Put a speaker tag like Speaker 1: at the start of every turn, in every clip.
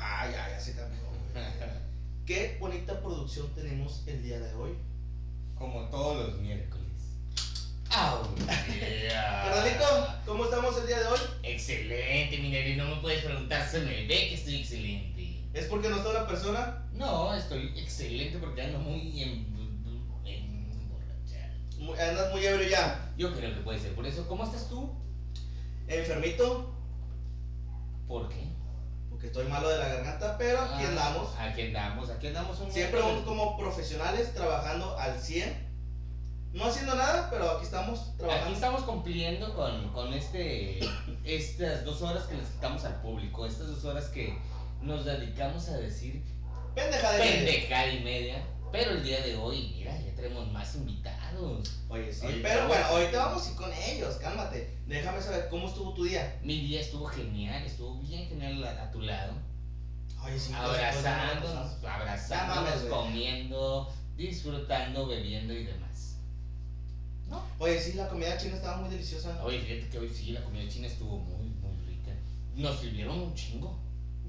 Speaker 1: Ah, Qué bonita producción tenemos el día de hoy.
Speaker 2: Como todos los miércoles.
Speaker 1: ¡Au! Carnalito, Ah, ¿cómo estamos el día de hoy?
Speaker 3: Excelente, Mineri, no me puedes preguntar, se me ve que estoy excelente.
Speaker 1: ¿Es porque no está una persona?
Speaker 3: No, estoy excelente porque ando muy em- em- emborrachado.
Speaker 1: Mu- Andas muy ebrio ya.
Speaker 3: Yo creo que puede ser por eso. ¿Cómo estás tú?
Speaker 1: Enfermito,
Speaker 3: ¿Por qué?
Speaker 1: porque estoy malo de la garganta, pero aquí
Speaker 3: Ah,
Speaker 1: andamos.
Speaker 3: Aquí andamos, aquí andamos un
Speaker 1: Siempre vamos
Speaker 3: montón.
Speaker 1: como profesionales trabajando al 100. No haciendo nada, pero aquí estamos
Speaker 3: Aquí
Speaker 1: trabajando.
Speaker 3: estamos cumpliendo con, con este, estas dos horas que les quitamos al público, estas dos horas que nos dedicamos a decir
Speaker 1: Pendeja de
Speaker 3: pendejada y media. Pero el día de hoy, mira, ya tenemos más invitados.
Speaker 1: Oye, sí.
Speaker 3: Oye,
Speaker 1: pero
Speaker 3: ya,
Speaker 1: bueno,
Speaker 3: güey.
Speaker 1: ahorita vamos y con ellos, cálmate. Déjame saber cómo estuvo tu día.
Speaker 3: Mi día estuvo genial, estuvo bien genial a, a tu lado.
Speaker 1: Oye, sí. pues,
Speaker 3: Abrazándonos,
Speaker 1: Ya
Speaker 3: abrazándonos,
Speaker 1: mames, güey.
Speaker 3: comiendo, disfrutando, bebiendo y demás.
Speaker 1: Oye, sí, la comida china estaba muy deliciosa.
Speaker 3: Oye, fíjate que hoy sí, la comida china estuvo muy, muy rica. Nos sirvieron un chingo.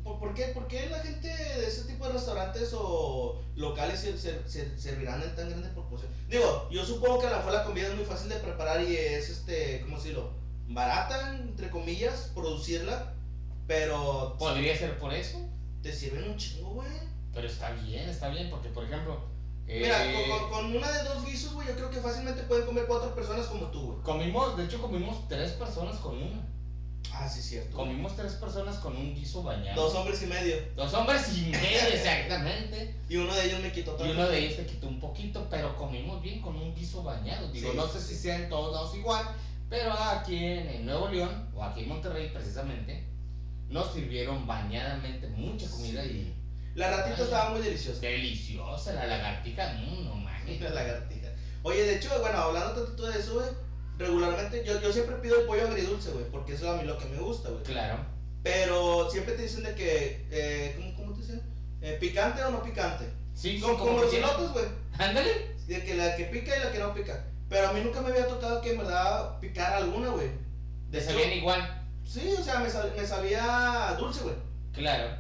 Speaker 1: ¿Por, por qué, ¿Por qué la gente de ese tipo de restaurantes o locales se, se- se- servirán en tan grande proporción? Digo, yo supongo que a lo mejor la comida es muy fácil de preparar y es, este, ¿cómo decirlo? Barata, entre comillas, producirla, pero
Speaker 3: Podría ser por eso.
Speaker 1: te sirven un chingo, güey.
Speaker 3: Pero está bien, está bien, porque por ejemplo, eh,
Speaker 1: Mira, con, con- con una de dos guisos, güey, yo creo que fácilmente pueden comer cuatro personas como tú, güey.
Speaker 3: comimos, de hecho comimos tres personas con una.
Speaker 1: Ah, sí, cierto.
Speaker 3: Comimos tres personas con un guiso bañado.
Speaker 1: Dos hombres y medio.
Speaker 3: Dos hombres y medio, exactamente.
Speaker 1: Y uno de ellos me quitó todo.
Speaker 3: Y uno de ellos te quitó un poquito, pero comimos bien con un guiso bañado. Digo,
Speaker 1: Sí.
Speaker 3: no sé si sean todos lados igual, pero aquí en, en Nuevo León, o aquí en Monterrey precisamente, nos sirvieron bañadamente mucha comida
Speaker 1: Sí.
Speaker 3: y
Speaker 1: La ratita
Speaker 3: Ay.
Speaker 1: estaba muy deliciosa.
Speaker 3: deliciosa la lagartija. mm, no mames.
Speaker 1: La lagartija. Oye, de hecho, bueno, hablando tantito de eso, güey. Regularmente, yo, yo siempre pido el pollo agridulce, güey, porque eso es a mí lo que me gusta, güey.
Speaker 3: Claro.
Speaker 1: Pero siempre te dicen de que, eh, ¿cómo, cómo te dicen? Eh, ¿Picante o no picante?
Speaker 3: Sí,
Speaker 1: Como, como
Speaker 3: como
Speaker 1: los
Speaker 3: quieras.
Speaker 1: elotes, güey.
Speaker 3: Ándale.
Speaker 1: De que la que pica y la que no pica. Pero a mí nunca me había tocado que en verdad picar alguna, güey.
Speaker 3: Te
Speaker 1: De
Speaker 3: sabían
Speaker 1: hecho,
Speaker 3: igual,
Speaker 1: sí, o sea, me, sal- me sabía dulce, güey.
Speaker 3: claro.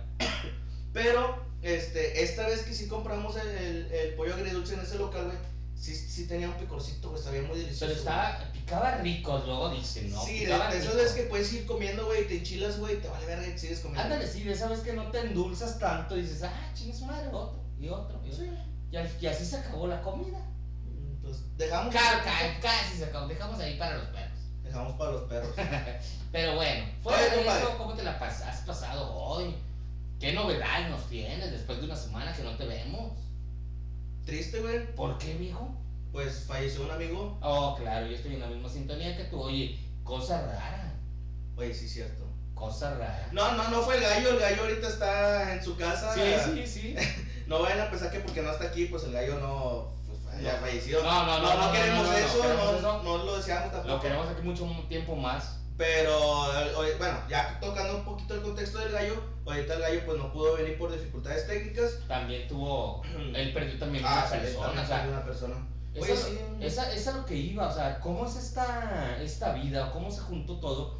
Speaker 1: Pero este, esta vez que sí compramos el, el, el pollo agridulce en ese local, güey, sí, sí tenía un picorcito, güey, sabía muy delicioso.
Speaker 3: Pero estaba, picaba rico, luego dicen, ¿no?
Speaker 1: güey. Sí, de,
Speaker 3: Picaba
Speaker 1: de esas
Speaker 3: rico.
Speaker 1: veces que puedes ir comiendo, güey, y te enchilas, güey, te vale verga y sigues comiendo.
Speaker 3: Ándale, sí, de esa vez que no te endulzas tanto y dices, ah, chingas madre, otro, y otro, y otro.
Speaker 1: Sí.
Speaker 3: Y, al- y así se acabó la comida.
Speaker 1: Entonces, Pues, dejamos,
Speaker 3: Ca- ca- casi se acabó, dejamos ahí para los perros.
Speaker 1: dejamos para los perros.
Speaker 3: Pero bueno, fuera
Speaker 1: Oye,
Speaker 3: de
Speaker 1: compadre.
Speaker 3: eso, ¿cómo te la pas- has pasado hoy? ¿Qué novedades nos tienes después de una semana que no te vemos?
Speaker 1: Triste, güey,
Speaker 3: ¿Por qué, viejo?
Speaker 1: pues falleció un amigo.
Speaker 3: Oh, claro, yo estoy en la misma sintonía que tú. Oye, cosa rara,
Speaker 1: Güey, sí, cierto.
Speaker 3: cosa rara.
Speaker 1: No, no, no fue el gallo, el gallo ahorita está en su casa.
Speaker 3: Sí, sí, sí.
Speaker 1: No vayan a pensar que porque no está aquí, pues el gallo no, pues, haya
Speaker 3: No.
Speaker 1: fallecido.
Speaker 3: No, no, no, no, no,
Speaker 1: queremos
Speaker 3: no, no, no,
Speaker 1: eso,
Speaker 3: queremos
Speaker 1: no,
Speaker 3: eso.
Speaker 1: no lo deseamos tampoco.
Speaker 3: Lo queremos aquí mucho tiempo más.
Speaker 1: Pero, eh, oye, bueno, ya tocando un poquito el contexto del gallo, ahorita el gallo pues no pudo venir por dificultades técnicas.
Speaker 3: También tuvo. Él perdió también una
Speaker 1: Ah, sí,
Speaker 3: persona.
Speaker 1: también
Speaker 3: O sea,
Speaker 1: salió una persona.
Speaker 3: esa,
Speaker 1: Oye, sí,
Speaker 3: esa, esa es lo que iba. O sea, ¿cómo es esta, esta vida? ¿Cómo se juntó todo?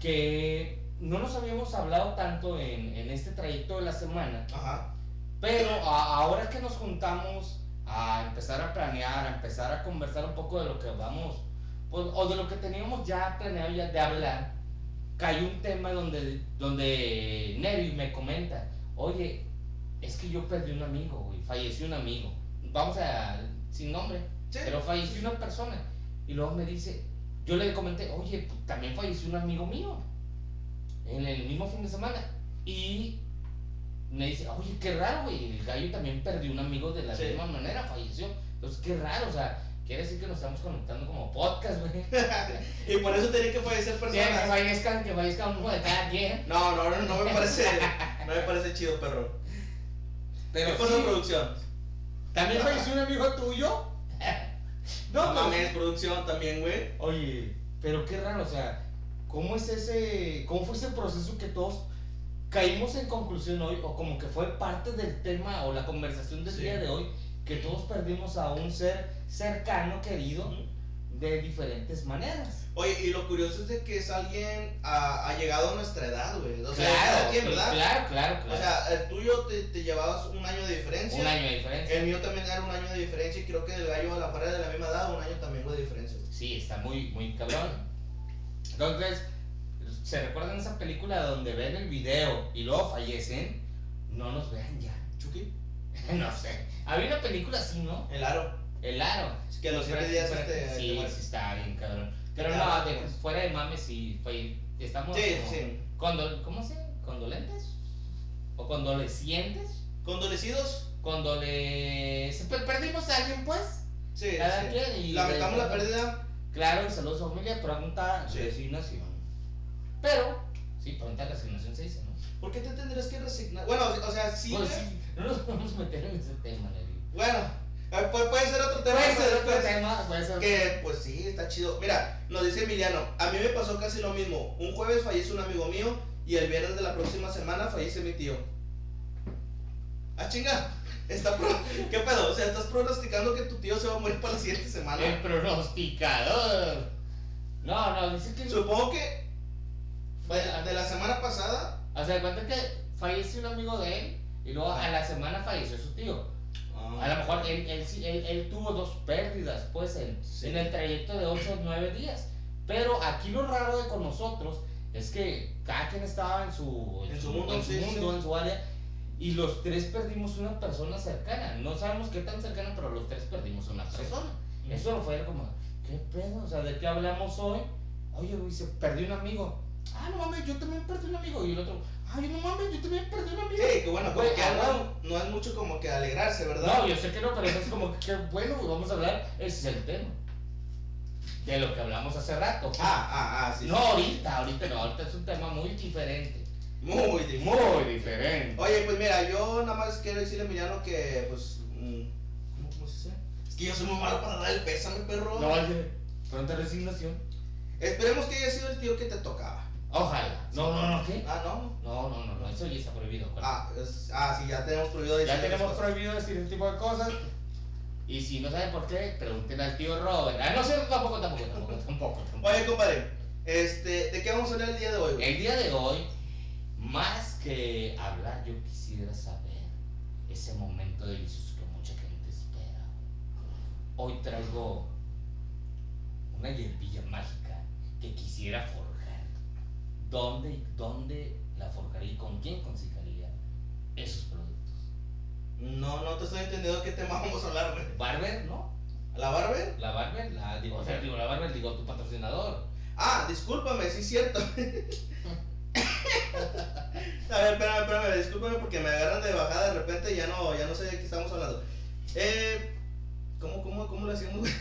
Speaker 3: Que no nos habíamos hablado tanto en, en este trayecto de la semana.
Speaker 1: Ajá.
Speaker 3: Pero a- ahora que nos juntamos a empezar a planear, a empezar a conversar un poco de lo que vamos, pues, o de lo que teníamos ya planeado ya de hablar, cayó un tema donde, donde Neri me comenta, oye, es que yo perdí un amigo, güey, falleció un amigo, vamos a, sin nombre,
Speaker 1: Sí.
Speaker 3: pero falleció una persona. Y luego me dice, yo le comenté, oye, pues, también falleció un amigo mío en el mismo fin de semana. Y me dice, oye, qué raro, güey, el gallo también perdió un amigo de la
Speaker 1: Sí.
Speaker 3: misma manera, falleció. Entonces, qué raro, o sea, quiere decir que nos estamos conectando como podcast, güey.
Speaker 1: y por eso tenía que fallecer
Speaker 3: Sí, que
Speaker 1: personas.
Speaker 3: fallezcan, que fallezcan uno de cada quien.
Speaker 1: No, no, no, no me parece, no me parece chido, perro. ¿Qué
Speaker 3: Pero
Speaker 1: pasó,
Speaker 3: sí,
Speaker 1: producción?
Speaker 3: también falleció un amigo tuyo.
Speaker 1: No
Speaker 3: no, pues, no,
Speaker 1: mames, producción también, güey.
Speaker 3: Oye, pero qué raro, o sea, ¿cómo es ese, cómo fue ese proceso que todos caímos en conclusión hoy, o como que fue parte del tema o la conversación del
Speaker 1: Sí.
Speaker 3: día de hoy, que todos perdimos a un ser cercano, querido, de diferentes maneras.
Speaker 1: Oye, y lo curioso es de que es alguien ah, ha, ha llegado a nuestra edad, güey. O sea,
Speaker 3: claro,
Speaker 1: ¿a quién,
Speaker 3: pues,
Speaker 1: verdad?
Speaker 3: claro, claro, claro.
Speaker 1: O sea, el tuyo te, te llevabas un año de diferencia.
Speaker 3: un año de diferencia.
Speaker 1: El mío también era un año de diferencia y creo que del gallo a la fuera de la misma edad, un año también güey, de diferencia. güey.
Speaker 3: Sí, está muy, muy cabrón. Entonces, ¿se recuerdan esa película donde ven el video y luego fallecen? No nos vean ya.
Speaker 1: Chucky,
Speaker 3: no sé. Había una película así, ¿no?
Speaker 1: el aro.
Speaker 3: El aro.
Speaker 1: Es que a los siete días este.
Speaker 3: Sí,
Speaker 1: te-
Speaker 3: sí, está bien, cabrón. Pero
Speaker 1: Claro,
Speaker 3: no, de-
Speaker 1: pues.
Speaker 3: fuera de mames, sí, fue- estamos.
Speaker 1: Sí,
Speaker 3: como-
Speaker 1: sí.
Speaker 3: condol- ¿Cómo se? ¿Condolentes? ¿O condolecientes?
Speaker 1: ¿Condolecidos?
Speaker 3: Condole. se- per- Perdimos a alguien, pues.
Speaker 1: Sí.
Speaker 3: Cada
Speaker 1: sí.
Speaker 3: quien. y-
Speaker 1: Lamentamos la pérdida.
Speaker 3: Claro, saludos familia, pregunta
Speaker 1: Sí.
Speaker 3: resignación. Pero, sí, pregunta resignación se dice, ¿no?
Speaker 1: ¿Por qué te tendrías que resignar? Bueno, o sea, sí.
Speaker 3: Pues
Speaker 1: güey.
Speaker 3: sí, no nos podemos meter en ese tema, Nelly.
Speaker 1: Bueno, eh, puede, puede ser otro tema.
Speaker 3: Puede
Speaker 1: ese
Speaker 3: ser
Speaker 1: después.
Speaker 3: otro tema, puede ser-
Speaker 1: pues, Que pues sí, está chido. Mira, nos dice Emiliano, a mí me pasó casi lo mismo. Un jueves fallece un amigo mío y el viernes de la próxima semana fallece mi tío. Ah, chinga. Está pro- ¿Qué pedo? O sea, estás pronosticando que tu tío se va a morir para la siguiente
Speaker 3: El
Speaker 1: semana.
Speaker 3: pronosticador. No, no, dice que.
Speaker 1: Supongo que de, de la semana pasada.
Speaker 3: O sea, cuenta que falleció un amigo de él y luego
Speaker 1: Ah.
Speaker 3: a la semana falleció su tío. A lo mejor él, él, sí- él- él tuvo dos pérdidas, pues, en,
Speaker 1: Sí.
Speaker 3: en el trayecto de 8 o 9 días. Pero aquí lo raro de con nosotros es que cada quien estaba en su,
Speaker 1: En su mundo,
Speaker 3: en su,
Speaker 1: sí,
Speaker 3: mundo,
Speaker 1: sí.
Speaker 3: en su área. Y los tres perdimos una persona cercana. No sabemos qué tan cercana, pero los tres perdimos una
Speaker 1: Sí. Mm.
Speaker 3: persona. Eso fue como, ¿qué pedo? O sea, ¿de qué hablamos hoy? Oye, güey, se perdió un amigo. Ah, no mames, yo también perdí un amigo. Y el otro, ay, no mames, yo también perdí un amigo.
Speaker 1: Sí, que bueno, como
Speaker 3: Güey,
Speaker 1: que
Speaker 3: ah,
Speaker 1: no, no es mucho como que alegrarse, ¿verdad?
Speaker 3: No, yo sé que no, pero es como que qué bueno, güey, vamos a hablar, ese es el tema. De lo que hablamos hace rato.
Speaker 1: Ah, ah, ah, sí.
Speaker 3: no ahorita, ahorita no, ahorita es un tema muy diferente.
Speaker 1: Muy difícil.
Speaker 3: Muy diferente.
Speaker 1: Oye, pues mira, yo nada más quiero decirle a Emiliano que, pues, mm, ¿cómo, cómo se dice? Es que yo soy muy malo para dar el pésame, perro.
Speaker 3: No, oye, pronta resignación.
Speaker 1: Esperemos que haya sido el tío que te tocaba.
Speaker 3: Ojalá. No, no, no, ¿qué?
Speaker 1: Ah, ¿no?
Speaker 3: No, no, no, no, eso ya está prohibido. Juan.
Speaker 1: Ah, es- ah, sí, ya tenemos prohibido decir
Speaker 3: ya
Speaker 1: esas
Speaker 3: tenemos
Speaker 1: cosas.
Speaker 3: prohibido decir ese tipo de cosas. Y si no saben por qué, pregunten al tío Robert. Ah, no sé, tampoco, tampoco, tampoco, tampoco. tampoco.
Speaker 1: Oye, compadre, este, ¿de qué vamos a hablar el día de hoy? güey?
Speaker 3: El día de hoy, más que hablar, yo quisiera saber ese momento delicioso que mucha gente espera. Hoy traigo una hierbilla mágica que quisiera forjar. ¿Dónde, dónde la forjaría y con quién conseguiría esos productos?
Speaker 1: No, no te estoy entendiendo qué tema vamos a hablar, güey.
Speaker 3: Barber, ¿no?
Speaker 1: ¿La Barber?
Speaker 3: La Barber, la digo, o sea, digo, la Barber, digo, tu patrocinador.
Speaker 1: Ah, discúlpame, sí es cierto. a ver, espérame, espérame, discúlpame porque me agarran de bajada de repente y ya no, ya no sé de qué estamos hablando. Eh, ¿cómo, cómo, cómo lo hacemos, güey?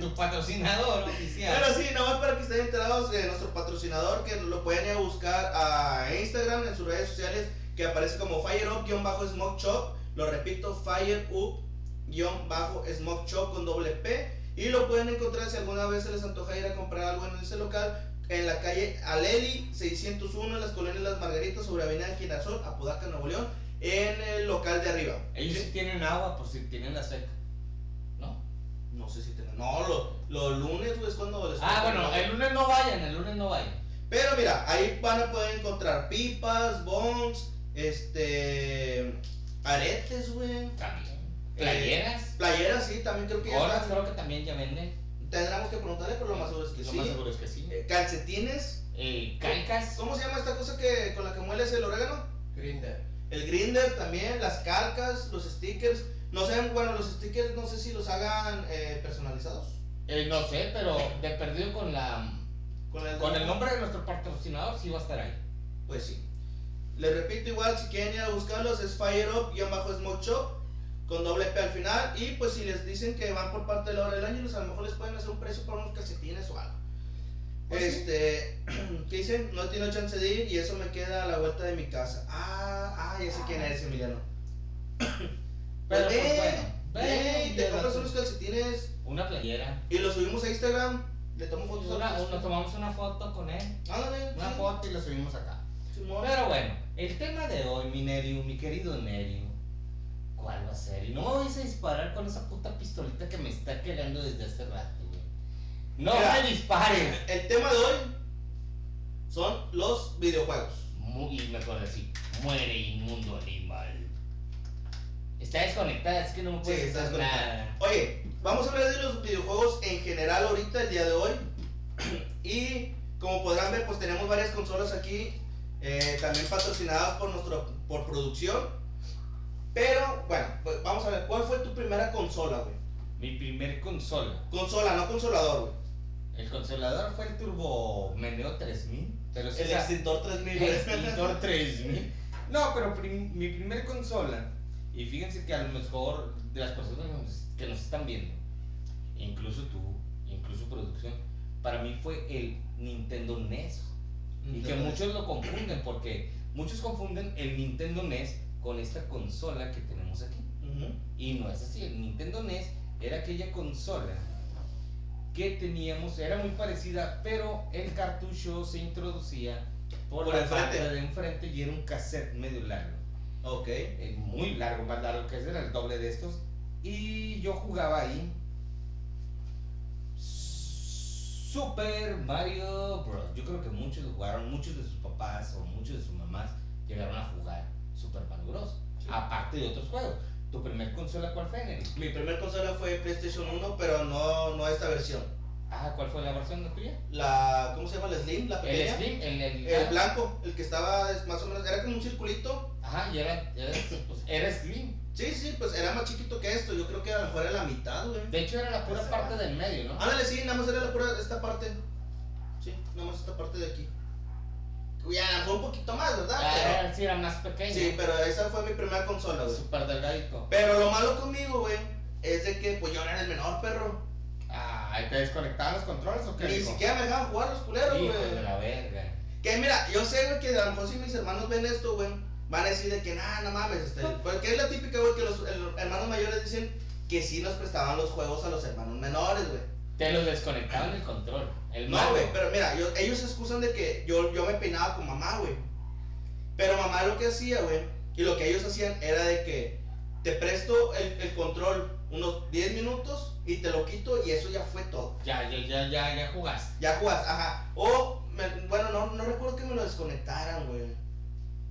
Speaker 3: tu patrocinador oficial.
Speaker 1: Pero sí, nada más para que estén enterados de nuestro patrocinador, que lo pueden ir a buscar a Instagram, en sus redes sociales, que aparece como FireUp-Smoke Shop. Lo repito, FireUp-Smoke Shop con doble P. Y lo pueden encontrar si alguna vez se les antoja ir a comprar algo en ese local, en la calle Aleli 601, en las colonias Las Margaritas, sobre Avenida Girasol, Apodaca, Nuevo León, en el local de arriba.
Speaker 3: Ellos sí tienen agua por si tienen la seca. ¿No?
Speaker 1: No sé si tienen. No, los lunes güey, es cuando les
Speaker 3: Ah, bueno, el lunes no vayan, el lunes no vayan.
Speaker 1: Pero mira, ahí van a poder encontrar pipas, bongs, este. aretes, güey.
Speaker 3: También. Playeras.
Speaker 1: Playeras, sí, también creo que ya
Speaker 3: Gorras
Speaker 1: están.
Speaker 3: creo que también ya venden.
Speaker 1: Tendremos que preguntarle, pero lo más seguro es que
Speaker 3: Lo
Speaker 1: sí.
Speaker 3: más seguro es que sí.
Speaker 1: Eh, Calcetines.
Speaker 3: Eh, calcas.
Speaker 1: ¿Cómo se llama esta cosa que con la que mueles el orégano?
Speaker 2: Grinder.
Speaker 1: El grinder también, las calcas, los stickers. No sé, bueno, los stickers no sé si los hagan eh, personalizados.
Speaker 3: Eh, no sé, pero de perdido con la
Speaker 1: Con el,
Speaker 3: con el nombre de nuestro patrocinador sí va a estar ahí.
Speaker 1: Pues sí. Les repito igual, si quieren ir a buscarlos, es Fire Up-Smoke Shop con doble P al final. Y pues si les dicen que van por parte de la hora del Ángelus, a lo mejor les pueden hacer un precio para unos calcetines o algo.
Speaker 3: Pues sí.
Speaker 1: este, ¿qué dicen? No tiene chance de ir y eso me queda a la vuelta de mi casa. Ah, ah, ya sé quién eres, Emiliano.
Speaker 3: Pero
Speaker 1: Ve,
Speaker 3: pues bueno,
Speaker 1: ve,
Speaker 3: ven,
Speaker 1: Eh, te
Speaker 3: llévate
Speaker 1: compras unos calcetines
Speaker 3: una playera.
Speaker 1: y los subimos a Instagram. Le tomo fotos a
Speaker 3: Una- nos tomamos una foto con él.
Speaker 1: Ándale,
Speaker 3: Una
Speaker 1: sí,
Speaker 3: foto y la subimos acá.
Speaker 1: Simón.
Speaker 3: Pero bueno, el tema de hoy, mi Nerio, mi querido Nerio, ¿cuál va a ser? Y no me vais a disparar con esa puta pistolita que me está quedando desde hace rato, güey. No
Speaker 1: Mira.
Speaker 3: me disparen.
Speaker 1: El tema de hoy son los videojuegos.
Speaker 3: Mu- Y mejor así, muere inmundo animal. Está desconectada, es que no me
Speaker 1: Sí,
Speaker 3: puedes
Speaker 1: está
Speaker 3: hacer
Speaker 1: desconectada.
Speaker 3: nada.
Speaker 1: Oye, vamos a hablar de los videojuegos en general ahorita, el día de hoy. Y como podrán ver, pues tenemos varias consolas aquí, eh, también patrocinadas por, nuestro, por producción. Pero, bueno, pues vamos a ver, ¿cuál fue tu primera consola, güey?
Speaker 3: Mi primer consola.
Speaker 1: Consola, no consolador, güey.
Speaker 3: El consolador fue el Turbo Meneo 3000. Pero sí
Speaker 1: El
Speaker 3: la-
Speaker 1: extintor
Speaker 3: Pues el
Speaker 1: 3000. güey.
Speaker 3: Extintor 3000.
Speaker 2: No, pero prim- mi primer consola.
Speaker 3: Y fíjense que a lo mejor de las personas que nos- que nos están viendo, incluso tú, incluso producción, para mí fue el Nintendo NES. Y que
Speaker 1: E
Speaker 3: muchos lo confunden porque muchos confunden el Nintendo NES con esta consola que tenemos aquí.
Speaker 1: Ujú.
Speaker 3: Y no es así, el Nintendo NES era aquella consola que teníamos, era muy parecida, pero el cartucho se introducía por,
Speaker 1: Por
Speaker 3: la
Speaker 1: el frente.
Speaker 3: parte de enfrente y era un cassette medio largo.
Speaker 1: Ok.
Speaker 3: eh, Muy largo, más largo que ese, era el doble de estos. Y yo jugaba ahí Super Mario Bros. Yo creo que muchos lo jugaron, muchos de sus papás o muchos de sus mamás llegaron a jugar Super Mario Bros.
Speaker 1: Sí.
Speaker 3: Aparte de otros juegos. ¿Tu primer consola cuál fue, Nelly?
Speaker 1: Mi primer consola fue PlayStation 1, pero no, no esta versión.
Speaker 3: Ah, ¿cuál fue la versión de tuya?
Speaker 1: La, ¿cómo se llama? La Slim, la
Speaker 3: El
Speaker 1: pequeña.
Speaker 3: Slim, el, el, ah,
Speaker 1: El blanco, el que estaba es más o menos, era como un circulito.
Speaker 3: Ajá, y era, era, pues, era Slim.
Speaker 1: Sí, sí, pues era más chiquito que esto. Yo creo que a lo mejor era la mitad, güey.
Speaker 3: De hecho, era la pura
Speaker 2: Ese
Speaker 3: parte
Speaker 2: era.
Speaker 3: del medio, ¿no?
Speaker 1: Ándale, sí, nada más era la pura esta parte. Sí, nada más esta parte de aquí. Ya, fue un poquito más, ¿verdad?
Speaker 3: Ah,
Speaker 1: Pero-
Speaker 3: era, sí, era más pequeña.
Speaker 1: sí, pero esa fue mi primera consola, güey.
Speaker 3: Super delgadito.
Speaker 1: Pero lo malo conmigo, güey, es de que pues yo era el menor perro.
Speaker 3: Ah, ¿te desconectaban los controles o qué?
Speaker 1: Ni
Speaker 3: hijo?
Speaker 1: siquiera me dejaban jugar los culeros, güey.
Speaker 3: Hijo de la verga.
Speaker 1: Que mira, yo sé, güey, que a lo mejor si mis hermanos ven esto, güey, van a decir de que nada, no mames, este. Porque es la típica, güey, que los el- hermanos mayores dicen que sí nos prestaban los juegos a los hermanos menores, güey.
Speaker 3: Te los desconectaban del control. El
Speaker 1: No,
Speaker 3: mando.
Speaker 1: güey, pero mira, yo- ellos se excusan de que yo, yo me peinaba con mamá, güey. Pero mamá lo que hacía, güey, y lo que ellos hacían era de que te presto el, el control unos 10 minutos y te lo quito y eso ya fue todo.
Speaker 3: Ya, ya, ya, ya, ya jugaste.
Speaker 1: Ya jugas, ajá. O, me- bueno, no, no recuerdo que me lo desconectaran, güey.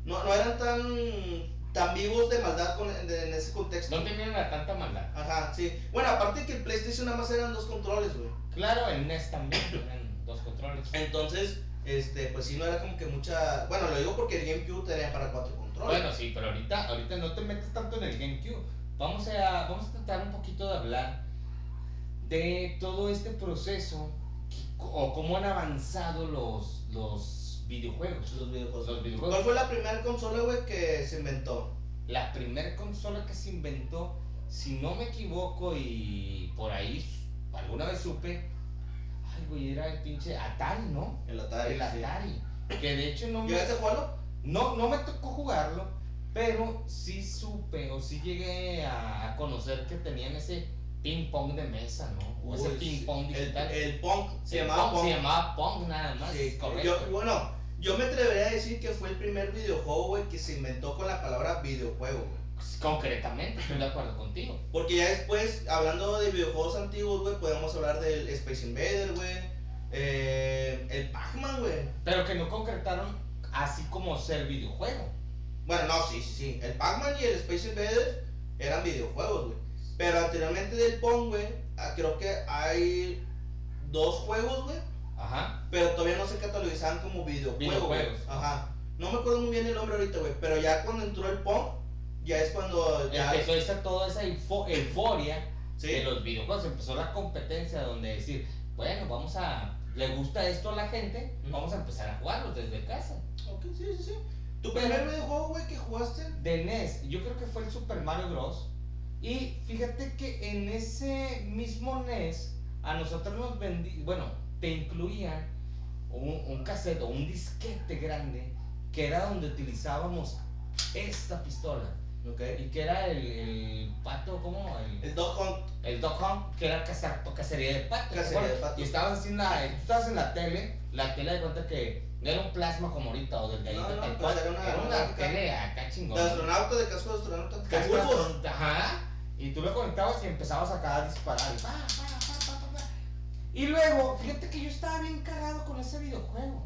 Speaker 1: No, no eran tan, tan vivos de maldad con- de- en ese contexto.
Speaker 3: No tenían a tanta maldad.
Speaker 1: Ajá, sí. Bueno, aparte que el PlayStation nada más eran dos controles, güey.
Speaker 3: Claro, en NES también tenían dos controles.
Speaker 1: Entonces, este, pues sí, no era como que mucha. Bueno, lo digo porque el GameCube tenía para cuatro controles.
Speaker 3: Bueno, sí, pero ahorita, ahorita no te metes tanto en el GameCube. Vamos a, vamos a tratar un poquito de hablar de todo este proceso que- o cómo han avanzado los, los pues videojuegos.
Speaker 1: los videojuegos.
Speaker 3: Los videojuegos.
Speaker 1: ¿Cuál fue la primera consola, güey, que se inventó?
Speaker 3: La primera consola que se inventó, si no me equivoco y por ahí s- alguna vez supe, ay güey, era el pinche Atari, ¿no?
Speaker 1: El Atari.
Speaker 3: el
Speaker 1: sí.
Speaker 3: Atari. Que de hecho no me...
Speaker 1: ¿Yo ese juego?
Speaker 3: No, no me tocó jugarlo, pero sí supe o sí llegué a a conocer que tenían ese ping pong de mesa, ¿no? O ese
Speaker 1: Uy,
Speaker 3: ping
Speaker 1: sí.
Speaker 3: pong
Speaker 1: El,
Speaker 3: digital.
Speaker 1: el Pong. Se
Speaker 3: El
Speaker 1: llamaba
Speaker 3: pong
Speaker 1: Pong.
Speaker 3: Se llamaba pong nada más,
Speaker 1: Sí, yo-
Speaker 3: correcto.
Speaker 1: bueno, yo me atrevería a decir que fue el primer videojuego, güey, que se inventó con la palabra videojuego, güey.
Speaker 3: Concretamente, estoy de acuerdo contigo.
Speaker 1: Porque ya después, hablando de videojuegos antiguos, güey, podemos hablar del Space Invader, güey. eh, el Pac-Man, güey.
Speaker 3: Pero que no concretaron así como ser videojuego.
Speaker 1: Bueno, no, sí, sí, sí. El Pac-Man y el Space Invaders eran videojuegos, güey. Pero anteriormente del Pong, güey, ah, creo que hay dos juegos, güey.
Speaker 3: Ajá.
Speaker 1: Pero todavía no se catalogizaban como videojuegos. güey.
Speaker 3: Videojuegos.
Speaker 1: Ajá. No me acuerdo muy bien el nombre ahorita, güey. Pero ya cuando entró el Pong, ya es cuando ya.
Speaker 3: Em, Empezó esa, toda esa eufo- euforia de
Speaker 1: Sí.
Speaker 3: los videojuegos. Empezó la competencia donde decir, bueno, vamos a. Le gusta esto a la gente,
Speaker 1: Ujú.
Speaker 3: vamos a empezar a jugarlo desde casa.
Speaker 1: Ok, sí, sí, sí. ¿Tu
Speaker 3: Pero-
Speaker 1: primer videojuego, güey, que jugaste?
Speaker 3: de NES, yo creo que fue el Super Mario Bros. Y fíjate que en ese mismo NES, a nosotros nos vendí, bueno, te incluían un, un cassette o un disquete grande que era donde utilizábamos esta pistola
Speaker 1: Ok.
Speaker 3: y que era el, el pato, ¿cómo? El,
Speaker 1: El Dog Hunt.
Speaker 3: el Duck Hunt, que era caza- cacería de patos.
Speaker 1: Cacería de
Speaker 3: ¿recuerdas?
Speaker 1: patos.
Speaker 3: Y estabas así en la, tú estabas en la tele, la tele de cuenta que no era un plasma como ahorita o del
Speaker 1: No, no,
Speaker 3: tal
Speaker 1: pues
Speaker 3: cual.
Speaker 1: era una-
Speaker 3: Era
Speaker 1: una-
Speaker 3: una tele acá
Speaker 1: De
Speaker 3: chingona.
Speaker 1: astronauta, de casco de astronauta.
Speaker 3: Casco
Speaker 1: De
Speaker 3: de
Speaker 1: Bulbos.
Speaker 3: astronauta, Ajá. Y tú lo conectabas y empezabas acá a disparar. y pa, pa, pa, pa, pa, pa. Y luego, fíjate que yo estaba bien cagado con ese videojuego.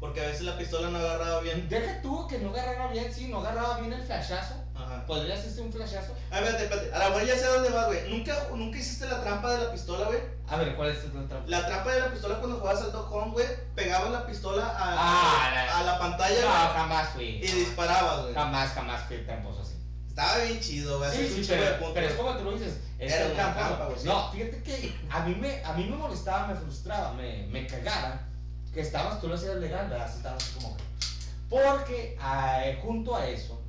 Speaker 1: Porque a veces la pistola no agarraba bien.
Speaker 3: Deja tú que no agarraba bien, sí, no agarraba bien el flashazo.
Speaker 1: Ajá.
Speaker 3: Podría hacerse un flashazo.
Speaker 1: A ver, espérate, espérate. A la mejor ya sé a dónde vas, güey. ¿Nunca, nunca hiciste la trampa de la pistola, güey.
Speaker 3: A ver, ¿cuál es el otra?
Speaker 1: La trampa de la pistola cuando jugabas al Dog Hunt, güey. Pegabas la pistola a,
Speaker 3: Ah, la- Ah,
Speaker 1: a la pantalla
Speaker 3: No,
Speaker 1: güey,
Speaker 3: jamás fui.
Speaker 1: y disparabas, güey.
Speaker 3: Jamás, jamás fui tramposo así.
Speaker 1: Estaba bien chido, güey.
Speaker 3: Sí,
Speaker 1: hacías
Speaker 3: sí,
Speaker 1: un chingo de
Speaker 3: pero,
Speaker 1: puntos.
Speaker 3: pero es como tú lo dices, es
Speaker 1: Era
Speaker 3: el
Speaker 1: una
Speaker 3: campo.
Speaker 1: trampa, güey, sí.
Speaker 3: No, fíjate que a mí me, a mí me molestaba, me frustraba, me, me cagaba que estabas, tú lo hacías legal, ¿verdad? Así estabas así como que. Porque ah, eh, junto a eso,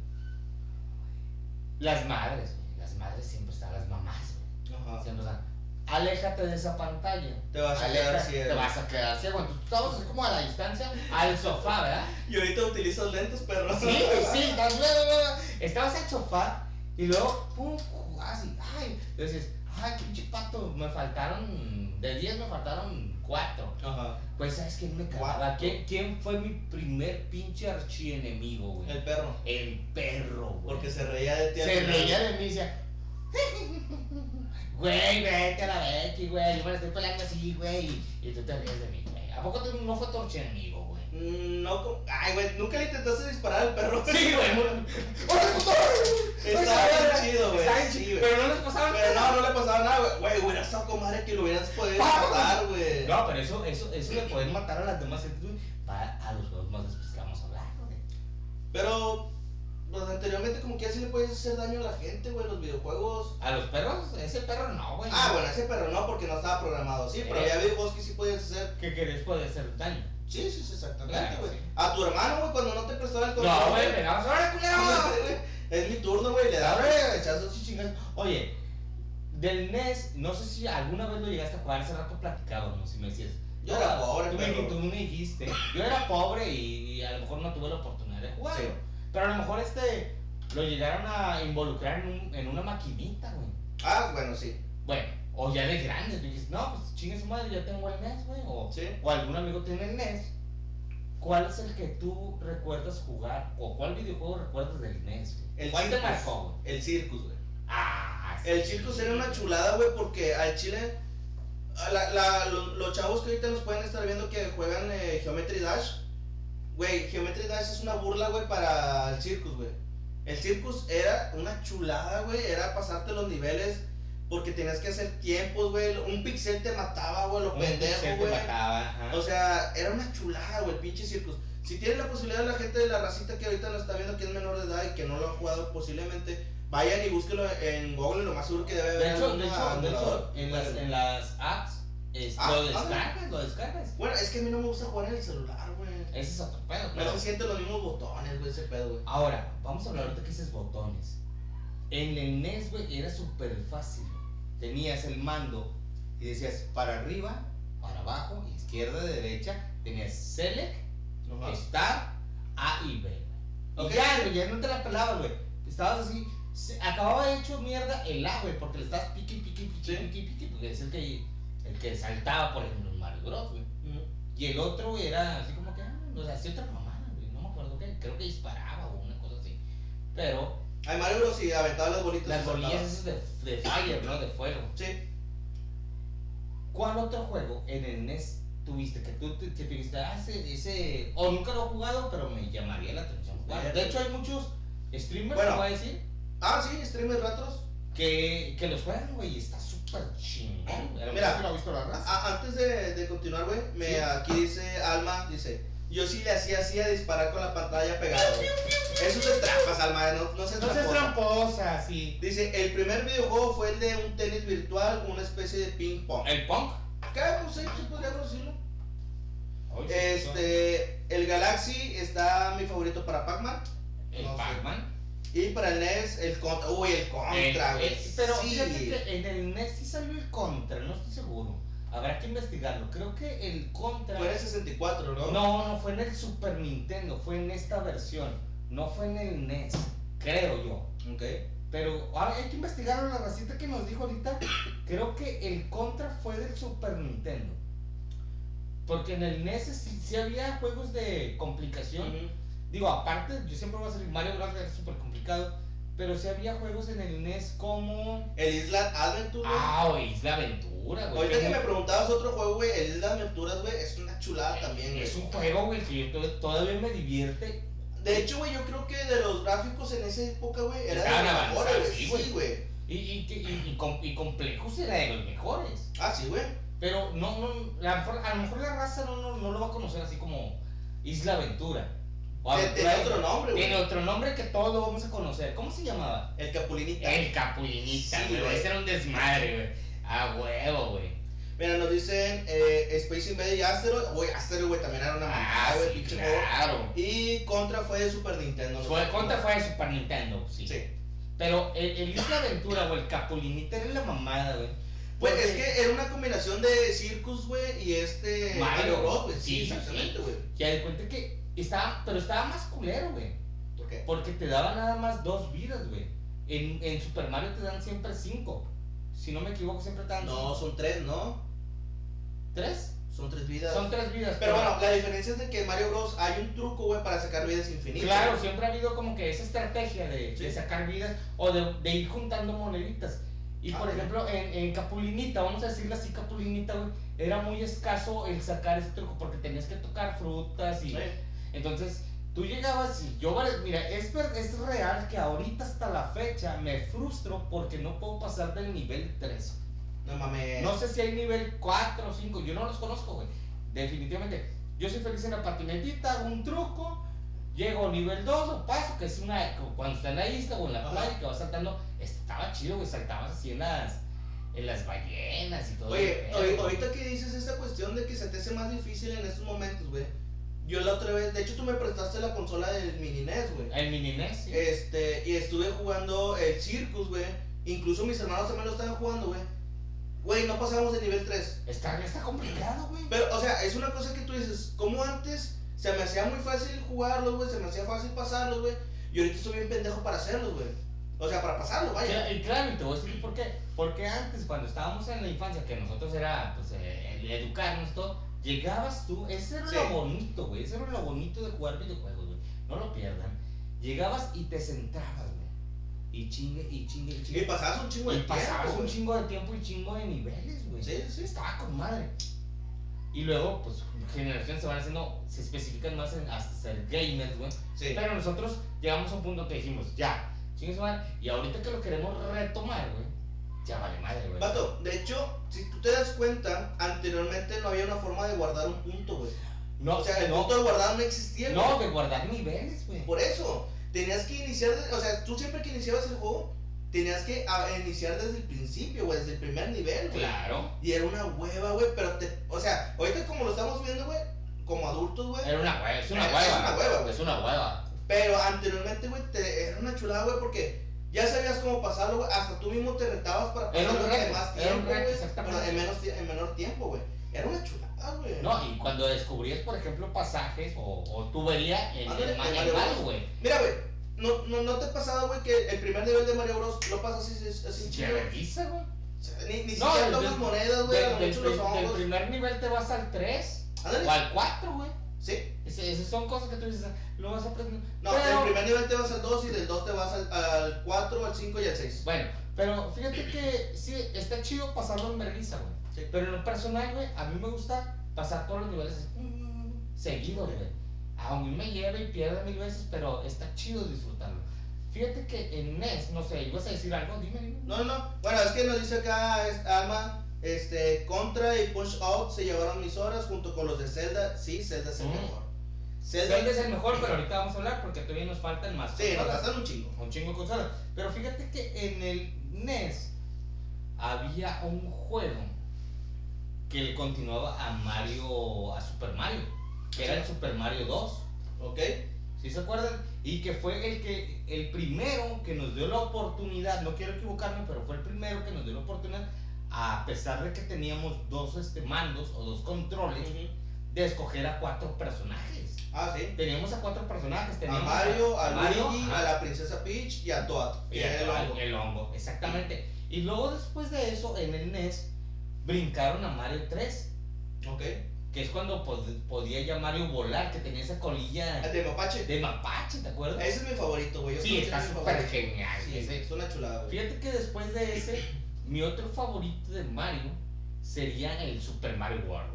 Speaker 3: las madres, güey, las madres siempre están, las mamás, güey,
Speaker 1: Ajá.
Speaker 3: siempre están. Aléjate de esa pantalla.
Speaker 1: Te vas a
Speaker 3: aléjate,
Speaker 1: quedar ciego.
Speaker 3: Te vas a quedar ciego. Entonces, tú estabas así como a la distancia, al sofá, ¿verdad?
Speaker 1: Y ahorita utilizas lentes, perro.
Speaker 3: Sí, güey, sí, estás, bla, bla, bla. estabas al sofá y luego, pum, jugabas y, ay, y dices, ay, pinche pato, me faltaron, de 10 me faltaron 4.
Speaker 1: Ajá.
Speaker 3: Pues, ¿sabes quién me cagaba?
Speaker 1: Cuatro.
Speaker 3: ¿Quién, quién fue mi primer pinche archienemigo, güey?
Speaker 1: El
Speaker 3: El,
Speaker 1: perro.
Speaker 3: perro, güey.
Speaker 1: Porque se reía de ti. al
Speaker 3: Se
Speaker 1: final.
Speaker 3: reía de mí y decía, güey, vete a la Becky, güey, yo me la estoy peleando así, güey, y, y tú te ríes de mí, güey. ¿A poco tú no fue tu archienemigo, güey?
Speaker 1: Mm, No, co- ay, güey, nunca le intentaste disparar al perro.
Speaker 3: Sí, güey. ¡Hola, puto!
Speaker 1: Estaba
Speaker 3: Pues,
Speaker 1: bien chido, güey.
Speaker 3: Está bien
Speaker 1: Sí,
Speaker 3: chido,
Speaker 1: güey.
Speaker 3: Pero no les pasaba
Speaker 1: Pero
Speaker 3: nada.
Speaker 1: no, no le pasaba nada, güey. Güey, hubiera estado con madre que lo hubieras podido
Speaker 3: Ah,
Speaker 1: matar, güey.
Speaker 3: No, pero eso, eso, eso de poder matar a las demás gente va a los juegos más después que vamos a hablar, güey.
Speaker 1: Pero, pues anteriormente, como que así le puedes hacer daño a la gente, güey, los videojuegos.
Speaker 3: A los perros, ese perro no, güey.
Speaker 1: Ah, bueno, ese perro no, porque no estaba programado, sí, pero
Speaker 3: Eh.
Speaker 1: ya videojuegos que sí puedes hacer.
Speaker 3: Que querés poder hacer daño.
Speaker 1: Sí, sí, sí, exactamente,
Speaker 3: Claro,
Speaker 1: güey.
Speaker 3: sí.
Speaker 1: A tu hermano, güey, cuando no te prestaba el
Speaker 3: No, güey, pegamos ahora, culero.
Speaker 1: Es mi turno, güey, le da,
Speaker 3: Ahora,
Speaker 1: güey.
Speaker 3: hechazos y chingas. Oye, del NES, no sé si alguna vez lo llegaste a jugar, hace rato platicábamos y me decías.
Speaker 1: Yo era
Speaker 3: "Ah,
Speaker 1: pobre,
Speaker 3: tú me, dijiste-
Speaker 1: perro.
Speaker 3: tú me dijiste. Yo era pobre y, y a lo mejor no tuve la oportunidad de jugar.
Speaker 1: Sí.
Speaker 3: Pero a lo mejor este lo llegaron a involucrar en, un- en una maquinita, güey.
Speaker 1: Ah, bueno, sí.
Speaker 3: Bueno, o ya de grande, tú dices, no, pues chingue su madre, yo tengo el NES, güey. O,
Speaker 1: Sí.
Speaker 3: o algún amigo tiene el NES. ¿Cuál es el que tú recuerdas jugar? ¿O cuál videojuego recuerdas del NES, güey?
Speaker 1: El
Speaker 3: ¿Cuál te
Speaker 1: Circus.
Speaker 3: marcó, güey?
Speaker 1: El circus, güey.
Speaker 3: Ah,
Speaker 1: El
Speaker 3: sí.
Speaker 1: circus era una chulada, güey, porque al chile. a la- la- lo- los chavos que ahorita nos pueden estar viendo que juegan eh, Geometry Dash. Güey, Geometry Dash es una burla, güey, para el circus, güey. El circus era una chulada, güey. Era pasarte los niveles porque tenías que hacer tiempos, güey. Un pixel te mataba, güey, lo
Speaker 3: Un
Speaker 1: pendejo,
Speaker 3: pixel te
Speaker 1: güey.
Speaker 3: mataba, ajá.
Speaker 1: O sea, era una chulada, güey, el pinche circus. Si tiene la posibilidad la gente de la racita que ahorita nos está viendo que es menor de edad y que no lo han jugado, posiblemente vayan y búsquenlo en Google, lo más seguro que debe haber.
Speaker 3: de hecho,
Speaker 1: algún
Speaker 3: de hecho, de hecho,
Speaker 1: emulador.
Speaker 3: en las, en las apps es-
Speaker 1: Ah,
Speaker 3: lo
Speaker 1: ah.
Speaker 3: descargas, lo descargas.
Speaker 1: Bueno, es que a mí no me gusta jugar en el celular, güey.
Speaker 3: Ese es otro pedo, pero-
Speaker 1: No se sienten los mismos botones, güey, ese pedo, güey.
Speaker 3: Ahora, vamos a hablar ahorita que dices botones. En el NES, güey, era súper fácil. Tenías el mando y decías para arriba, para abajo, izquierda, derecha. Tenías select, start, A y B. güey.
Speaker 1: Ok.
Speaker 3: Y ya, güey, ya no te la pelabas, güey. Estabas así. se- acababa hecho mierda el A, güey, porque le estabas piqui, piqui, piqui,
Speaker 1: Sí.
Speaker 3: piqui, piqui, porque es el que, el que saltaba, por ejemplo, en Mario Bros, güey.
Speaker 1: Ujú.
Speaker 3: Y el otro güey, era así como que, ah, o sea, hacía otra mamada, güey, no me acuerdo qué, creo que disparaba o una cosa así. Pero
Speaker 1: Ay, Mario Bros. sí, aventaba las bolitas.
Speaker 3: las
Speaker 1: y saltaba.
Speaker 3: bolillas esas de, de fire, ¿no? De fuego.
Speaker 1: Sí.
Speaker 3: ¿Cuál otro juego en el NES tuviste que tú te, que te dijiste, ah, ese, ese, o nunca lo he jugado, pero me llamaría la atención jugar? De hecho, hay muchos streamers,
Speaker 1: Bueno.
Speaker 3: te voy a decir,
Speaker 1: Ah, sí, streamers ratos.
Speaker 3: que, que los juegan, güey, y está súper chingón. güey. A lo
Speaker 1: Mira.
Speaker 3: mejor tú lo has visto la raza.
Speaker 1: Ah, antes de, de continuar, güey, me
Speaker 3: Sí.
Speaker 1: aquí dice Alma, dice, yo sí le hacía así a disparar con la pantalla pegada. güey". Eso es trampas, Alma, no, no seas
Speaker 3: No seas
Speaker 1: tramposa.
Speaker 3: tramposa, sí.
Speaker 1: Dice, el primer videojuego fue el de un tenis virtual, una especie de ping pong.
Speaker 3: El punk.
Speaker 1: ¿Qué? Pues sí, sí podría decirlo.
Speaker 3: Ay, sí,
Speaker 1: Este, el Galaxy está mi favorito para Pac-Man.
Speaker 3: El
Speaker 1: no sé.
Speaker 3: Pac-Man.
Speaker 1: Y para el NES, el Contra. Uy, el Contra,
Speaker 3: Eh,
Speaker 1: güey.
Speaker 3: eh, pero
Speaker 1: sí.
Speaker 3: fíjate que en el NES sí salió el contra, no estoy seguro. Habrá que investigarlo. Creo que el contra.
Speaker 1: Fue en el 64, ¿no?
Speaker 3: No, no fue en el Super Nintendo, fue en esta versión. No fue en el NES, creo yo.
Speaker 1: Ok.
Speaker 3: Pero ah, hay que investigarlo la racita que nos dijo ahorita. Creo que el contra fue del Super Nintendo. Porque en el NES sí, sí había juegos de complicación.
Speaker 1: Ujú.
Speaker 3: Digo, aparte, yo siempre voy a salir Mario Bros. es súper complicado. Pero sí había juegos en el NES como.
Speaker 1: El Island Adventure, güey.
Speaker 3: Ah, o Isla Aventura, güey.
Speaker 1: Ahorita que
Speaker 3: Tengo-
Speaker 1: me preguntabas otro juego, güey, el Isla Aventuras, güey, es una chulada también, güey.
Speaker 3: Eh, Es un juego, güey, que yo to- todavía me divierte.
Speaker 1: De hecho, güey, yo creo que de los gráficos en esa época, güey, era de
Speaker 3: Estaban
Speaker 1: los
Speaker 3: avanzados,
Speaker 1: mejores, güey.
Speaker 3: sí,
Speaker 1: Sí, güey.
Speaker 3: Y, y, que- y, y, com- y complejos era de los mejores.
Speaker 1: Ah, sí, güey.
Speaker 3: Pero no, no, a lo mejor, a lo mejor la raza no, no, no lo va a conocer así como Isla Aventura. O
Speaker 1: Te-
Speaker 3: Aventura
Speaker 1: Tenía otro nombre,
Speaker 3: Tiene
Speaker 1: güey.
Speaker 3: otro nombre que todos lo vamos a conocer. ¿Cómo se llamaba?
Speaker 1: El Capulinita.
Speaker 3: El Capullinita,
Speaker 1: Sí,
Speaker 3: güey.
Speaker 1: güey.
Speaker 3: Ese era un desmadre, güey. A huevo, güey.
Speaker 1: Mira, nos dicen eh, Space Invader y Asteroid. Güey, Asteroid, güey, también era una
Speaker 3: Ah,
Speaker 1: mamada, güey,
Speaker 3: sí,
Speaker 1: pinche juego.
Speaker 3: claro.
Speaker 1: Y Contra fue de Super Nintendo.
Speaker 3: Fue,
Speaker 1: ¿no?
Speaker 3: Contra fue de Super Nintendo, sí.
Speaker 1: Sí.
Speaker 3: Pero el, el Isla Aventura o el Capulinita era la mamada, güey.
Speaker 1: Güey,
Speaker 3: Porque-
Speaker 1: es que era una combinación de Circus, güey, y este.
Speaker 3: Mario.
Speaker 1: Mario Bros, güey. Sí,
Speaker 3: Sí, sí,
Speaker 1: exactamente, güey.
Speaker 3: Ya de cuenta que estaba, pero estaba más culero, güey.
Speaker 1: ¿Por qué?
Speaker 3: Porque te daba nada más dos vidas, güey. En, en Super Mario te dan siempre cinco. Si no me equivoco, siempre te dan
Speaker 1: No,
Speaker 3: cinco.
Speaker 1: son tres, ¿no?
Speaker 3: tres.
Speaker 1: Son tres vidas.
Speaker 3: Son tres vidas.
Speaker 1: Pero bueno, la diferencia es de que en Mario Bros hay un truco, güey, para sacar vidas infinitas.
Speaker 3: Claro, siempre ha habido como que esa estrategia de,
Speaker 1: Sí.
Speaker 3: de sacar vidas o de, de ir juntando moneditas. Y
Speaker 1: Ah,
Speaker 3: por
Speaker 1: sí.
Speaker 3: ejemplo, en, en Capulinita, vamos a decirle así, Capulinita, güey, era muy escaso el sacar ese truco porque tenías que tocar frutas y...
Speaker 1: Sí.
Speaker 3: Entonces, tú llegabas y yo, vale, mira, es, ver- es real que ahorita hasta la fecha me frustro porque no puedo pasar del nivel 3.
Speaker 1: No mames.
Speaker 3: No sé si hay nivel 4 o 5, yo no los conozco, güey. Definitivamente. Yo soy feliz en la patinetita, hago un truco, llego a nivel 2 o paso, que es una. como Cuando está en la isla o en la
Speaker 1: Ajá.
Speaker 3: playa que vas saltando, estaba chido, güey, saltabas así en las, en las ballenas y todo.
Speaker 1: Oye,
Speaker 3: el
Speaker 1: oye,
Speaker 3: pedo.
Speaker 1: ahorita que dices esta cuestión de que se te hace más difícil en estos momentos, güey. Yo la otra vez, de hecho tú me prestaste la consola del mini NES, güey.
Speaker 3: El mini NES, Ah, sí.
Speaker 1: Este, y estuve jugando el Circus, güey. Incluso mis hermanos también lo estaban jugando, güey. Güey, no pasamos de nivel 3.
Speaker 3: está, está complicado, güey.
Speaker 1: Pero, o sea, es una cosa que tú dices, como antes se me hacía muy fácil jugarlos, güey, se me hacía fácil pasarlos, güey. Y ahorita estoy bien pendejo para hacerlos, güey. O sea, para pasarlo, vaya.
Speaker 3: Cla- y Claro, y te voy a decir por qué. Porque antes, cuando estábamos en la infancia, que nosotros era pues, eh, el educarnos, todo, llegabas tú, ese era
Speaker 1: Sí.
Speaker 3: lo bonito, güey, ese era lo bonito de jugar videojuegos, güey, no lo pierdan. Llegabas y te sentabas, güey, y chingue, y chingue, y
Speaker 1: Y
Speaker 3: chingue.
Speaker 1: pasabas un chingo de
Speaker 3: Y pasabas
Speaker 1: tiempo,
Speaker 3: un
Speaker 1: güey.
Speaker 3: chingo de tiempo y chingo de niveles, güey.
Speaker 1: Sí, sí, sí.
Speaker 3: Estaba con madre. Y luego, pues, generaciones se van haciendo, se especifican más en hasta ser gamers, güey.
Speaker 1: Sí.
Speaker 3: Pero nosotros llegamos a un punto que dijimos, ya, chingue su madre, Y ahorita que lo queremos retomar, güey, ya vale madre, güey.
Speaker 1: Vato, de hecho, si tú te das cuenta, anteriormente no había una forma de guardar un punto, güey.
Speaker 3: No,
Speaker 1: O sea, el
Speaker 3: no,
Speaker 1: punto de guardado no existía, güey.
Speaker 3: no, de guardar niveles, güey.
Speaker 1: Por eso, tenías que iniciar, de- o sea, tú siempre que iniciabas el juego, tenías que ah, iniciar desde el principio, güey, desde el primer nivel, güey.
Speaker 3: Claro,
Speaker 1: Y era una hueva, güey, pero te, o sea, ahorita como lo estamos viendo, güey, como adultos, güey,
Speaker 3: era una hueva, es una
Speaker 1: Es
Speaker 3: hueva.
Speaker 1: una hueva, güey.
Speaker 3: Es una hueva.
Speaker 1: pero anteriormente, güey, te- era una chulada, güey, porque ya sabías cómo pasarlo, güey, hasta tú mismo te retabas para
Speaker 3: Era un
Speaker 1: pasarlo en
Speaker 3: reto,
Speaker 1: más
Speaker 3: era un
Speaker 1: tiempo,
Speaker 3: reto,
Speaker 1: güey,
Speaker 3: exactamente.
Speaker 1: bueno, en, menos, tie- en menor tiempo, güey. Era una chulada, güey.
Speaker 3: No, y cuando descubrías, por ejemplo, pasajes o, o tubería en
Speaker 1: Ándale,
Speaker 3: el
Speaker 1: en Mario Bros.
Speaker 3: manual, güey.
Speaker 1: Mira, güey, ¿no, no, ¿no te ha pasado, güey, que el primer nivel de Mario Bros lo pasas así, así, así
Speaker 3: Te
Speaker 1: chido?
Speaker 3: revisa, güey.
Speaker 1: O sea, Ni, ni
Speaker 3: No,
Speaker 1: siquiera
Speaker 3: el-
Speaker 1: tomas
Speaker 3: del-
Speaker 1: monedas, güey, a
Speaker 3: Del,
Speaker 1: lo
Speaker 3: del
Speaker 1: mucho los
Speaker 3: prim- del
Speaker 1: hongos.
Speaker 3: primer nivel te vas al 3 o
Speaker 1: Ándale,
Speaker 3: al 4, güey.
Speaker 1: sí.
Speaker 3: Es- Esas son cosas que tú dices, "Ah, lo vas aprendiendo.
Speaker 1: No,
Speaker 3: Pero-
Speaker 1: del primer nivel te vas al 2 y del 2 te vas al, al 4, al 5 y al 6.
Speaker 3: Bueno, pero fíjate que sí, está chido pasarlo en vergüenza, güey.
Speaker 1: Sí.
Speaker 3: Pero en lo personal, güey, a mí me gusta pasar todos los niveles mm, seguidos, güey. A mí me lleva y pierde mil veces, pero está chido disfrutarlo. Fíjate que en NES, no sé, ibas a decir algo, dime, dime.
Speaker 1: No, no. Bueno, es que nos dice acá es, Alma, este, Contra y Punch Out se llevaron mis horas junto con los de Zelda. Sí, Zelda es el
Speaker 3: Mm.
Speaker 1: mejor. Zelda,
Speaker 3: Zelda es el mejor, pero ahorita vamos a hablar porque todavía nos faltan más
Speaker 1: sí, nos
Speaker 3: consolas.
Speaker 1: gastan un chingo.
Speaker 3: un chingo de consolas. Pero fíjate que en el NES había un juego que le continuaba a Mario, a Super Mario, que era el Super Mario 2.
Speaker 1: ¿Ok?
Speaker 3: ¿Sí se acuerdan? Y que fue el que el primero que nos dio la oportunidad, no quiero equivocarme, pero fue el primero que nos dio la oportunidad, a pesar de que teníamos dos este, mandos o dos controles, de escoger a cuatro personajes.
Speaker 1: Ah, sí.
Speaker 3: Teníamos a cuatro personajes,
Speaker 1: A
Speaker 3: teníamos
Speaker 1: Mario, a
Speaker 3: Mario,
Speaker 1: Luigi,
Speaker 3: ajá.
Speaker 1: a la princesa Peach y a Toad.
Speaker 3: Y
Speaker 1: que era el hongo.
Speaker 3: el hongo, exactamente. E Y luego después de eso, en el NES, brincaron a Mario 3.
Speaker 1: ¿Ok?
Speaker 3: que es cuando pod- podía ya Mario volar, que tenía esa colilla
Speaker 1: El de mapache.
Speaker 3: de mapache, ¿te acuerdas?
Speaker 1: Ese es mi favorito, güey. Yo
Speaker 3: sí,
Speaker 1: creo que
Speaker 3: está
Speaker 1: es mi
Speaker 3: súper
Speaker 1: favorito.
Speaker 3: genial.
Speaker 1: Sí,
Speaker 3: ese.
Speaker 1: es una chulada, güey.
Speaker 3: Fíjate que después de ese, mi otro favorito de Mario sería el Super Mario World.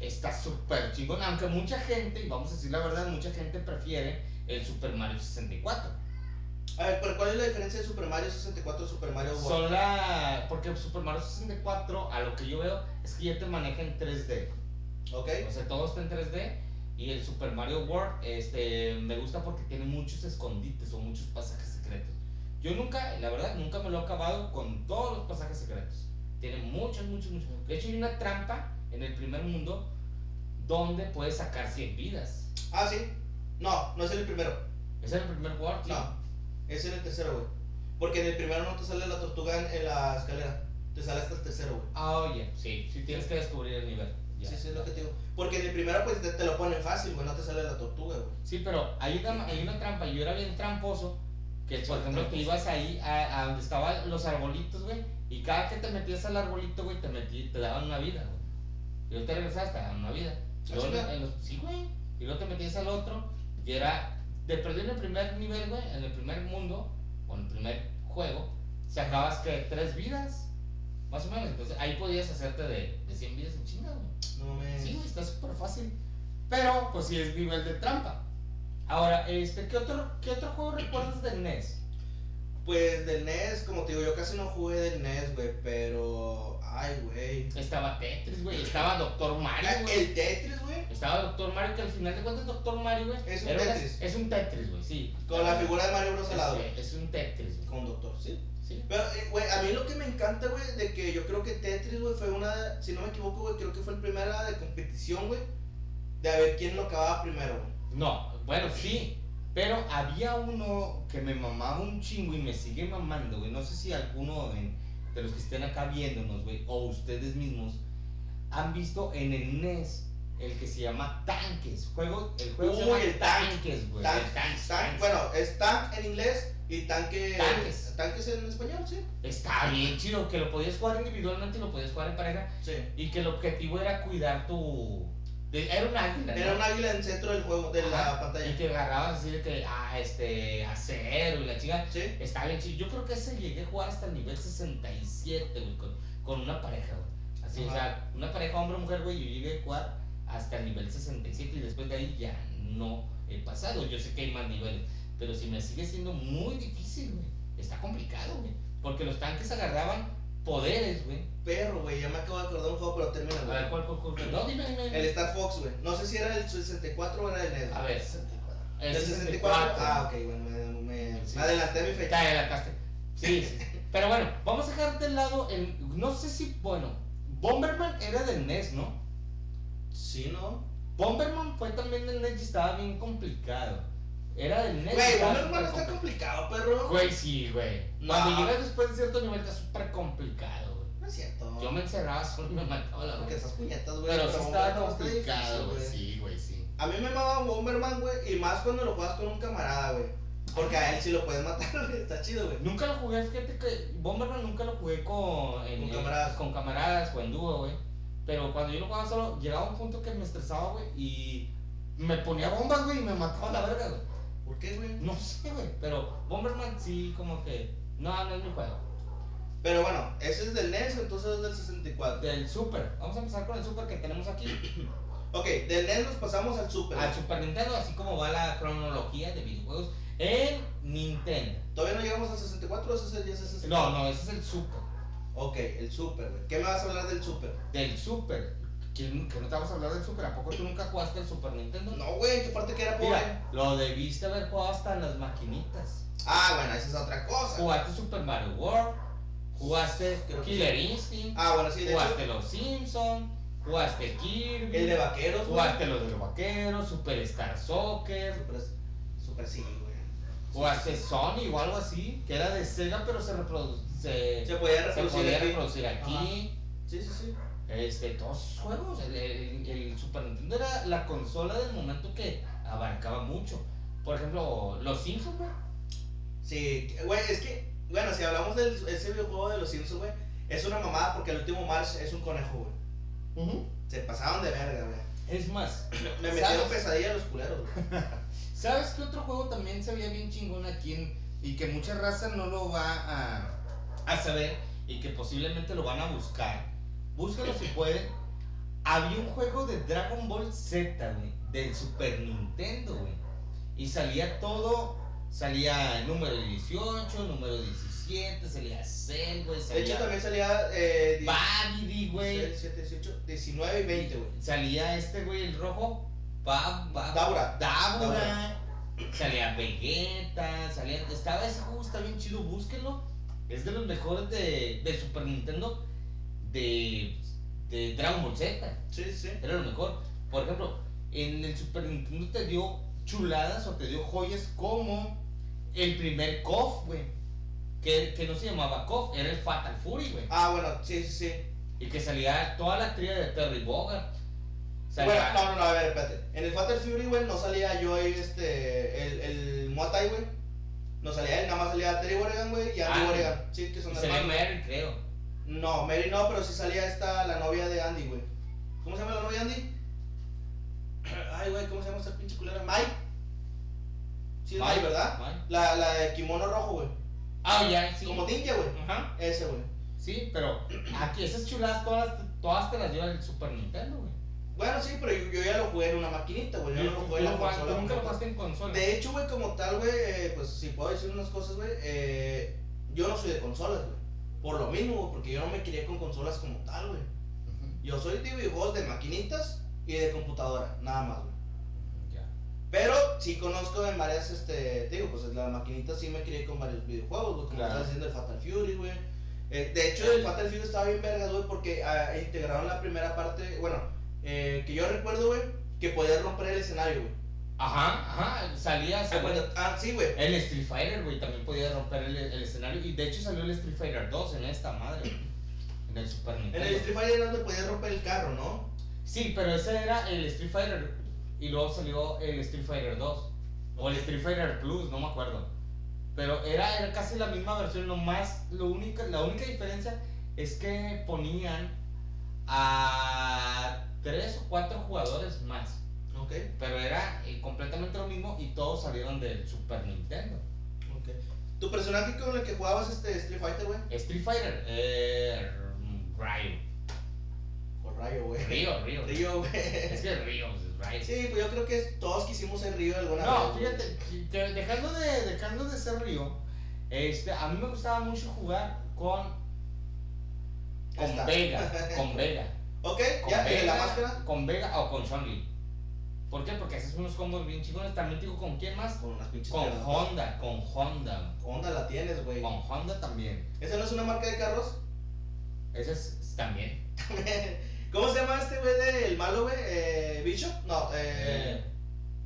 Speaker 3: Está súper chingón, aunque mucha gente, y vamos a decir la verdad, mucha gente prefiere el Super Mario 64.
Speaker 1: A ver, pero ¿cuál es la diferencia de Super Mario 64 y Super Mario World?
Speaker 3: Son la... Porque Super Mario 64, a lo que yo veo, es que ya te maneja en 3D.
Speaker 1: ¿Ok?
Speaker 3: O sea, todo está en 3D. Y el Super Mario World este, me gusta porque tiene muchos escondites o muchos pasajes secretos. Yo nunca, la verdad, nunca me lo he acabado con todos los pasajes secretos. Tiene muchos, muchos, muchos. De hecho, hay una trampa en el primer mundo donde puedes sacar 100 vidas.
Speaker 1: Ah, sí. No, no es el primero.
Speaker 3: Ese es el primer World. sí.
Speaker 1: No. Es en el tercero, güey. Porque en el primero no te sale la tortuga en, en la escalera. Te sale hasta el tercero, güey.
Speaker 3: Ah, oye, sí, sí tienes que descubrir el nivel. ya.
Speaker 1: Sí, sí, es lo que te digo. Porque en el primero, pues te, te lo ponen fácil, güey. No te sale la tortuga, güey.
Speaker 3: Sí, pero hay una, hay una trampa. Yo era bien tramposo. Que por
Speaker 1: Sí,
Speaker 3: ejemplo, te
Speaker 1: tramposo.
Speaker 3: ibas ahí a, a donde estaban los arbolitos, güey. Y cada que te metías al arbolito, güey, te, metí, te daban una vida, güey. Y luego te regresabas, te daban una vida. Y luego,
Speaker 1: ¿Ah, sí,
Speaker 3: en los- sí, güey. Y luego te metías al otro. Y era. De perder en el primer nivel, güey, en el primer mundo, o en el primer juego, sacabas que tres vidas, más o menos. Entonces ahí podías hacerte de, de 100 vidas en chinga, güey.
Speaker 1: No mames.
Speaker 3: Sí, güey, está súper fácil. Pero, pues sí es nivel de trampa. Ahora, este, ¿qué otro, qué otro juego recuerdas del E NES?
Speaker 1: Pues del NES, como te digo, yo casi no jugué del NES, güey. Pero. Ay, güey.
Speaker 3: Estaba Tetris, güey, estaba Doctor Mario,
Speaker 1: Ah,
Speaker 3: güey.
Speaker 1: El Tetris, güey.
Speaker 3: Estaba Doctor Mario, que al final de cuentas Doctor Mario, güey.
Speaker 1: Es un
Speaker 3: era una-
Speaker 1: Tetris.
Speaker 3: Es un Tetris, güey, sí.
Speaker 1: Con la figura de Mario Bros.
Speaker 3: Es,
Speaker 1: al lado.
Speaker 3: eh, es un Tetris, güey.
Speaker 1: Con Doctor, sí.
Speaker 3: Sí.
Speaker 1: Pero, eh, güey, a mí lo que me encanta, güey, de que yo creo que Tetris, güey, fue una, si no me equivoco, güey, creo que fue la primera de competición, güey, de a ver quién lo acababa primero, güey.
Speaker 3: No, bueno, sí. Pero había uno que me mamaba un chingo y me sigue mamando, güey. No sé si alguno de, de los que estén acá viéndonos, güey, o ustedes mismos, han visto en el NES el que se llama Tanques. Juego, el juego se
Speaker 1: Uy,
Speaker 3: llama
Speaker 1: el tanque,
Speaker 3: Tanques, güey.
Speaker 1: Tank-
Speaker 3: el
Speaker 1: tank-
Speaker 3: Tanks, Tanks.
Speaker 1: bueno, es tank en inglés y tanque.
Speaker 3: Tanques.
Speaker 1: Tanques en español, sí.
Speaker 3: Está bien chido, que lo podías jugar individualmente y lo podías jugar en pareja.
Speaker 1: Sí.
Speaker 3: Y que el objetivo era cuidar tu. de- era un águila, ¿no?
Speaker 1: Era un águila en el centro del juego, de
Speaker 3: Ajá,
Speaker 1: la
Speaker 3: Y
Speaker 1: pantalla.
Speaker 3: que agarrabas así de que, ah, este, acero y la chica.
Speaker 1: Sí.
Speaker 3: Está bien chido. Yo creo que ese llegué a jugar hasta el nivel 67, güey, con, con una pareja, güey. Así, o
Speaker 1: Ajá.
Speaker 3: sea, una pareja hombre-mujer, güey, yo llegué a jugar hasta el nivel 67 y después de ahí ya no he pasado. Yo sé que hay más niveles, pero si me sigue siendo muy difícil, güey. Está complicado, güey. Porque los tanques agarraban poderes, güey.
Speaker 1: Perro, güey, ya me acabo de acordar de un juego, pero termina,
Speaker 3: A
Speaker 1: güey.
Speaker 3: ver, ¿cuál, cuál, cuál? cuál? No, dime, dime.
Speaker 1: El
Speaker 3: dime.
Speaker 1: Star Fox, güey. No sé si era el 64 o era el NES.
Speaker 3: A ver, el
Speaker 1: El 64. Ah, ok, bueno, me, me-
Speaker 3: Sí.
Speaker 1: me adelanté a mi fecha.
Speaker 3: Te adelantaste. Sí, sí. Pero bueno, vamos a dejar de lado el. No sé si. Bueno, Bomberman era del NES, ¿no?
Speaker 1: Sí, ¿no?
Speaker 3: Bomberman fue también del NES y estaba bien complicado. Era del NES.
Speaker 1: Güey,
Speaker 3: estaba
Speaker 1: un hermano
Speaker 3: súper
Speaker 1: está Ah.
Speaker 3: compli-
Speaker 1: complicado, perro.
Speaker 3: Güey, sí, güey.
Speaker 1: No.
Speaker 3: Cuando llegas después de cierto nivel está súper complicado, güey.
Speaker 1: No es cierto.
Speaker 3: Yo me encerraba solo y me mataba la
Speaker 1: Porque
Speaker 3: verga.
Speaker 1: esas puñetas, güey.
Speaker 3: Pero sí
Speaker 1: como
Speaker 3: estaba
Speaker 1: que no está
Speaker 3: complicado,
Speaker 1: difícil,
Speaker 3: güey. Sí, güey, sí.
Speaker 1: A mí me amaba Bomberman, güey. Y más cuando lo juegas con un camarada, güey. Porque a él sí lo puedes matar, güey. Está chido, güey.
Speaker 3: Nunca lo jugué, fíjate que Bomberman nunca lo jugué con, en-
Speaker 1: Con
Speaker 3: en-
Speaker 1: camaradas.
Speaker 3: con camaradas o en dúo, güey. Pero cuando yo lo jugaba solo, llegaba un punto que me estresaba, güey, y me ponía bombas, güey, y me mataba la verga, güey.
Speaker 1: ¿Por qué, güey?
Speaker 3: No sé, güey, pero Bomberman sí, como que, no, no es mi juego.
Speaker 1: Pero bueno, ese es del NES, entonces es del 64.
Speaker 3: Del Super, vamos a empezar con el Super que tenemos aquí.
Speaker 1: Ok, del NES nos pasamos al Super.
Speaker 3: Al Super Nintendo, así como va la cronología de videojuegos en Nintendo.
Speaker 1: ¿Todavía no llegamos al 64 o ese es el 64?
Speaker 3: No, no, ese es el Super.
Speaker 1: Ok, el Super, güey. ¿Qué me vas a hablar del Super?
Speaker 3: Del Super. ¿Quién- ¿Que no te vamos a hablar del Super? ¿A poco tú nunca jugaste el Super Nintendo?
Speaker 1: No, güey, qué parte que era pobre.
Speaker 3: Mira, lo debiste haber jugado hasta en las maquinitas.
Speaker 1: Ah, bueno, esa es otra cosa.
Speaker 3: Jugaste Super Mario World, jugaste
Speaker 1: Creo que
Speaker 3: Killer Instinct,
Speaker 1: Ah, bueno, sí, de hecho.
Speaker 3: jugaste Los Simpsons, jugaste Kirby,
Speaker 1: El de vaqueros, güey.
Speaker 3: jugaste Los de los Vaqueros, Superstar Soccer,
Speaker 1: Super, super sí, güey.
Speaker 3: jugaste Sony o algo así, que era de Sega pero se reprodu- se-
Speaker 1: Se podía
Speaker 3: se
Speaker 1: reproducir.
Speaker 3: podía
Speaker 1: aquí.
Speaker 3: reproducir aquí.
Speaker 1: Sí, sí, sí.
Speaker 3: Este, todos esos juegos, el, el- el Super Nintendo era la consola del momento que abarcaba mucho. Por ejemplo, Los Simpsons, güey.
Speaker 1: Sí, güey, es que, bueno, si hablamos de ese videojuego de los Simpsons, güey, es una mamada porque el último Marsh es un conejo, güey.
Speaker 3: Ujú.
Speaker 1: Se pasaron de verga, güey.
Speaker 3: Es más,
Speaker 1: Me metieron
Speaker 3: ¿Sabes?
Speaker 1: pesadilla los culeros, güey.
Speaker 3: ¿sabes qué otro juego también se veía bien chingón aquí en- y que mucha raza no lo va a, a saber y que posiblemente lo van a buscar? Búscalo si pueden. Había un juego de Dragon Ball Z, güey, del Super Nintendo, güey. Y salía todo, salía el número 18, número 17, salía Cell, güey,
Speaker 1: De hecho,
Speaker 3: salía
Speaker 1: también salía eh, die-
Speaker 3: Babidi, güey.
Speaker 1: 16, 17, 18, 19 y 20, güey.
Speaker 3: Salía este güey, el rojo. Pa, pa-
Speaker 1: Daura.
Speaker 3: Daura. Salía Vegeta. Salía. Estaba ese juego, está bien chido, búsquenlo. Es de los mejores de, de Super Nintendo de, de Dragon Ball Z.
Speaker 1: Sí, sí, sí.
Speaker 3: Era lo mejor. Por ejemplo, en el Super Nintendo te dio chuladas o te dio joyas como el primer KOF, güey. Que, que no se llamaba KOF, era el Fatal Fury, güey.
Speaker 1: Ah, bueno, sí, sí, sí.
Speaker 3: Y que salía toda la tría de Terry Bogard. Salía-
Speaker 1: Bueno, no, no, no, a ver, espérate. En el Fatal Fury, güey, no salía yo ahí, este, el, el Muay Thai, güey. No salía él, nada más salía Terry Oregon, güey, y Andy
Speaker 3: Ah.
Speaker 1: Oregon. Sí, que son
Speaker 3: Y se ve
Speaker 1: hermanos.
Speaker 3: Mary, creo.
Speaker 1: No, Mary no, pero sí salía esta, la novia de Andy, güey. ¿Cómo se llama la novia de Andy? Ay, güey, ¿cómo se llama esa pinche culera? Mai. Sí, es Mai,
Speaker 3: Mike,
Speaker 1: ¿verdad?
Speaker 3: Mike.
Speaker 1: La, la de kimono rojo, güey.
Speaker 3: Ah, ya, sí.
Speaker 1: Como ninja, güey.
Speaker 3: Ajá.
Speaker 1: Ese, güey.
Speaker 3: Sí, pero aquí esas chuladas todas, todas te las dio el Super Nintendo, güey.
Speaker 1: Bueno, sí, pero yo, yo ya lo jugué en una maquinita, güey. Yo no lo
Speaker 3: Tú-
Speaker 1: jugué en la
Speaker 3: tú jugaste-
Speaker 1: consola.
Speaker 3: Nunca
Speaker 1: completa.
Speaker 3: lo jugaste en consola.
Speaker 1: De hecho, güey, como tal, güey, eh, pues si puedo decir unas cosas, güey, eh, yo no soy de consolas, güey. Por lo mismo, güey, porque yo no me crié con consolas como tal, güey. Yo soy de videojuegos de maquinitas y de computadora, nada más, güey.
Speaker 3: Ya.
Speaker 1: Pero sí conozco de varias, este, te digo, pues en la maquinita sí me crié con varios videojuegos, güey, como
Speaker 3: Claro.
Speaker 1: estás diciendo el Fatal Fury, güey. Eh, de hecho, el Fatal Fury estaba bien vergas, güey, porque ah, integraron la primera parte, bueno, eh, que yo recuerdo, güey, que podías romper el escenario, güey.
Speaker 3: Ajá, ajá. Salía,
Speaker 1: Ah, bueno,
Speaker 3: salía.
Speaker 1: ah, sí, güey.
Speaker 3: El Street Fighter, güey, también podía romper el, el escenario. Y de hecho salió el Street Fighter 2 en esta madre, güey. En el Super
Speaker 1: En
Speaker 3: Nintendo.
Speaker 1: el Street Fighter era donde podías romper el carro, ¿no?
Speaker 3: Sí, pero ese era el Street Fighter. Y luego salió el Street Fighter 2. O el Street Fighter Plus, no me acuerdo. Pero era, era casi la misma versión. Lo más, lo única, la única diferencia es que ponían a tres o cuatro jugadores más.
Speaker 1: Ok,
Speaker 3: Pero era eh, completamente lo mismo y todos salieron del Super Nintendo.
Speaker 1: ok. ¿Tu personaje con el que jugabas este Street Fighter, güey?
Speaker 3: Street Fighter, eh, Ryo.
Speaker 1: Con Rayo, güey.
Speaker 3: Río, Río.
Speaker 1: Río, güey.
Speaker 3: Es que Río, Ryo.
Speaker 1: Sí, pues yo creo que todos quisimos ser Río alguna
Speaker 3: No,
Speaker 1: vez. güey.
Speaker 3: fíjate, que dejando de, dejando de ser Río, este, a mí me gustaba mucho jugar con,
Speaker 1: Ahí
Speaker 3: con
Speaker 1: está.
Speaker 3: Vega, con Vega,
Speaker 1: Ok,
Speaker 3: con
Speaker 1: ya, eh,
Speaker 3: Vega,
Speaker 1: la máscara.
Speaker 3: con Vega o con Chun-Li. ¿Por qué? Porque haces unos combos bien chingones. También te digo, ¿con quién más?
Speaker 1: Con las pinches
Speaker 3: Con
Speaker 1: piernas.
Speaker 3: Honda, con Honda,
Speaker 1: Honda la tienes, güey.
Speaker 3: con Honda también.
Speaker 1: ¿Esa no es una marca de carros?
Speaker 3: Ese es es también.
Speaker 1: ¿Cómo se llama este güey del malo, güey? Eh, ¿Bishop? No,
Speaker 3: Eh,
Speaker 1: eh.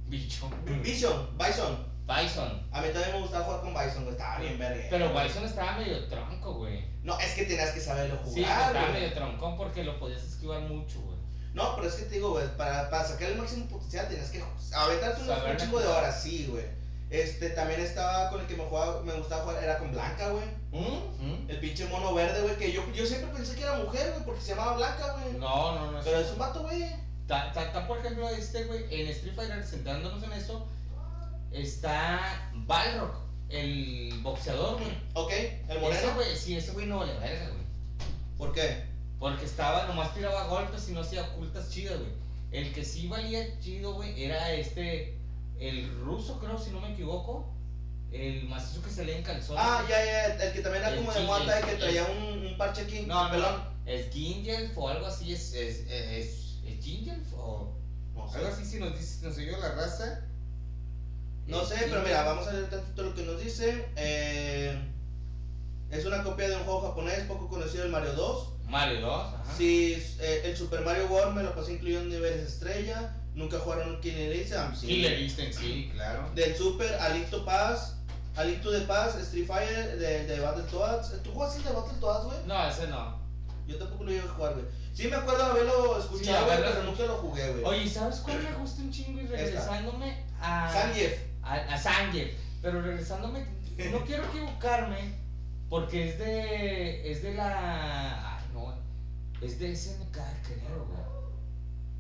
Speaker 3: bicho.
Speaker 1: Bison, Bison.
Speaker 3: Bison.
Speaker 1: A mí también me gustaba jugar con Bison, güey. Estaba bien verga.
Speaker 3: Pero Bison estaba medio tronco, güey.
Speaker 1: No, es que tenías que saberlo
Speaker 3: Sí,
Speaker 1: jugar,
Speaker 3: estaba
Speaker 1: güey.
Speaker 3: medio troncón porque lo podías esquivar mucho, güey.
Speaker 1: No, pero es que te digo, güey, para, para sacar el máximo potencial tenías que aventarte unos- un
Speaker 3: Saberla
Speaker 1: chingo de
Speaker 3: jugar.
Speaker 1: horas, sí, güey. Este, también estaba con el que me, jugaba, me gustaba jugar, era con Blanca, güey.
Speaker 3: ¿Mm?
Speaker 1: El pinche mono verde, güey, que yo, yo siempre pensé que era mujer, güey, porque se llamaba Blanca, güey.
Speaker 3: No, no, no.
Speaker 1: Pero es un vato, güey.
Speaker 3: Ta, ta- ta, por ejemplo, este, güey, en Street Fighter, centrándonos en eso, está Balrog, el boxeador, güey.
Speaker 1: Ok, el
Speaker 3: Ese,
Speaker 1: moreno.
Speaker 3: güey, sí, ese güey no vale verga, güey.
Speaker 1: ¿Por qué?
Speaker 3: Porque estaba, nomás tiraba golpes y no hacía ocultas chidas, güey. El que sí valía chido, güey, era este, el ruso, creo, si no me equivoco. El macizo que se lee en calzón.
Speaker 1: Ah, ya, ya, el que también era
Speaker 3: El
Speaker 1: como de
Speaker 3: chi-
Speaker 1: Muay Thai,
Speaker 3: el-
Speaker 1: que traía un, un parche aquí,
Speaker 3: No, no,
Speaker 1: pelón.
Speaker 3: Es Gingel o algo así, es, es, es, es Gingel o...
Speaker 1: No
Speaker 3: Algo
Speaker 1: sé.
Speaker 3: así si nos dice, nos oyó la raza.
Speaker 1: No sé, pero mira, vamos a leer tantito lo que nos dice. Eh, es una copia de un juego japonés poco conocido, el Mario 2.
Speaker 3: Mario 2, ajá.
Speaker 1: Sí, eh, el Super Mario World me lo pasé incluido en niveles estrella. Nunca jugaron Killer Instinct. sí.
Speaker 3: Killer Instinct, sí, claro.
Speaker 1: Del Super, Alicto Paz, Alicto de Paz, Street Fighter, de, de Battletoads. ¿Tú jugaste el de Battletoads, güey?
Speaker 3: No, ese no.
Speaker 1: Yo tampoco lo llegué a jugar, güey. Sí, me acuerdo haberlo escuchado,
Speaker 3: Sí,
Speaker 1: güey,
Speaker 3: haberlo
Speaker 1: pero nunca lo jugué, güey.
Speaker 3: Oye, ah. ¿sabes cuál me gusta un chingo? Y regresándome a.
Speaker 1: Sangief.
Speaker 3: A, a Sangief. Pero regresándome. No quiero equivocarme. Porque es de. Es de la. Ay, no. Es de SNK, creo, güey.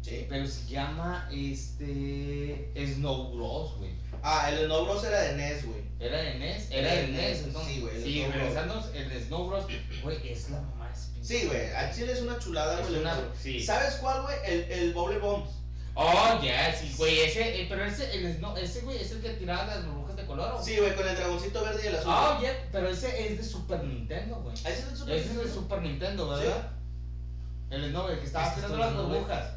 Speaker 1: Sí.
Speaker 3: Pero se llama este. Snow Bros, güey.
Speaker 1: Ah, el Snow Bros era de NES, güey.
Speaker 3: Era de NES, era de NES, entonces.
Speaker 1: Sí, güey, el
Speaker 3: Sí,
Speaker 1: Snow Bros.
Speaker 3: regresando, el Snow Bros, güey, es la más.
Speaker 1: Sí, güey, al chile es una chulada,
Speaker 3: Es
Speaker 1: güey.
Speaker 3: una-
Speaker 1: el-
Speaker 3: sí.
Speaker 1: ¿Sabes cuál, güey? El, el Bubble Bombs.
Speaker 3: Oh, ya, sí, güey, ese, eh, pero ese, el Snow, ese, güey, es el que tiraba las burbujas de color, ¿o?
Speaker 1: Sí, güey, con el dragoncito verde y el azul.
Speaker 3: Oh, ya, pero ese es de Super Nintendo, güey.
Speaker 1: Ahí se ve el Super
Speaker 3: Ese es de
Speaker 1: Nintendo.
Speaker 3: Super Nintendo, ¿verdad? El Snow, el que estaba
Speaker 4: Este
Speaker 3: tirando
Speaker 4: está
Speaker 3: las
Speaker 4: bueno, güey.
Speaker 3: burbujas.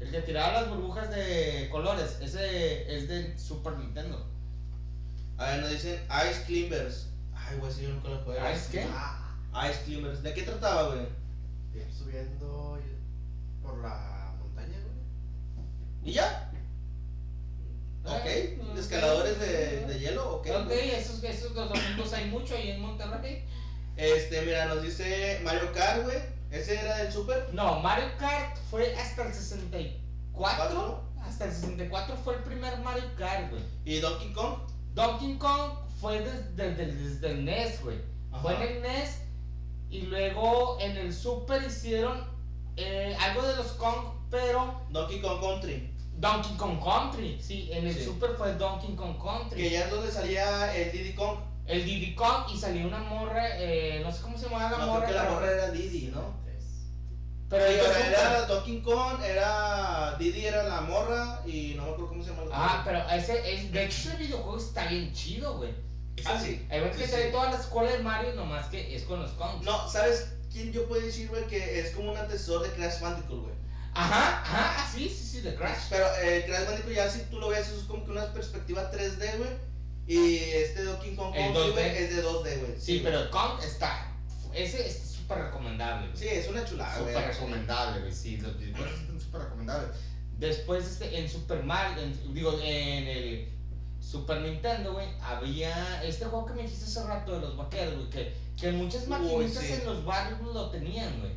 Speaker 3: El que tiraba las burbujas de colores, ese es de Super Nintendo.
Speaker 1: A ver, nos dicen Ice Climbers. Ay, güey, sí, yo nunca lo jugué.
Speaker 3: ¿Ice qué?
Speaker 5: Ah,
Speaker 1: Ice Climbers. ¿De qué trataba, güey?
Speaker 5: ir subiendo y- por la montaña, güey.
Speaker 1: ¿Y ya?
Speaker 3: Ah,
Speaker 1: Ok. ¿Escaladores de, de hielo? Ok.
Speaker 3: Ok,
Speaker 1: güey.
Speaker 3: esos, esos los domingos hay mucho ahí en Monterrey.
Speaker 1: Este, mira, nos dice Mario Kart, güey. Ese era del Super.
Speaker 3: No, Mario Kart fue hasta el 64.
Speaker 1: ¿Cuatro?
Speaker 3: Hasta el 64 fue el primer Mario Kart, güey.
Speaker 1: ¿Y Donkey Kong?
Speaker 3: Donkey Kong fue des- de- de- desde, el NES, güey. Fue en el NES y luego en el Super hicieron eh, algo de los Kong, pero
Speaker 1: Donkey Kong Country.
Speaker 3: Donkey Kong Country. Sí, en el
Speaker 1: Sí.
Speaker 3: Super fue Donkey Kong Country.
Speaker 1: Que ya es donde salía el Diddy Kong.
Speaker 3: el Diddy Kong y salió una morra, eh, no sé cómo se llamaba la
Speaker 1: No, creo
Speaker 3: morra,
Speaker 1: que la
Speaker 3: pero-
Speaker 1: morra era Diddy, ¿no?
Speaker 5: Tres.
Speaker 3: pero
Speaker 1: Sí,
Speaker 3: ella
Speaker 1: o sea,
Speaker 3: supo-
Speaker 1: era Donkey Kong, era Diddy era la morra y no me acuerdo cómo se llama. el otro.
Speaker 3: Ah, pero ese, es- de hecho ese videojuego está bien chido, güey.
Speaker 1: Ah, sí.
Speaker 3: Hay veces que
Speaker 1: Sí,
Speaker 3: se ve
Speaker 1: sí.
Speaker 3: toda la escuela de Mario, nomás que es con los Kongs.
Speaker 1: No, ¿sabes quién yo puedo decir, güey? Que es como un antecesor de Crash Bandicoot, güey.
Speaker 3: Ajá, ajá, ah, sí, sí, sí, de Crash.
Speaker 1: Pero eh, Crash Bandicoot ya si tú lo ves es como que una perspectiva 3D, güey. Y este Donkey Kong
Speaker 3: El
Speaker 1: Country,
Speaker 3: 2D.
Speaker 1: güey, es de 2D, güey.
Speaker 3: Sí, pero Kong está, ese está súper recomendable, güey.
Speaker 1: Sí, es una chulada, güey.
Speaker 3: súper recomendable, güey, sí, los videojuegos están súper recomendables. Después, este, en Super Mario, en- digo, en el Super Nintendo, güey, había este juego que me dijiste hace rato de los vaqueros, güey, que, que muchas
Speaker 1: Uy,
Speaker 3: maquinitas
Speaker 1: sí.
Speaker 3: en los barrios lo tenían, güey.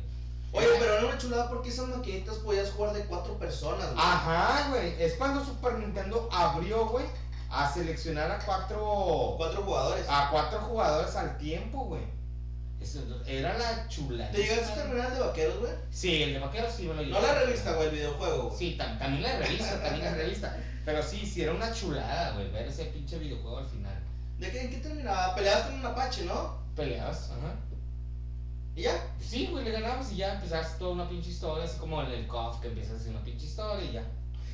Speaker 1: Oye, pero era una chulada porque esas maquinitas podías jugar de cuatro personas, güey.
Speaker 3: Ajá, güey, es cuando Super Nintendo abrió, güey, a seleccionar a cuatro,
Speaker 1: Cuatro jugadores.
Speaker 3: a cuatro jugadores al tiempo, güey. Eso era la chula.
Speaker 1: ¿Te llegaste a terminar el de vaqueros, güey?
Speaker 3: Sí, el de vaqueros sí me lo
Speaker 1: No
Speaker 3: llegué
Speaker 1: la
Speaker 3: a terminar.
Speaker 1: revista, güey, el videojuego. güey.
Speaker 3: Sí, tam- también la revista, también la revista. Pero sí, sí, era una chulada, güey, ver ese pinche videojuego al final.
Speaker 1: ¿De qué, en qué terminaba? Peleabas con un apache, ¿no?
Speaker 3: Peleabas, ajá.
Speaker 1: ¿Y ya?
Speaker 3: Sí, güey, le ganabas y ya empezabas toda una pinche historia, así como en el COF, que empiezas haciendo una pinche historia y ya.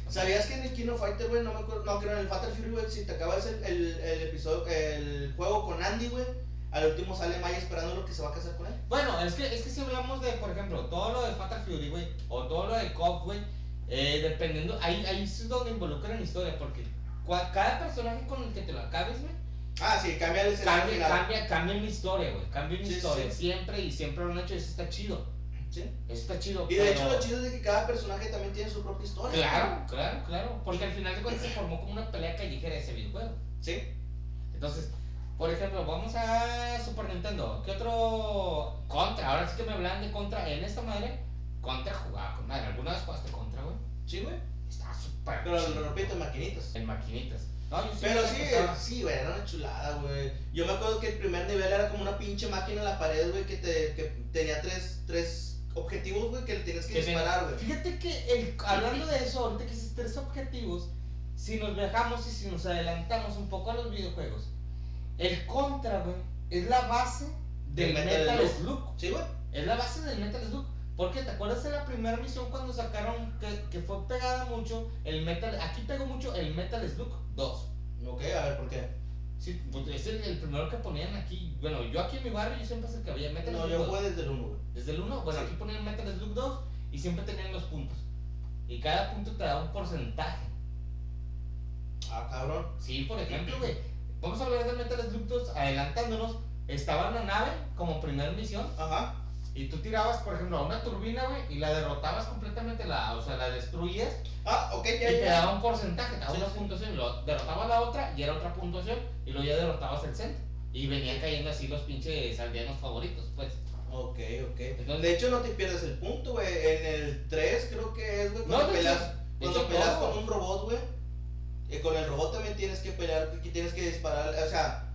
Speaker 3: O sea,
Speaker 1: ¿Sabías que en el Kino Fighter, güey, no me acuerdo, no, creo en el Fatal Fury, güey, si te acabas el, el, el episodio, el juego con Andy, güey, al último sale Maya esperando lo que se va a casar con él?
Speaker 3: Bueno, es que, es que si hablamos de, por ejemplo, todo lo de Fatal Fury, güey, o todo lo de COF, güey, eh, dependiendo, ahí, ahí es donde involucran historia, porque cua- cada personaje con el que te lo acabes, güey,
Speaker 1: Ah, sí, cambia el escenario
Speaker 3: cambia,
Speaker 1: final.
Speaker 3: cambia, cambia una historia, güey, cambia una
Speaker 1: Sí, sí,
Speaker 3: historia,
Speaker 1: sí.
Speaker 3: siempre y siempre lo han hecho, eso está chido,
Speaker 1: Sí.
Speaker 3: eso está chido.
Speaker 1: Y de hecho
Speaker 3: pero-
Speaker 1: lo chido es de que cada personaje también tiene su propia historia.
Speaker 3: Claro, claro, claro. Porque al final de cuentas se formó como una pelea callejera ese videojuego.
Speaker 1: Sí.
Speaker 3: Entonces, por ejemplo, vamos a Super Nintendo. ¿Qué otro contra? Ahora sí que me hablan de contra en esta madre. Contra jugaba con madre. ¿Alguna vez jugaste contra, güey?
Speaker 1: Sí, güey.
Speaker 3: Estaba súper.
Speaker 1: Pero
Speaker 3: chido.
Speaker 1: lo repito, maquinitas.
Speaker 3: En maquinitas. No, yo sí
Speaker 1: Pero
Speaker 3: me
Speaker 1: sí, eh,
Speaker 3: pasaba.
Speaker 1: sí, güey, era una chulada, güey. Yo me acuerdo que el primer nivel era como una pinche máquina en la pared, güey, que, te, que tenía tres, tres objetivos, güey, que le tienes que
Speaker 3: Que te-
Speaker 1: disparar, güey.
Speaker 3: Fíjate que el- hablando de eso, ahorita que hiciste tres objetivos, si nos viajamos y si nos adelantamos un poco a los videojuegos, el contra, güey, es la base del
Speaker 1: Del Metal
Speaker 3: Metal,
Speaker 1: Slug.
Speaker 3: Slug.
Speaker 1: Sí, güey.
Speaker 3: Es la base del Metal Slug. Porque te acuerdas de la primera misión cuando sacaron que, que fue pegada mucho el Metal. Aquí pegó mucho el Metal Slug 2.
Speaker 1: Ok, a ver, ¿por qué?
Speaker 3: Sí, pues, es el, el primero que ponían aquí. Bueno, yo aquí en mi barrio yo siempre se que había Metal
Speaker 1: No,
Speaker 3: Slug
Speaker 1: yo
Speaker 3: 2.
Speaker 1: jugué desde el 1, güey.
Speaker 3: Desde el 1, bueno,
Speaker 1: Sí.
Speaker 3: aquí ponían Metal Slug 2 y siempre tenían los puntos. Y cada punto te da un porcentaje.
Speaker 1: Ah, cabrón.
Speaker 3: Sí, por ejemplo, güey. Vamos a hablar de Metal Slug 2 adelantándonos. Estaba una nave como primera misión
Speaker 1: Ajá.
Speaker 3: y tú tirabas, por ejemplo, a una turbina, güey, y la derrotabas completamente, la, o sea, la destruías
Speaker 1: Ah, ok,
Speaker 3: y
Speaker 1: ya,
Speaker 3: te
Speaker 1: ya.
Speaker 3: daba un porcentaje, te daba
Speaker 1: Sí,
Speaker 3: una
Speaker 1: sí.
Speaker 3: puntuación, lo derrotabas la otra y era otra puntuación y luego ya derrotabas el centro. Y venían cayendo así los pinches aldeanos favoritos, pues.
Speaker 1: Ok, ok.
Speaker 3: Entonces-
Speaker 1: De hecho, no te pierdes el punto, güey. En el 3 creo que es, güey,
Speaker 3: No,
Speaker 1: cuando
Speaker 3: de hecho-
Speaker 1: peleas,
Speaker 3: de
Speaker 1: cuando
Speaker 3: hecho,
Speaker 1: peleas
Speaker 3: todo.
Speaker 1: con un robot, güey. eh, con el robot también tienes que pelear, que tienes que disparar, o e, sea...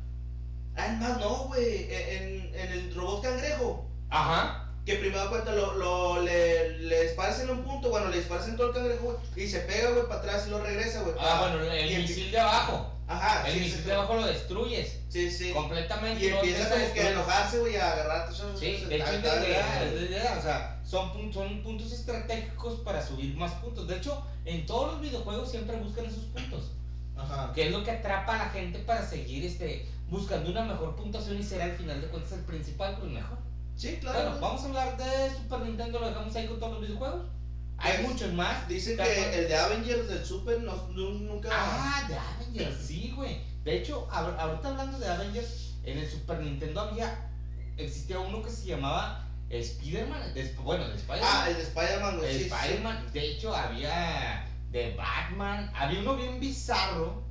Speaker 1: Ah, es más, no, güey. En, en el robot cangrejo.
Speaker 3: Ajá.
Speaker 1: Que primero cuenta, lo, lo, le, le disparas en un punto, bueno, le disparas en todo el cangrejo, güey, y se pega, güey, para atrás y lo regresa, güey.
Speaker 3: Ah,
Speaker 1: pa-
Speaker 3: bueno,
Speaker 1: y
Speaker 3: el
Speaker 1: empi-
Speaker 3: misil de abajo.
Speaker 1: Ajá,
Speaker 3: El
Speaker 1: sí,
Speaker 3: misil
Speaker 1: sí,
Speaker 3: de abajo lo destruyes
Speaker 1: sí, sí.
Speaker 3: completamente.
Speaker 1: Y
Speaker 3: no
Speaker 1: empieza como
Speaker 3: deja de
Speaker 1: que a
Speaker 3: destruirlo.
Speaker 1: enojarse, güey, a agarrar.
Speaker 3: Sí, de hecho
Speaker 1: está-
Speaker 3: es la idea,
Speaker 1: está-
Speaker 3: es la idea, o sea, son, pun- son puntos estratégicos para subir más puntos. De hecho, en todos los videojuegos siempre buscan esos puntos,
Speaker 1: Ajá.
Speaker 3: que es lo que atrapa a la gente para seguir este, buscando una mejor puntuación y será al final de cuentas el principal, pues mejor.
Speaker 1: Sí,
Speaker 3: Bueno,
Speaker 1: claro. güey.
Speaker 3: vamos a hablar de Super Nintendo, lo dejamos ahí con todos los videojuegos. Hay
Speaker 1: Pues,
Speaker 3: muchos más.
Speaker 1: Dicen que el de Avengers del Super no, nu- nunca.
Speaker 3: Ah, de Avengers, sí, güey. De hecho, ahor- ahorita hablando de Avengers, en el Super Nintendo había. Existía uno que se llamaba Spider-Man. de- bueno, de
Speaker 1: Ah,
Speaker 3: Spider-Man.
Speaker 1: el de Spider-Man, güey.
Speaker 3: de
Speaker 1: sí, sí.
Speaker 3: Spider-Man. De hecho, había de Batman. Había uno bien bizarro.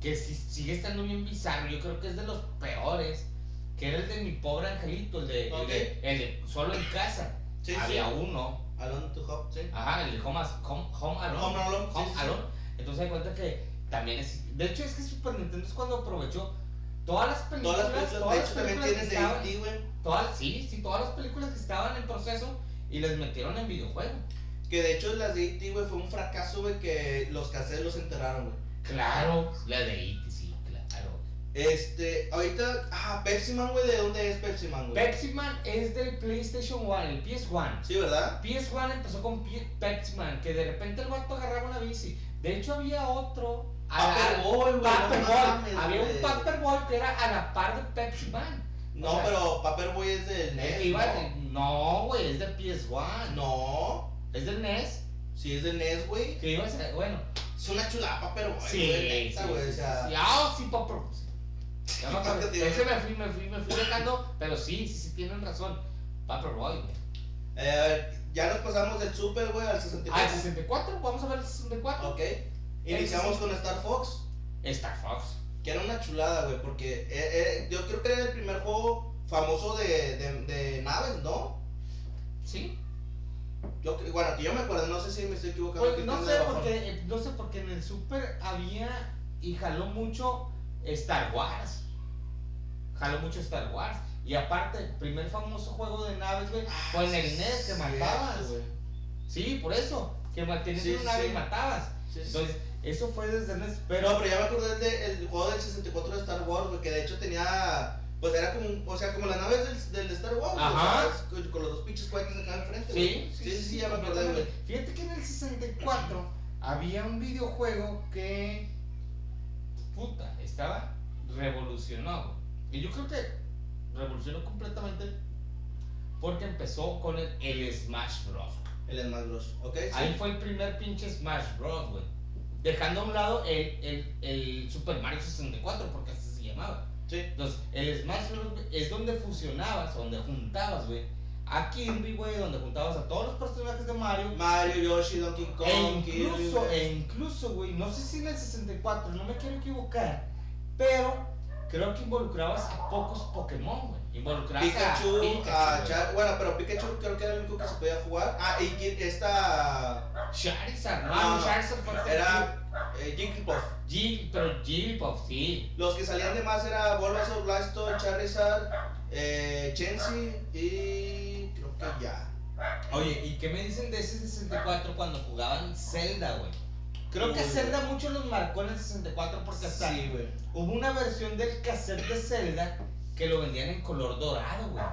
Speaker 3: Que sí- sigue estando bien bizarro. Yo creo que es de los peores. Que era el de mi pobre angelito. El de, el de- el de solo en casa.
Speaker 1: Sí, sí.
Speaker 3: había uno.
Speaker 1: Alone to Hop, sí.
Speaker 3: Ajá, el de Home, As- Home- Home Alone.
Speaker 1: Home Alone, sí,
Speaker 3: Home
Speaker 1: sí, sí.
Speaker 3: Alone. Entonces hay cuenta que también es. De hecho, es que Super Nintendo es cuando aprovechó todas las películas.
Speaker 1: Todas las películas, de hecho, también
Speaker 3: películas que
Speaker 1: tienen de
Speaker 3: estaban-
Speaker 1: E.T., güey.
Speaker 3: todas- sí, sí, todas las películas que estaban en proceso y las metieron en videojuego.
Speaker 1: Que de hecho las de E.T., güey, fue un fracaso, güey, que los cassettes los enterraron, güey.
Speaker 3: Claro, la de
Speaker 1: E
Speaker 3: IT, sí, claro.
Speaker 1: Este, ahorita, ah, Pepsi Man, güey, ¿de dónde es Pepsi Man, güey?
Speaker 3: Pepsi Man es del PlayStation 1, el PS1.
Speaker 1: Sí, ¿verdad?
Speaker 3: PS1 empezó con Pe- Pepsi Man, que de repente el vato agarraba una bici. De hecho, había otro. a-
Speaker 1: Paperboy, güey. Ah, no mames,
Speaker 3: Paperboy. Había un
Speaker 1: güey.
Speaker 3: Paperboy que era a la par de Pepsi Man. o
Speaker 1: No,
Speaker 3: sea,
Speaker 1: pero Paperboy es del
Speaker 3: Eh,
Speaker 1: NES.
Speaker 3: iba
Speaker 1: E ¿no?
Speaker 3: de- No, güey, es de PS1.
Speaker 1: No,
Speaker 3: Es del NES.
Speaker 1: si es del NES, güey.
Speaker 3: Que iba a ser. Bueno.
Speaker 1: Es una chulada Paperboy.
Speaker 3: sí,
Speaker 1: güey,
Speaker 3: sí,
Speaker 1: neta,
Speaker 3: sí,
Speaker 1: güey,
Speaker 3: sí,
Speaker 1: o sea,
Speaker 3: sí. Ah, sí, papá. Ya me acuerdo.
Speaker 1: Te digo.
Speaker 3: Es que me fui, me fui, me fui dejando. Pero sí, sí, sí, tienen razón. Paperboy, güey.
Speaker 1: eh, a ver, ya nos pasamos del Super, güey, al 64.
Speaker 3: Ah, el 64. Vamos a ver el 64.
Speaker 1: Ok. Iniciamos con Star Fox,
Speaker 3: Star Fox.
Speaker 1: que era una chulada, güey, porque eh, eh, yo creo que era el primer juego famoso de, de, de naves, ¿no?
Speaker 3: Sí.
Speaker 1: Yo, cre- bueno, que yo me acuerdo, no sé si me estoy equivocando.
Speaker 3: Pues,
Speaker 1: que
Speaker 3: no,
Speaker 1: tengo
Speaker 3: sé
Speaker 1: la razón.
Speaker 3: porque, eh, no sé porque en el Super había y jaló mucho Star Wars. Jaló mucho Star Wars. Y aparte, el primer famoso juego de naves, güey, fue en el NES que
Speaker 1: Ah, Sí,
Speaker 3: matabas.
Speaker 1: güey.
Speaker 3: Sí, por eso. Que mantenías
Speaker 1: Sí,
Speaker 3: una nave
Speaker 1: sí.
Speaker 3: y matabas.
Speaker 1: Sí, sí.
Speaker 3: Entonces, eso fue desde el NES.
Speaker 1: Pero,
Speaker 3: Pero,
Speaker 1: pero ya me acordé del del juego del 64 de Star Wars, güey, que de hecho tenía. Pues era como, un- o sea, como las naves del, del de Star Wars, güey,
Speaker 3: Ajá.
Speaker 1: o sea, con, con los dos pinches cohetes acá enfrente. güey.
Speaker 3: sí,
Speaker 1: sí, sí, ya me acordé, güey.
Speaker 3: completamente. Fíjate que en el 64 había un videojuego que. Puta, estaba revolucionado. Y yo creo que revolucionó completamente porque empezó con el, el Smash Bros.
Speaker 1: El Smash Bros. ¿Ok? sí.
Speaker 3: Ahí fue el primer pinche Smash Bros, güey. Dejando a un lado el, el, el Super Mario 64, porque así se llamaba.
Speaker 1: Sí.
Speaker 3: Entonces, el Smash Bros. güey, es donde fusionabas, donde juntabas, güey. A Kirby, güey, donde juntabas a todos los personajes de Mario.
Speaker 1: Mario, Yoshi, Donkey Kong,
Speaker 3: e incluso,
Speaker 1: Kirby, güey.
Speaker 3: e incluso, güey, no sé si en el 64, no me quiero equivocar, pero creo que involucrabas a pocos Pokémon, güey. Involucrabas
Speaker 1: Pikachu,
Speaker 3: a Pikachu,
Speaker 1: a
Speaker 3: güey.
Speaker 1: Char- bueno, pero Pikachu creo que era el único que se podía jugar. Ah, y Kid- esta
Speaker 3: Charizard, no,
Speaker 1: No,
Speaker 3: no, Charizard fue el
Speaker 1: era eh, Jigglypuff.
Speaker 3: Jill, pero Jigglypuff, sí.
Speaker 1: Los que salían de más era Bulbasaur, Blastoise, Charizard, eh, Chansey y creo que ya.
Speaker 3: Oye, ¿y qué me dicen de ese 64 cuando jugaban Zelda, güey? Creo que
Speaker 1: Uy,
Speaker 3: Zelda mucho los marcó en el 64 porque hasta
Speaker 1: Sí, güey.
Speaker 3: hubo una versión del cassette de Zelda que lo vendían en color dorado, güey.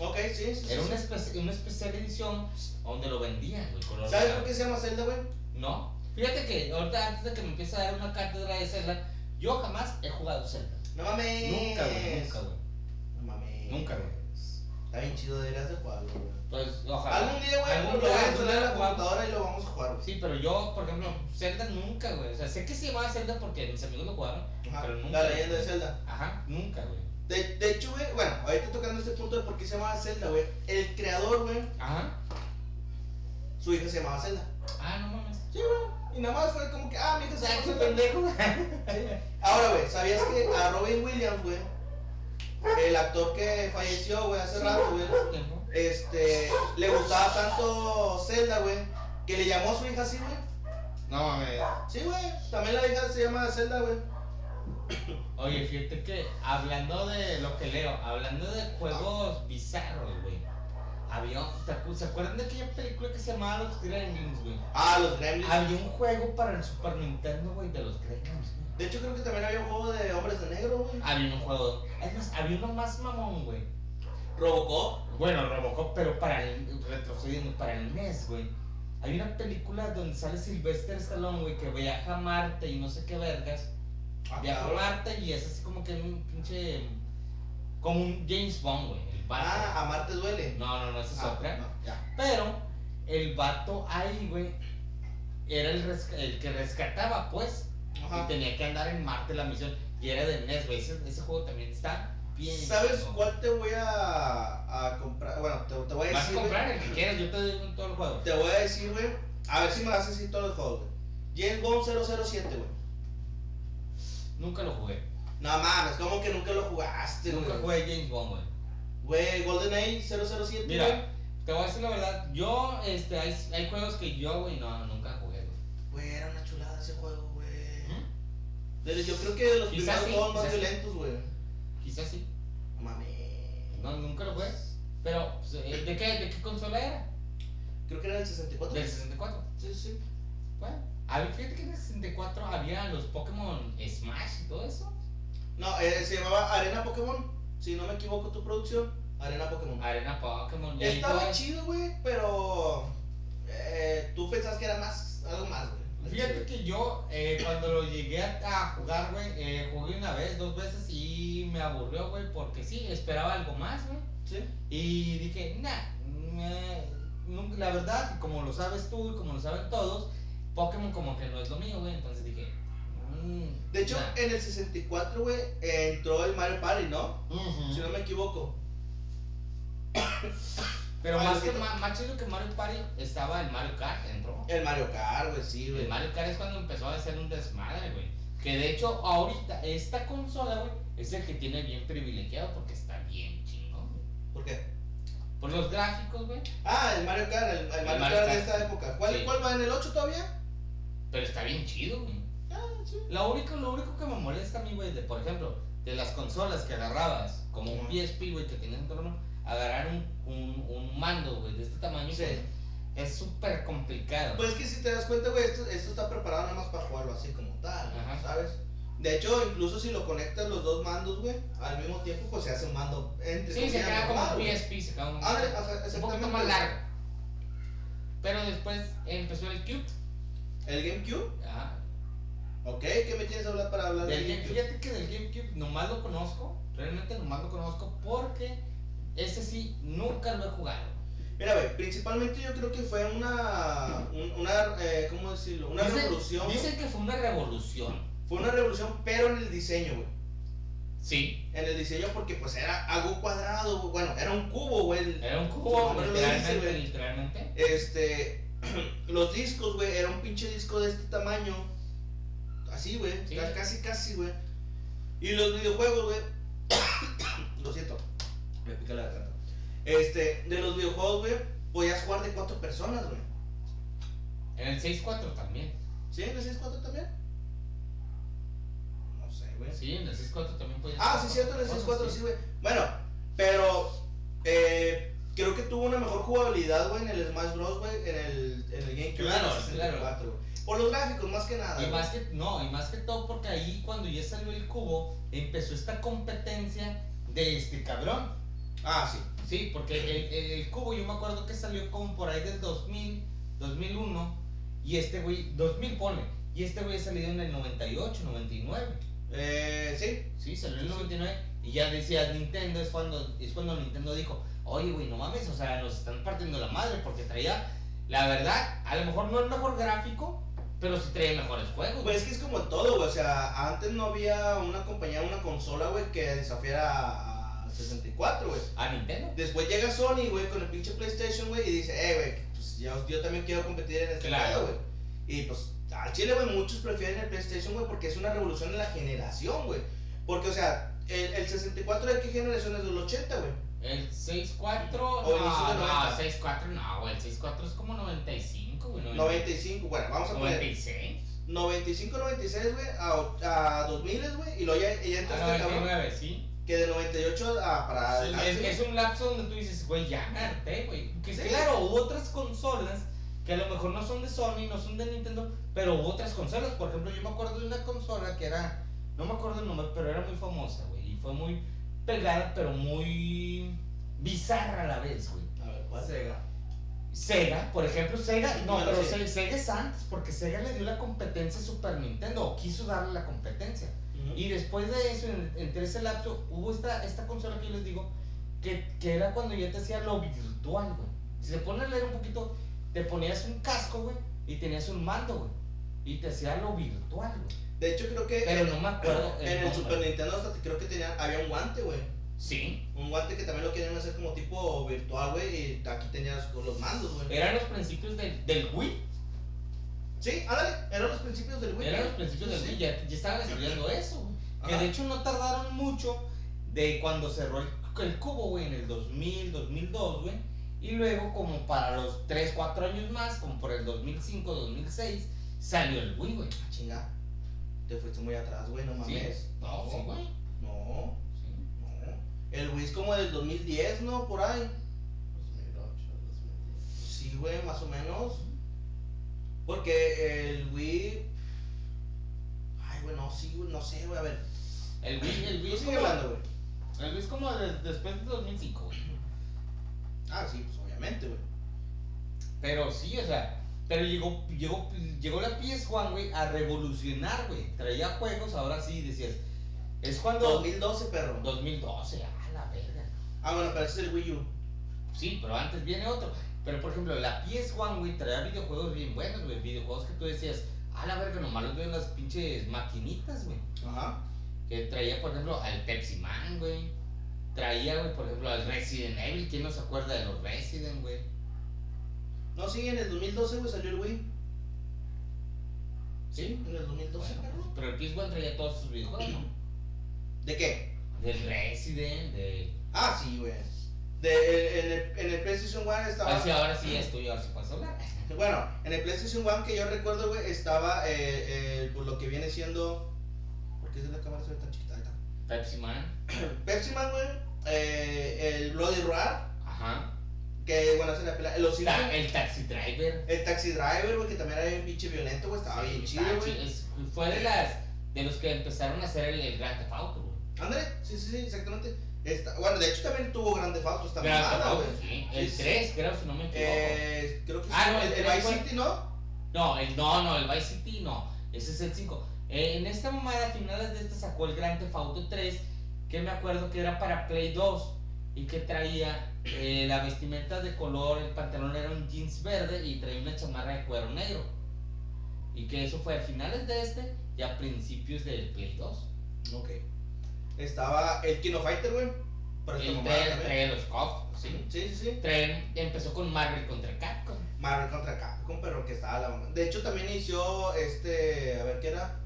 Speaker 1: Ok, sí, sí.
Speaker 3: Era
Speaker 1: sí.
Speaker 3: una, espe- una especial edición donde lo vendían, güey, color
Speaker 1: ¿Sabes
Speaker 3: dorado.
Speaker 1: por qué se llama Zelda, güey?
Speaker 3: No. Fíjate que ahorita antes de que me empiece a dar una cátedra de Zelda, yo jamás he jugado Zelda.
Speaker 1: No mames.
Speaker 3: Nunca, güey, nunca, güey.
Speaker 1: No mames.
Speaker 3: Nunca, güey.
Speaker 1: Está bien chido, deberías de jugarlo, güey.
Speaker 3: Entonces, Pues, ojalá.
Speaker 1: Algún día, güey,
Speaker 3: Algún
Speaker 1: lo voy
Speaker 3: día,
Speaker 1: a
Speaker 3: algún
Speaker 1: instalar
Speaker 3: día
Speaker 1: en la
Speaker 3: lo jugamos.
Speaker 1: computadora y lo vamos a jugar, güey.
Speaker 3: Sí, pero yo, por ejemplo, Zelda nunca, güey. O sea, sé que se llamaba Zelda porque mis amigos lo jugaron.
Speaker 1: Ajá.
Speaker 3: pero nunca.
Speaker 1: La leyenda de Zelda.
Speaker 3: Ajá, nunca, güey.
Speaker 1: De, de hecho, güey, bueno, ahorita tocando este punto de por qué se llamaba Zelda, güey. El creador, güey,
Speaker 3: Ajá.
Speaker 1: su hija se llamaba Zelda.
Speaker 3: Ah, no mames.
Speaker 1: Sí, güey. Y nada más fue como que, ah, mi hija
Speaker 3: O
Speaker 1: se
Speaker 3: sea, qué
Speaker 1: llama Zelda.
Speaker 3: pendejo.
Speaker 1: Ahora, güey, ¿sabías que a Robin Williams, güey, el actor que falleció, güey, hace rato, güey, este, le gustaba tanto Zelda, güey, que le llamó a su hija así, güey?
Speaker 2: No mames.
Speaker 1: Sí, güey, también la hija se llama Zelda, güey.
Speaker 3: Oye, fíjate que hablando de lo que leo, hablando de juegos bizarros, güey. Había, ¿te ¿Se acuerdan de aquella película que se llamaba Los Gremlins, güey?
Speaker 1: Ah, los Gremlins.
Speaker 3: Había un juego para el Super Nintendo, güey, de los Gremlins, güey.
Speaker 1: De hecho, creo que también había un juego de hombres de negro, güey.
Speaker 3: Había un juego. Es más, había uno más mamón, güey.
Speaker 1: Robocop.
Speaker 3: Bueno, Robocop, pero para el. Retrocediendo, para el NES, güey. Hay una película donde sale Sylvester Stallone, güey, que viaja a Marte y no sé qué vergas.
Speaker 1: Ah,
Speaker 3: Viaja a Marte y es así como que un pinche. Como un James Bond, güey. El vato.
Speaker 1: Ah, a Marte duele.
Speaker 3: No, no, no, esa es
Speaker 1: Ah,
Speaker 3: otra.
Speaker 1: no, ya.
Speaker 3: Pero el vato ahí, güey, era el, resca- el que rescataba, pues.
Speaker 1: Ajá.
Speaker 3: Y tenía que andar en Marte la misión. Y era de NES, güey. Ese, ese juego también está bien.
Speaker 1: ¿Sabes
Speaker 3: chingón.
Speaker 1: cuál te voy a, a comprar? Bueno, te, te voy a
Speaker 3: Vas a
Speaker 1: decir. güey.
Speaker 3: comprar el que quieras. Yo te doy todo el juego.
Speaker 1: Te voy a decir, güey. A ver si me vas a decir todos los juegos, güey. James Bond 007, güey.
Speaker 3: Nunca lo jugué.
Speaker 1: No mames, como que nunca lo jugaste, güey.
Speaker 3: Nunca jugué James Bond, güey.
Speaker 1: Güey, GoldenEye 007,
Speaker 3: Mira, te voy a decir la verdad. Yo, este, hay, hay juegos que yo, güey, no, nunca jugué, güey.
Speaker 1: güey. Güey, era una chulada ese juego, güey.
Speaker 3: ¿Mm?
Speaker 1: Pero yo creo que de los
Speaker 3: Quizás
Speaker 1: primeros
Speaker 3: sí,
Speaker 1: juegos más
Speaker 3: quizás sí.
Speaker 1: violentos, güey.
Speaker 3: Quizás sí.
Speaker 1: No mames.
Speaker 3: No, nunca lo jugué. Pero, pues, eh, ¿de qué, de qué consola era?
Speaker 1: Creo que era el 64.
Speaker 3: Del 64.
Speaker 1: Sí, sí.
Speaker 3: Bueno, había, fíjate que en el 64 había los Pokémon Smash y todo eso.
Speaker 1: No, eh, se llamaba Arena Pokémon. Si no me equivoco, tu producción. Arena Pokémon.
Speaker 3: Arena Pokémon. y ahí
Speaker 1: Estaba
Speaker 3: jugabas.
Speaker 1: chido, güey, pero. eh, tú pensabas que era más. Algo más, güey.
Speaker 3: Fíjate que yo, eh, cuando lo llegué a, a jugar, güey, eh, jugué una vez, dos veces y me aburrió, güey, porque sí, esperaba algo más, güey.
Speaker 1: Sí.
Speaker 3: Y dije, nah, me- nunca- la verdad, como lo sabes tú y como lo saben todos, Pokémon como que no es lo mío, güey. Entonces dije, mm,
Speaker 1: De hecho,
Speaker 3: nah.
Speaker 1: en el 64, güey, entró el Mario Party, ¿no?
Speaker 3: Ujú.
Speaker 1: Si no me equivoco.
Speaker 3: Pero
Speaker 1: Ah,
Speaker 3: más,
Speaker 1: lo que-
Speaker 3: que, ma- más chido que Mario Party estaba el Mario Kart, entró.
Speaker 1: El Mario Kart, güey, sí, güey.
Speaker 3: El Mario Kart es cuando empezó a hacer un desmadre, güey. Que de hecho, ahorita, esta consola, güey, es el que tiene bien privilegiado porque está bien chingón, güey.
Speaker 1: ¿Por qué?
Speaker 3: Por los gráficos, güey.
Speaker 1: Ah, el Mario Kart, el, el Mario
Speaker 3: Mario
Speaker 1: Kart de
Speaker 3: Kart.
Speaker 1: esta época. ¿Cuál,
Speaker 3: Sí.
Speaker 1: ¿Cuál va en el 8 todavía?
Speaker 3: Pero está bien chido, güey. Ah, Lo único, lo único que me molesta a mí, güey, de por ejemplo, de las consolas que agarrabas, como un
Speaker 1: Ajá.
Speaker 3: PSP, güey, que tenías en tu mano, agarrar un, un, un mando, güey, de este tamaño,
Speaker 1: Sí.
Speaker 3: pues, es súper complicado.
Speaker 1: Pues es que si te das cuenta, güey, esto, esto está preparado nada más para jugarlo así como tal,
Speaker 3: Ajá.
Speaker 1: ¿sabes? De hecho, incluso si lo conectas los dos mandos, güey, al mismo tiempo, pues se hace un mando entre
Speaker 3: sí, se
Speaker 1: comillas,
Speaker 3: queda como
Speaker 1: normal,
Speaker 3: un
Speaker 1: güey.
Speaker 3: PSP, se queda un,
Speaker 1: Ándale, ajá,
Speaker 3: un poquito
Speaker 1: exactamente,
Speaker 3: más
Speaker 1: güey.
Speaker 3: largo. Pero después empezó el Cube.
Speaker 1: ¿El GameCube?
Speaker 3: Ajá.
Speaker 1: Ok, ¿qué me tienes que hablar para hablar
Speaker 3: Del
Speaker 1: del
Speaker 3: Game-
Speaker 1: GameCube?
Speaker 3: fíjate que del GameCube nomás lo conozco, realmente nomás lo conozco porque ese sí nunca lo he jugado.
Speaker 1: Mira, güey, principalmente yo creo que fue una, un- una eh, ¿cómo decirlo? Una
Speaker 3: Dicen-
Speaker 1: revolución.
Speaker 3: Dicen que fue una revolución.
Speaker 1: Fue una revolución, pero en el diseño, güey.
Speaker 3: Sí,
Speaker 1: En el diseño porque pues era algo cuadrado, güey. bueno, era un cubo, güey. el-
Speaker 3: era un
Speaker 1: Su
Speaker 3: cubo,
Speaker 1: nombre lo dice,
Speaker 3: literalmente,
Speaker 1: güey.
Speaker 3: literalmente.
Speaker 1: Este, los discos, güey, era un pinche disco de este tamaño. Así, güey,
Speaker 3: Sí.
Speaker 1: ca- casi, casi, güey. Y los videojuegos, güey. lo siento, me pica la garganta. Este, de los videojuegos, güey, podías jugar de cuatro personas, güey.
Speaker 3: En el 6.4 también.
Speaker 1: ¿Sí? ¿En el 6-4 también? No sé, güey.
Speaker 3: Sí, en el 6.4 también podías.
Speaker 1: Ah, sí, cierto, en el 6-4, sí, güey. Bueno, pero eh, creo que tuvo una mejor jugabilidad, güey, en el Smash Bros, güey, en el, en el GameCube.
Speaker 3: Claro,
Speaker 1: en el 64,
Speaker 3: claro.
Speaker 1: güey. Por los gráficos, más que nada.
Speaker 3: Y
Speaker 1: güey.
Speaker 3: más que, no, y más que todo porque ahí cuando ya salió el cubo, empezó esta competencia de este cabrón.
Speaker 1: Ah, sí.
Speaker 3: Sí, porque el, el- el cubo yo me acuerdo que salió como por ahí del 2000, 2001, y este güey, 2000 ponle, y este güey ha salido en el 98, 99.
Speaker 1: Eh, sí.
Speaker 3: Sí, salió en el 99, y ya decía Nintendo, es cuando, es cuando Nintendo dijo, oye güey, no mames, o sea, nos están partiendo la madre, porque traía, la verdad, a lo mejor no el mejor gráfico, pero sí traía mejores juegos.
Speaker 1: Pues es que es como en todo, güey. O sea, antes no había una compañía, una consola, güey, que desafiara a 64, güey.
Speaker 3: A Nintendo.
Speaker 1: Después llega Sony, güey, con el pinche PlayStation, güey, y dice, eh, güey, pues yo, yo también quiero competir en este
Speaker 3: Claro.
Speaker 1: pedo, güey. Y pues, al Chile, güey, muchos prefieren el PlayStation, güey, porque es una revolución en la generación, güey. Porque, o sea, el, el 64 de qué generación es del 80, güey.
Speaker 3: El 6-4, no,
Speaker 1: O inicio de
Speaker 3: no,
Speaker 1: 90.
Speaker 3: 6-4 no, güey, el 6-4 es como 95, güey,
Speaker 1: 95, bueno, vamos a poner
Speaker 3: 96.
Speaker 1: 95, 96, güey, a, o- a 2000, güey, y luego ya, ya entra
Speaker 3: Ah,
Speaker 1: este cabrón. Ah,
Speaker 3: 99, sí.
Speaker 1: que de 98 a para
Speaker 4: Sí,
Speaker 1: adelante.
Speaker 3: Es, es un lapso donde tú dices, güey, ya me harté, güey. Que
Speaker 1: Sí.
Speaker 3: Claro, hubo otras consolas que a lo mejor no son de Sony, no son de Nintendo, pero hubo otras consolas. Por ejemplo, yo me acuerdo de una consola que era, no me acuerdo el nombre, pero era muy famosa, güey. Y fue muy pegada, pero muy bizarra a la vez, güey.
Speaker 1: A ver, ¿cuál?
Speaker 5: Sega.
Speaker 3: Sega, por ejemplo, Sega, no,
Speaker 1: Bueno,
Speaker 3: pero
Speaker 1: sí.
Speaker 3: Se- Sega es antes, porque Sega le dio la competencia a Super Nintendo, o quiso darle la competencia.
Speaker 1: Ujú.
Speaker 3: Y después de eso, en- entre ese lapso, hubo esta, esta consola que yo les digo, que, que era cuando ya te hacía lo virtual, güey. Si se pone a leer un poquito, te ponías un casco, güey, y tenías un mando, güey. Y te hacía lo virtual, güey.
Speaker 1: De hecho, creo que
Speaker 3: Pero
Speaker 1: en-
Speaker 3: no me acuerdo.
Speaker 1: en el
Speaker 3: nombre.
Speaker 1: Super Nintendo hasta creo que tenían, había un guante, güey.
Speaker 3: Sí.
Speaker 1: Un guante que también lo querían hacer como tipo virtual, güey. Y aquí tenías los mandos, güey.
Speaker 3: Eran los principios del, del Wii.
Speaker 1: Sí, ándale, eran los principios del Wii.
Speaker 3: Eran los principios del
Speaker 1: Sí.
Speaker 3: Wii. Ya, ya estaban estudiando eso, güey. Que
Speaker 1: Ajá.
Speaker 3: de hecho no tardaron mucho de cuando cerró el, el cubo, güey, en el 2000, 2002, güey. Y luego, como para los 3, 4 años más, como por el 2005, 2006, salió el Wii, güey.
Speaker 1: Ah, Chinga. Te fuiste muy atrás, güey, no
Speaker 3: ¿Sí?
Speaker 1: mames.
Speaker 3: No, sí, güey.
Speaker 1: No,
Speaker 3: Sí.
Speaker 1: no. El Wii es como del 2010, ¿no? Por ahí.
Speaker 5: 2008, 2010.
Speaker 1: Sí, güey, más o menos. Porque el Wii. Ay, güey, no, sí, güey, no sé, güey, a ver.
Speaker 3: El Wii, el Wii
Speaker 1: Yo
Speaker 3: es
Speaker 1: sigue
Speaker 3: como,
Speaker 1: hablando, güey.
Speaker 3: el Wii es como de- después del 2005, güey.
Speaker 1: Ah, sí, pues obviamente, güey.
Speaker 3: Pero sí, o sea, pero llegó, llegó, llegó la PS1, güey, a revolucionar, güey. Traía juegos, ahora sí, decías. Es cuando...
Speaker 1: 2012, perro.
Speaker 3: 2012, a la verga.
Speaker 1: Ah, bueno, pero ese es el Wii U.
Speaker 3: Sí, pero antes viene otro. Pero por ejemplo, la PS1, güey, traía videojuegos bien buenos, güey. Videojuegos que tú decías, a la verga, nomás los veo en las pinches maquinitas, güey.
Speaker 1: Ajá.
Speaker 3: Que traía, por ejemplo, al Pepsi Man, güey. Traía, güey, por ejemplo, al Resident Evil. ¿Quién no se acuerda de los Resident, güey?
Speaker 1: No, sí, en el 2012, güey, salió el Wii.
Speaker 3: Sí.
Speaker 1: En el 2012,
Speaker 3: Bueno,
Speaker 1: perro.
Speaker 3: pero el PS1 traía todos sus videojuegos, ¿no?
Speaker 1: ¿De qué?
Speaker 3: Del Resident, de.
Speaker 1: Ah, sí, güey. De, en, el, en el PlayStation 1 estaba.
Speaker 3: Ah, sí, ahora sí es tuyo, ahora sí puedes hablar.
Speaker 1: Bueno, en el PlayStation 1 que yo recuerdo, güey, estaba eh, eh, pues, lo que viene siendo. ¿Por qué es la cámara se ve tan chiquita? Ahí está.
Speaker 3: Pepsi Man.
Speaker 1: Pepsi Man, güey. eh, el Bloody Roar,
Speaker 3: Ajá.
Speaker 1: que bueno, se la pela. Los Simpsons.
Speaker 3: Ta- el Taxi Driver.
Speaker 1: El Taxi Driver, güey, que también era bien pinche violento, güey. Estaba bien
Speaker 3: Sí,
Speaker 1: chido,
Speaker 3: está
Speaker 1: güey.
Speaker 3: chido. Es- Fue de las de los que empezaron a hacer el, el Grand Theft Auto, güey.
Speaker 1: Ándale, sí, sí, sí, exactamente. Está- bueno, de hecho también tuvo Grande Fausto, está bien
Speaker 3: Grand Theft
Speaker 1: mala,
Speaker 3: Auto,
Speaker 1: güey.
Speaker 3: sí. El
Speaker 1: Sí, sí.
Speaker 3: 3, creo, si no me equivoco.
Speaker 1: Eh, creo que sí,
Speaker 3: Ah, no,
Speaker 1: el,
Speaker 3: el
Speaker 1: el
Speaker 3: tres
Speaker 1: Vice
Speaker 3: fue-
Speaker 1: City, ¿no?
Speaker 3: No, el no, no, el Vice City no. Ese es el 5. Eh, en esta mamada, a finales de este sacó el Grand Theft Auto 3, que me acuerdo que era para Play 2 y que traía eh, la vestimenta de color, el pantalón era un jeans verde y traía una chamarra de cuero negro. Y que eso fue a finales de este y a principios del Play 2.
Speaker 1: Ok. Estaba el Kino Fighter, güey. Para esta
Speaker 3: El
Speaker 1: mamada
Speaker 3: 3
Speaker 1: también.
Speaker 3: traía los COF, sí.
Speaker 1: Sí, sí, sí.
Speaker 3: Traen- empezó con Marvel contra Capcom.
Speaker 1: Marvel contra Capcom, pero que estaba la mamá. De hecho, también inició este. A ver qué era.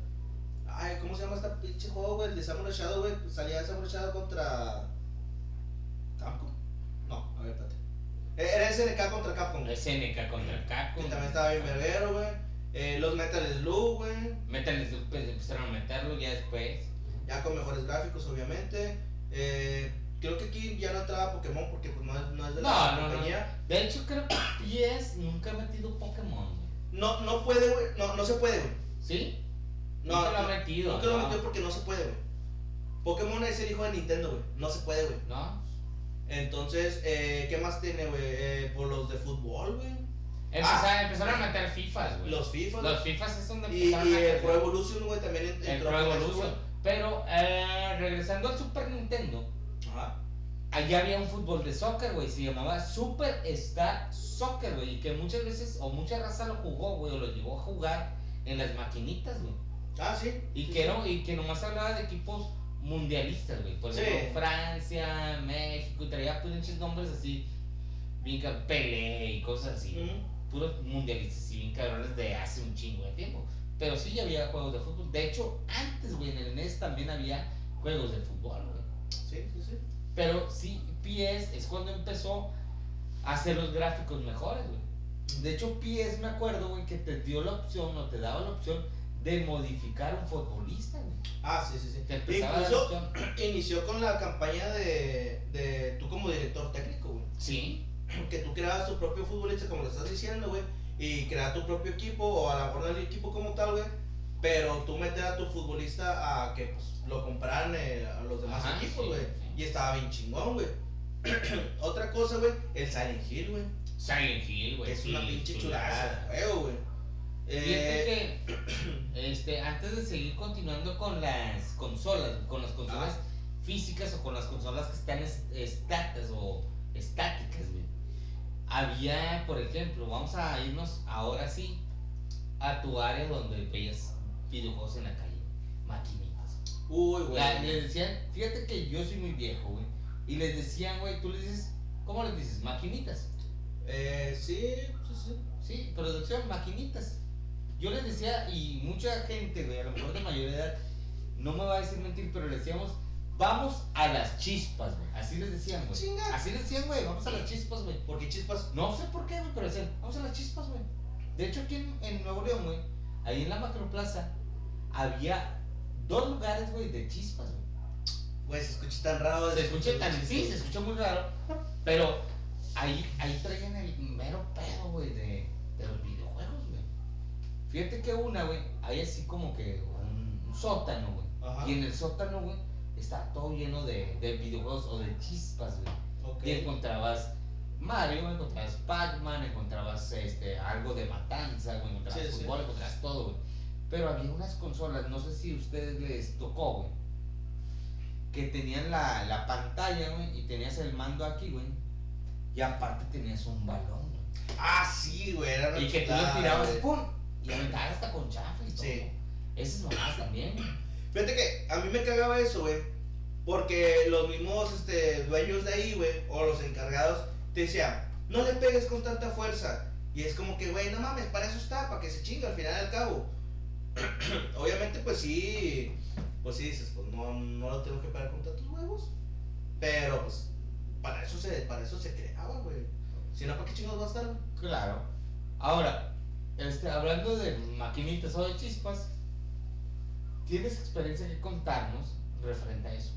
Speaker 1: Ay, ¿cómo se llama este pinche juego, güey? El de Samurai Shadow, güey. Pues, Salía Samurai Shadow contra. Capcom. No, a ver, espérate. Eh, Era SNK contra Capcom. Que
Speaker 3: SNK contra Capcom.
Speaker 1: también estaba bien verguero, güey. Eh, los Metal Slug, güey.
Speaker 3: Metal Slug, pues, empezaron a meterlo ya después.
Speaker 1: Ya con mejores gráficos, obviamente. Eh, creo que aquí ya no entraba Pokémon porque pues, no, es, no es de la
Speaker 3: No, no, no.
Speaker 1: compañía.
Speaker 3: De hecho, creo que PS nunca ha metido Pokémon, güey.
Speaker 1: No, no puede, güey. No, no se puede, güey.
Speaker 3: ¿Sí?
Speaker 1: No,
Speaker 3: nunca lo
Speaker 1: no.
Speaker 3: ha metido.
Speaker 1: Nunca lo
Speaker 3: ¿no?
Speaker 1: metió porque no se puede, güey. Pokémon es el hijo de Nintendo, güey. No se puede, güey.
Speaker 3: ¿No?
Speaker 1: Entonces, eh, ¿qué más tiene, güey? Eh, por los de fútbol, güey.
Speaker 3: Empeza- Empezaron a meter FIFAs, güey.
Speaker 1: Los FIFA.
Speaker 3: Los FIFAs es donde
Speaker 1: y,
Speaker 3: empezaron
Speaker 1: y
Speaker 3: a
Speaker 1: el
Speaker 3: meter
Speaker 1: Pro Evolution, güey, también en-
Speaker 3: el
Speaker 1: entró
Speaker 3: Pro
Speaker 1: con eso,
Speaker 3: Evolution. Pero eh, regresando al Super Nintendo,
Speaker 1: güey. Ajá.
Speaker 3: allá había un fútbol de soccer, güey. Se llamaba Super Star Soccer, güey. Y que muchas veces, o mucha raza lo jugó, güey, o lo llegó a jugar en las maquinitas, güey.
Speaker 1: Ah, sí.
Speaker 3: Y
Speaker 1: Sí,
Speaker 3: que,
Speaker 1: sí.
Speaker 3: no, y que nomás hablaba de equipos mundialistas, güey. Por
Speaker 1: Sí.
Speaker 3: ejemplo, Francia, México, y traía pinches nombres así, bien ca- Pelé y cosas así. güey.
Speaker 1: Ujú.
Speaker 3: Puros mundialistas y bien cabrones de hace un chingo de tiempo. Pero sí ya había juegos de fútbol. De hecho, antes, güey, en el NES también había juegos de fútbol, güey.
Speaker 1: Sí, sí, sí.
Speaker 3: Pero sí, PS es cuando empezó a hacer los gráficos mejores, güey. De hecho, PS me acuerdo, güey, que te dio la opción o te daba la opción
Speaker 6: de modificar un futbolista, güey.
Speaker 1: Ah, sí, sí, sí.
Speaker 6: Te empezaba a dar
Speaker 1: Incluso
Speaker 6: opción.
Speaker 1: inició con la campaña de, de tú como director técnico, güey.
Speaker 6: Sí,
Speaker 1: que tú creabas tu propio futbolista, como lo estás diciendo, güey, y crear tu propio equipo, o a lo mejor no el equipo como tal, güey, pero tú meter a tu futbolista a que pues, lo compraran eh, a los demás
Speaker 6: Ajá,
Speaker 1: equipos,
Speaker 6: sí,
Speaker 1: güey,
Speaker 6: sí.
Speaker 1: y estaba bien chingón, güey. Otra cosa, güey, el Silent Hill, güey,
Speaker 6: Silent Hill, güey.
Speaker 1: que es una
Speaker 6: sí,
Speaker 1: pinche
Speaker 6: chulada.
Speaker 1: chulada, de juego, güey.
Speaker 6: este
Speaker 1: Eh,
Speaker 3: Fíjate que, este, antes de seguir continuando con las consolas, con las consolas físicas o con las consolas que están es- estatas o estáticas, güey, había, por ejemplo, vamos a irnos ahora sí a tu área donde veías videojuegos en la calle, maquinitas.
Speaker 1: uy, güey.
Speaker 3: La- les decían, fíjate que yo soy muy viejo, güey, y les decían, güey, tú les dices, ¿cómo les dices? Maquinitas.
Speaker 1: Eh, sí, sí, sí.
Speaker 3: Sí, pero le decían maquinitas. Yo les decía, y mucha gente, güey, a lo mejor de mayor edad, no me va a decir mentir, pero le decíamos, vamos a las chispas, güey. Así les decían, güey.
Speaker 1: Chinga.
Speaker 3: Así les decían, güey, vamos a las chispas, güey.
Speaker 1: Porque chispas,
Speaker 3: No sé por qué, güey, pero decían, vamos a las chispas, güey. De hecho, aquí en, en Nuevo León, güey, ahí en la macroplaza, había dos lugares, güey, de chispas, güey.
Speaker 1: güey, se escucha tan raro.
Speaker 3: Se escucha tan,
Speaker 1: chispas.
Speaker 3: sí, se escucha muy raro, pero ahí, ahí traían el mero pedo, güey, de, de los videojuegos, güey. Fíjate que una, güey, hay así como que un, un sótano, güey.
Speaker 1: Ajá,
Speaker 3: Y en el sótano, güey, está todo lleno de, de videojuegos o de chispas, güey.
Speaker 1: ok.
Speaker 3: Y encontrabas Mario, encontrabas Pac-Man, encontrabas este, algo de matanza, güey, encontrabas
Speaker 1: Sí, sí.
Speaker 3: fútbol, encontrabas todo, güey. Pero había unas consolas, no sé si a ustedes les tocó, güey, que tenían la, la pantalla, güey, y tenías el mando aquí, güey. Y aparte tenías un balón, güey.
Speaker 1: Ah, sí, güey, era una
Speaker 3: Y que tú lo
Speaker 1: chulada,
Speaker 3: tirabas,
Speaker 1: güey.
Speaker 3: ¡pum! Y aventabas hasta con chafa y todo.
Speaker 1: Sí.
Speaker 3: Esas mamás también, güey.
Speaker 1: Fíjate que a mí me cagaba eso, güey. Porque los mismos este, dueños de ahí, güey, o los encargados, te decían, no le pegues con tanta fuerza. Y es como que, güey, no mames, para eso está, para que se chinga al final y al cabo. Obviamente, pues sí, pues sí dices, pues no, no lo tengo que pagar con tantos huevos. Pero, pues, para eso se, para eso se creaba, güey. Si no, ¿para qué chingados va a estar? güey?
Speaker 3: Claro. Ahora, este, hablando de maquinitas o de chispas, ¿tienes experiencia que contarnos referente a eso?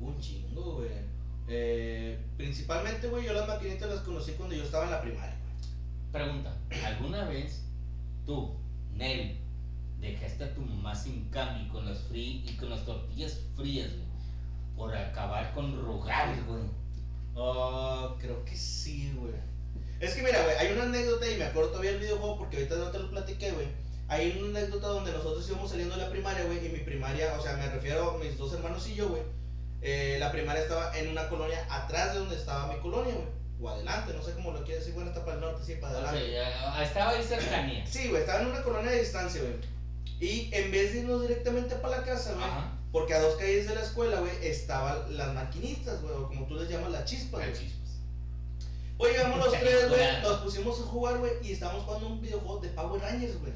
Speaker 1: Un chingo, güey. Eh, principalmente, güey, yo las maquinitas las conocí cuando yo estaba en la primaria.
Speaker 3: Pregunta, ¿alguna vez tú, Nelly, dejaste a tu mamá sin cambio y con las, fri y con las tortillas frías, güey? Por acabar con rogar, güey.
Speaker 1: Ah, creo que sí, güey. Es que mira, güey, hay una anécdota y me acuerdo todavía el videojuego porque ahorita no te lo platiqué, güey. Hay una anécdota donde nosotros íbamos saliendo de la primaria, güey, y mi primaria, o sea, me refiero a mis dos hermanos y yo, güey. eh, la primaria estaba en una colonia atrás de donde estaba mi colonia, güey. O adelante, no sé cómo lo quieres decir, bueno, está para el norte, sí, para
Speaker 3: O
Speaker 1: adelante.
Speaker 3: sea, ya- estaba ahí cercanía.
Speaker 1: Sí, güey, estaba en una colonia de distancia, güey. Y en vez de irnos directamente para la casa, güey,
Speaker 3: Ajá.
Speaker 1: porque a dos calles de la escuela, güey, estaban las maquinitas, güey, o como tú les llamas, las chispas, güey.
Speaker 3: chispas.
Speaker 1: Hoy llegamos los
Speaker 3: Mucha
Speaker 1: tres, güey,
Speaker 3: historia.
Speaker 1: nos pusimos a jugar, güey, y estábamos jugando un videojuego de Power Rangers, güey.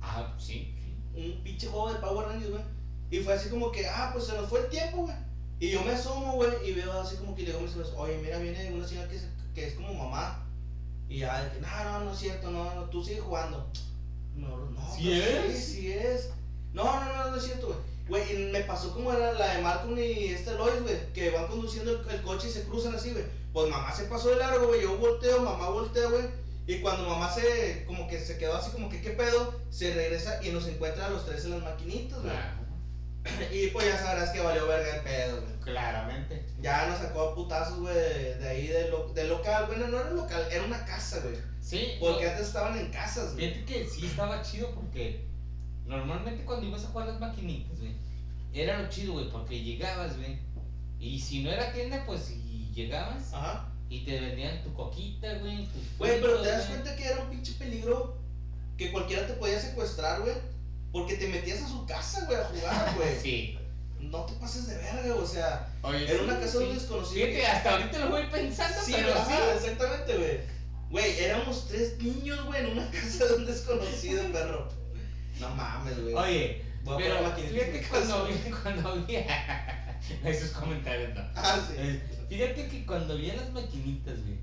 Speaker 3: Ah, sí, sí.
Speaker 1: Un pinche juego de Power Rangers, güey. Y fue así como que, ah, pues se nos fue el tiempo, güey. Y yo me asomo, güey, y veo así como que le digo a mis amigos, oye, mira, viene una señora que es, que es como mamá. Y ya, de que, no, no, no es cierto, no, no, tú sigue jugando. No, no,
Speaker 3: ¿Sí
Speaker 1: no,
Speaker 3: es?
Speaker 1: Sí, sí es. No, no, no, no es cierto, güey. Güey, y me pasó como era la de Malcolm y este Lois, güey, que van conduciendo el, el coche y se cruzan así, güey. Pues mamá se pasó de largo, güey, yo volteo, mamá voltea, güey. Y cuando mamá se, como que se quedó así, como que qué pedo, se regresa y nos encuentra a los tres en las maquinitas, güey.
Speaker 3: Claro.
Speaker 1: Y pues ya sabrás que valió verga el pedo, güey.
Speaker 3: Claramente.
Speaker 1: Ya nos sacó a putazos, güey, de, de ahí del lo- del local. Bueno, no era un local, era una casa, güey.
Speaker 3: Sí.
Speaker 1: Porque antes estaban en casas, güey.
Speaker 3: Fíjate que sí estaba chido porque normalmente cuando ibas a jugar las maquinitas, güey, era lo chido, güey, porque llegabas, güey, y si no era tienda, pues y llegabas
Speaker 1: Ajá.
Speaker 3: y te vendían tu coquita, güey, tus
Speaker 1: Güey, pero
Speaker 3: fritos,
Speaker 1: te das
Speaker 3: güey.
Speaker 1: cuenta que era un pinche peligro que cualquiera te podía secuestrar, güey. Porque te metías a su casa, güey, a jugar, güey.
Speaker 3: Sí.
Speaker 1: No te pases de verga, o sea,
Speaker 3: Oye,
Speaker 1: era una
Speaker 3: sí,
Speaker 1: casa de un
Speaker 3: sí.
Speaker 1: desconocido.
Speaker 3: Fíjate, hasta ahorita lo voy pensando,
Speaker 1: Sí,
Speaker 3: pero
Speaker 1: ajá,
Speaker 3: sí.
Speaker 1: exactamente, güey. Güey, éramos tres niños, güey, en una casa de un desconocido, perro. No mames, güey.
Speaker 3: Oye,
Speaker 1: Voy a poner
Speaker 3: pero
Speaker 1: maquinita en
Speaker 3: fíjate
Speaker 1: mi
Speaker 3: que
Speaker 1: casa.
Speaker 3: cuando vi, cuando vi esos comentarios, no.
Speaker 1: Ah, sí.
Speaker 3: Eh, Fíjate que cuando vi las maquinitas, güey.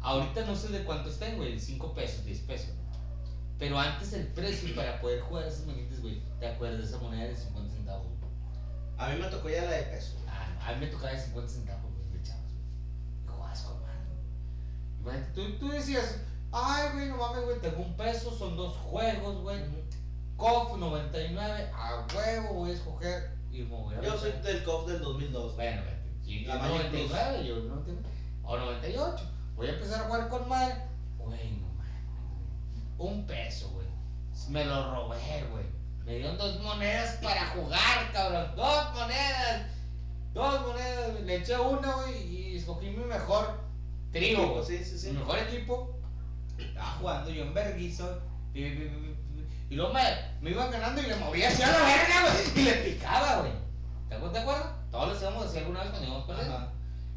Speaker 3: Ahorita no sé de cuánto están, güey. 5 pesos, 10 pesos. güey. Pero antes el precio para poder jugar esas maquinitas, güey, ¿te acuerdas de esa moneda de 50 centavos? güey?
Speaker 1: A mí me tocó ya la de peso.
Speaker 3: Ah, no, a mí me tocaba de 50 centavos, güey, de chavos, güey. Y jugabas con madre, güey. Y, güey, tú, tú decías, ay, güey, no mames, güey, tengo un peso, son dos juegos, güey. COF 99, a huevo voy a escoger y me voy a
Speaker 1: Yo
Speaker 3: meter.
Speaker 1: soy del COF del 2002.
Speaker 3: Bueno, güey,
Speaker 1: La
Speaker 3: yo
Speaker 1: Magic
Speaker 3: 99, yo 99, o 98. Voy a empezar a jugar con madre. Güey, no mames, güey. Un peso, güey. Me lo robé, güey. Me dieron dos monedas para jugar, cabrón. Dos monedas. Dos monedas. güey. Le eché una, güey, y escogí mi mejor trigo, güey.
Speaker 1: Sí, sí, sí.
Speaker 3: Mi mejor equipo. Estaba jugando yo en verguizo. pi, pi, pi, pi, pi, Y luego me, me iba ganando y le movía hacia la verga, güey. Y le picaba, güey. ¿Te acuerdas? ¿Te acuerdas? Todos lo hacíamos así alguna vez cuando íbamos con él.
Speaker 1: Ajá.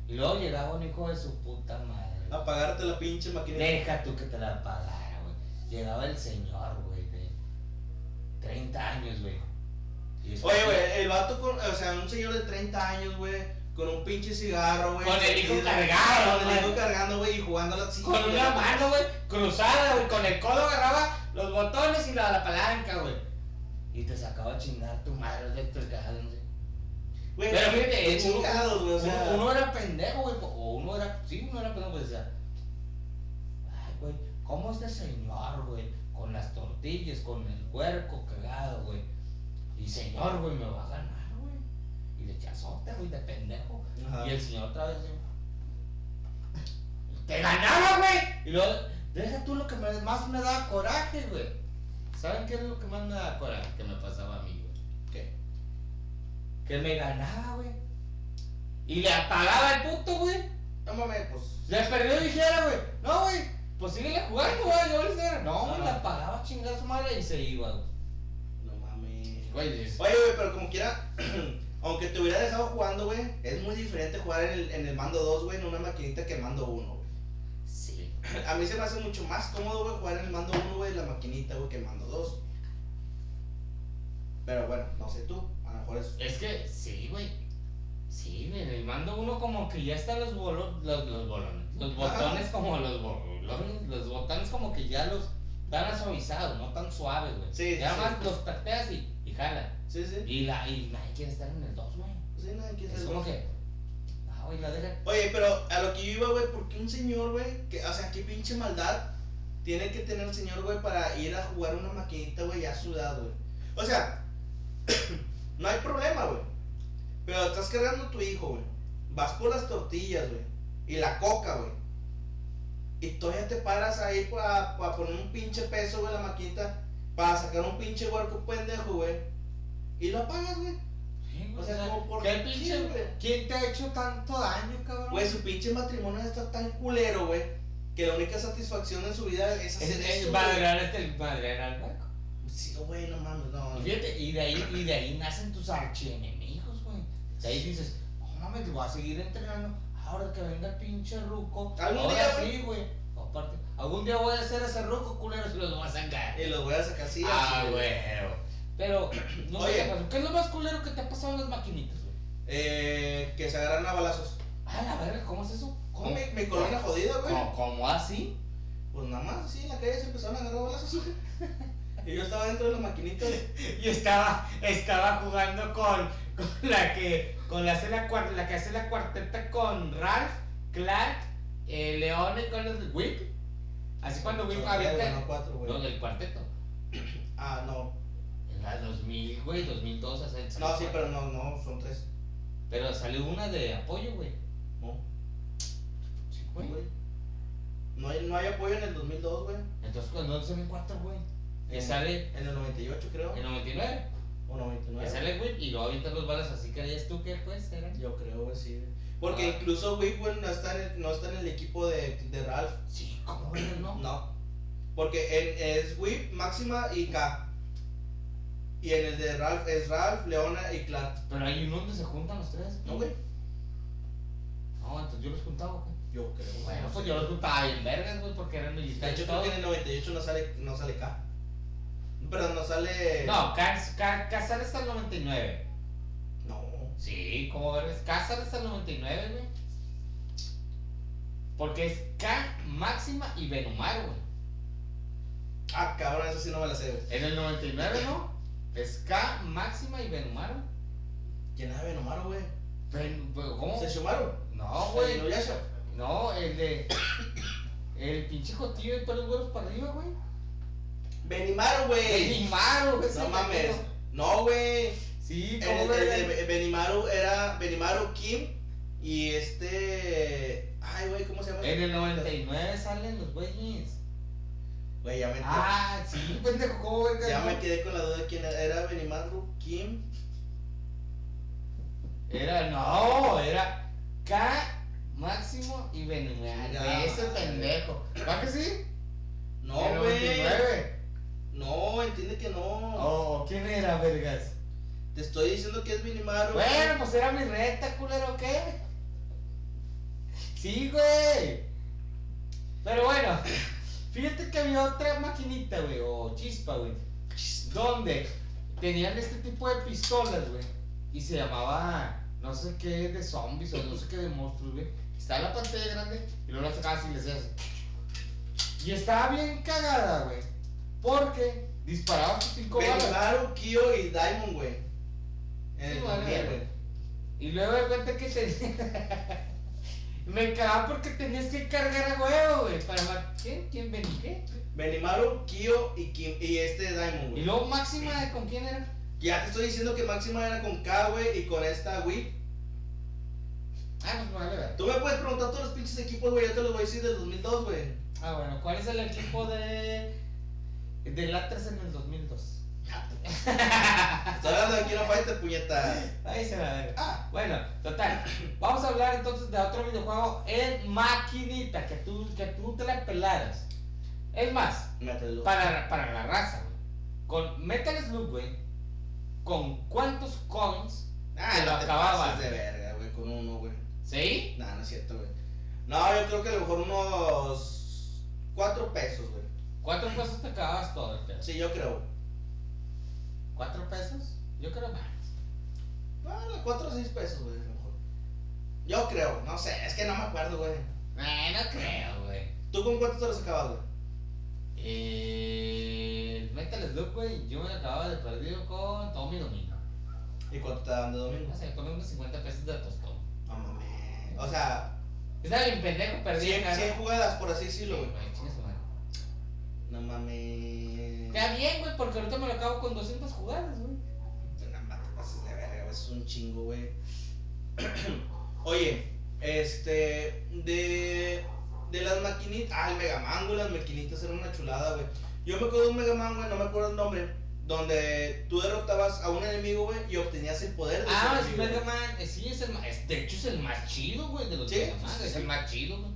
Speaker 3: Y luego llegaba un hijo de su puta madre. güey.
Speaker 1: Apagarte la pinche maquinita.
Speaker 3: Deja tú que te la pagara, güey. Llegaba el señor, güey, de 30 años, güey. Y es-
Speaker 1: Oye, güey, el vato con, o sea, un señor de 30 años, güey, con un pinche cigarro, güey.
Speaker 3: Con el hijo
Speaker 1: encendido,
Speaker 3: cargado,
Speaker 1: Con el hijo
Speaker 3: güey.
Speaker 1: cargando, güey, y jugando a la silla,
Speaker 3: Con
Speaker 1: güey.
Speaker 3: una mano, güey, cruzada, güey, con el codo agarraba los botones y la, la palanca, güey. Y te sacaba a chingar tu madre de tu no sé.
Speaker 1: Güey,
Speaker 3: Pero fíjate,
Speaker 1: qué
Speaker 3: es uno-
Speaker 1: chingados, güey, o sea.
Speaker 3: uno, uno era pendejo, güey, o uno era, sí, uno era pendejo, pues decía, ay, güey, ¿cómo este señor, güey, con las tortillas, con el puerco cagado, güey? Y señor, güey, me va a ganar, güey. Y de chazota, güey, de pendejo.
Speaker 1: Ajá.
Speaker 3: Y el señor otra vez, ¡Te ganaba, güey! Y luego, deja tú lo que me- más me daba coraje, güey. ¿Saben qué es lo que más me daba coraje que me pasaba a mí, güey?
Speaker 1: ¿Qué?
Speaker 3: Que me ganaba, güey. Y le apagaba el puto, güey.
Speaker 1: No mames, pues.
Speaker 3: Le perdió y dijera, güey. No, güey. Pues síguele jugando, güey. Yo le decía, no, güey,
Speaker 1: Ajá.
Speaker 3: le apagaba chingada a su madre y se iba, güey.
Speaker 1: No mames.
Speaker 3: Güey, es-
Speaker 1: Oye, güey, pero como quiera, aunque te hubiera dejado jugando, güey, es muy diferente jugar en el, en el mando 2, güey, en una maquinita que mando 1, güey.
Speaker 3: Sí.
Speaker 1: A mí se me hace mucho más cómodo, güey, jugar en el mando 1, güey, la maquinita, güey, que el mando 2. Pero bueno, no sé tú, a lo mejor es...
Speaker 3: Es que, sí, güey. Sí, güey, en el mando uno como que ya están los bolo- los, los bolones. Los botones como los bolones, los botones como que ya los dan suavizados, no tan suaves, güey.
Speaker 1: Sí,
Speaker 3: ya
Speaker 1: sí,
Speaker 3: más
Speaker 1: sí.
Speaker 3: los tateas y, y jala.
Speaker 1: Sí, sí.
Speaker 3: Y la, y nadie quiere estar en el 2, güey.
Speaker 1: Sí, nada, quién
Speaker 3: Es
Speaker 1: sabe.
Speaker 3: como que. Ah, güey, la deja.
Speaker 1: Oye, pero a lo que yo iba, güey, ¿por qué un señor, güey? Que, o sea, qué pinche maldad tiene que tener el señor, güey, para ir a jugar una maquinita, güey, ya sudado, güey. O sea, no hay problema, güey. Pero estás cargando a tu hijo, güey. Vas por las tortillas, güey. Y la coca, güey. Y todavía te paras ahí para poner un pinche peso, güey, en la maquinita. Para sacar un pinche huerco pendejo, güey. Y lo apagas, güey. O sea, como por
Speaker 3: ¿Qué
Speaker 1: qué,
Speaker 3: pinche,
Speaker 1: güey? Pues,
Speaker 3: ¿Quién te ha hecho tanto daño, cabrón?
Speaker 1: Güey, su pinche matrimonio está tan culero, güey, que la única satisfacción en su vida es
Speaker 3: es,
Speaker 1: hacer
Speaker 3: es
Speaker 1: eso, güey.
Speaker 3: madrear este- madrear al banco.
Speaker 1: Sí, güey, no mames, no.
Speaker 3: Y Fíjate, y de ahí, y de ahí nacen tus archienemigos, güey. De ahí dices, no mames, lo voy a seguir entrenando. Ahora que venga el pinche ruco.
Speaker 1: Algún
Speaker 3: ahora
Speaker 1: día, güey.
Speaker 3: sí, güey. Aparte, algún día voy a hacer ese ruco, culeros, y los voy a sacar.
Speaker 1: Y los voy a sacar así.
Speaker 3: ah,
Speaker 1: así,
Speaker 3: güey. Pero, no
Speaker 1: Oye.
Speaker 3: sé qué pasó. ¿Qué es lo más culero que te ha pasado en las maquinitas, güey?
Speaker 1: Eh, que se agarran a balazos.
Speaker 3: Ah, la verga, ¿cómo es eso?
Speaker 1: ¿Cómo mi, mi colonia jodida, güey?
Speaker 3: ¿Cómo, cómo así?
Speaker 1: Pues nada más, así en la calle se empezaron a agarrar balazos, güey. Y yo estaba dentro de la maquinita.
Speaker 3: Y estaba, estaba jugando con, con la que con la, hace la, cuar- la que hace la cuarteta con Ralph, Clark, eh, León y con el Whip. Así cuando Whip
Speaker 1: Ocho,
Speaker 3: había
Speaker 1: güey, no, cuatro, güey.
Speaker 3: No, del cuarteto.
Speaker 1: Ah, no.
Speaker 3: En la 2000, güey, 2002. o sea,
Speaker 1: No,
Speaker 3: salió-
Speaker 1: sí, pero no, no, son tres.
Speaker 3: pero salió una de apoyo, güey.
Speaker 1: No,
Speaker 3: Sí, güey.
Speaker 1: güey. No hay, no hay apoyo en el 2002, güey.
Speaker 3: Entonces cuando en el 4, güey. Que
Speaker 1: En-
Speaker 3: sale
Speaker 1: En el 98, creo.
Speaker 3: en 99.
Speaker 1: O
Speaker 3: Que
Speaker 1: 99.
Speaker 3: sale Whip y luego avientan los balas. Así creías tú que pues era.
Speaker 1: Yo creo, güey, sí. güey. Porque
Speaker 3: Ah.
Speaker 1: incluso Whitwell no está en el, no está en el equipo de, de Ralph.
Speaker 3: Sí, ¿cómo ves, no?
Speaker 1: No. Porque en- es Whip, Máxima y K. Y en el de Ralph es Ralph, Leona y Clark.
Speaker 3: Pero hay uno donde se juntan los tres.
Speaker 1: ¿No, güey?
Speaker 3: No, entonces yo los juntaba, güey.
Speaker 1: Yo creo. güey,
Speaker 3: Bueno,
Speaker 1: no
Speaker 3: pues
Speaker 1: sé.
Speaker 3: yo los juntaba bien vergas, güey, porque eran
Speaker 1: De
Speaker 3: militares
Speaker 1: hecho,
Speaker 3: y
Speaker 1: creo
Speaker 3: todo.
Speaker 1: que en el 98 no sale, no sale K. Pero no sale.
Speaker 3: No, Cas- Ca- Casar está el 99.
Speaker 1: No.
Speaker 3: Sí, ¿cómo vergas? Casar está el 99, güey. Porque es K, Máxima y Venomar, güey.
Speaker 1: Ah, cabrón, eso sí no me la sé, güey.
Speaker 3: En el 99, ¿no? Ska, Máxima y Benumaro.
Speaker 1: ¿Quién era Benomaro, güey?
Speaker 3: Ben- ¿Cómo?
Speaker 1: ¿Se chumaron?
Speaker 3: No, güey.
Speaker 1: Inuyasha.
Speaker 3: No, el de. El pinche jotillo de pelos güeros para arriba, güey.
Speaker 1: Benimaro, güey.
Speaker 3: Benimaro,
Speaker 1: No
Speaker 3: güey. ese
Speaker 1: mames.
Speaker 3: pendejo.
Speaker 1: No, güey.
Speaker 3: Sí,
Speaker 1: El,
Speaker 3: ¿cómo
Speaker 1: el
Speaker 3: ves?
Speaker 1: de Benimaru era Benimaru Kim y este. Ay, güey, ¿cómo se llama?
Speaker 3: En el 99 salen los güeyes.
Speaker 1: Güey, ya me,
Speaker 3: Ah, sí, pendejo, ¿cómo verga?
Speaker 1: ya
Speaker 3: no?
Speaker 1: me quedé con la duda de quién era. ¿Era Benimaru Kim?
Speaker 3: Era, no, era K, Máximo y Benumaro.
Speaker 1: Ya.
Speaker 3: Ese pendejo. ¿Va que sí?
Speaker 1: No,
Speaker 3: El
Speaker 1: güey.
Speaker 3: 99.
Speaker 1: No, entiende que no.
Speaker 3: Oh, ¿quién era, vergas?
Speaker 1: Te estoy diciendo que es Benimaru.
Speaker 3: Bueno, pues era mi recta, culero, ¿qué? Sí, güey. Pero bueno, fíjate que había otra maquinita, güey, o chispa, güey. Donde tenían este tipo de pistolas, güey. Y se llamaba, no sé qué, de zombies o no sé qué de monstruos, güey. Estaba la pantalla grande y luego la sacabas y le hacías. Y estaba bien cagada, güey. Porque disparabas tus cinco balas.
Speaker 1: Benimaru, Kyo y Diamond, güey. En
Speaker 3: Sí,
Speaker 1: el
Speaker 3: vale,
Speaker 1: mundial,
Speaker 3: güey.
Speaker 1: güey.
Speaker 3: Y luego de cuenta que tenía. Me cagaba porque tenías que cargar a huevo, güey. Para ma- ¿Quién? ¿Quién venía? ¿Qué?
Speaker 1: Benimaru, Kyo y Kim. Y este Diamond,
Speaker 3: Y
Speaker 1: güey.
Speaker 3: luego Máxima, ¿con quién era?
Speaker 1: Ya te estoy diciendo que Máxima era con K, güey, y con esta Whip.
Speaker 3: Ah, pues vale, vale.
Speaker 1: Tú me puedes preguntar todos los pinches equipos, güey. Yo te los voy a decir del 2002, güey.
Speaker 3: Ah, bueno, ¿cuál es el equipo de. de Atlas en el 2002?
Speaker 1: Estoy hablando de Kino Fighter, puñeta.
Speaker 3: Ahí se va a ver. Ah, bueno, total. Vamos a hablar entonces de otro videojuego en maquinita, que tú, que tú te la pelaras. Es más,
Speaker 1: Me atrevo.
Speaker 3: para, para la raza, güey. Con Metal Slug, güey, ¿con cuántos coins?
Speaker 1: Ah,
Speaker 3: Te lo
Speaker 1: no te
Speaker 3: acababa.
Speaker 1: pases de verga, güey, con uno, güey.
Speaker 3: ¿Sí?
Speaker 1: Nah, no es cierto, güey. No, yo creo que a lo mejor unos cuatro pesos, güey.
Speaker 3: ¿Cuatro pesos te acababas todo el pedo?
Speaker 1: Sí, yo creo.
Speaker 3: ¿Cuatro pesos? Yo creo más.
Speaker 1: Bueno, cuatro o seis pesos, güey, a lo mejor. Yo creo, no sé, es que no me acuerdo, güey.
Speaker 3: Eh, no creo, güey.
Speaker 1: ¿Tú con cuánto te los acabas, güey?
Speaker 3: Eh, el Metal Slug, güey, yo me lo acababa de perdido con todo mi dominio.
Speaker 1: ¿Y cuánto te dan de domingo?
Speaker 3: No sé, con unos 50 pesos de tostón.
Speaker 1: No mames. O sea,
Speaker 3: Está bien pendejo, perdí.
Speaker 1: cien
Speaker 3: acá, ¿no?
Speaker 1: cien jugadas, por así
Speaker 3: Sí,
Speaker 1: decirlo,
Speaker 3: güey,
Speaker 1: güey.
Speaker 3: chinga su madre.
Speaker 1: No mames.
Speaker 3: Está bien, güey, porque ahorita me lo acabo con 200 jugadas, güey.
Speaker 1: No mames, pases de verga, güey, es un chingo, güey. Oye, este, de, de las maquinitas, ah, el Megaman, güey, las maquinitas eran una chulada, güey. Yo me acuerdo de un Megaman, güey, no me acuerdo el nombre, donde tú derrotabas a un enemigo, güey, y obtenías el poder de
Speaker 3: Ah,
Speaker 1: ese
Speaker 3: es
Speaker 1: enemigo,
Speaker 3: Mega
Speaker 1: güey.
Speaker 3: Man, eh, sí, es el más, es- de hecho es el más chido, güey, de los
Speaker 1: Sí,
Speaker 3: Mega Man,
Speaker 1: sí,
Speaker 3: es
Speaker 1: sí.
Speaker 3: el más chido, güey.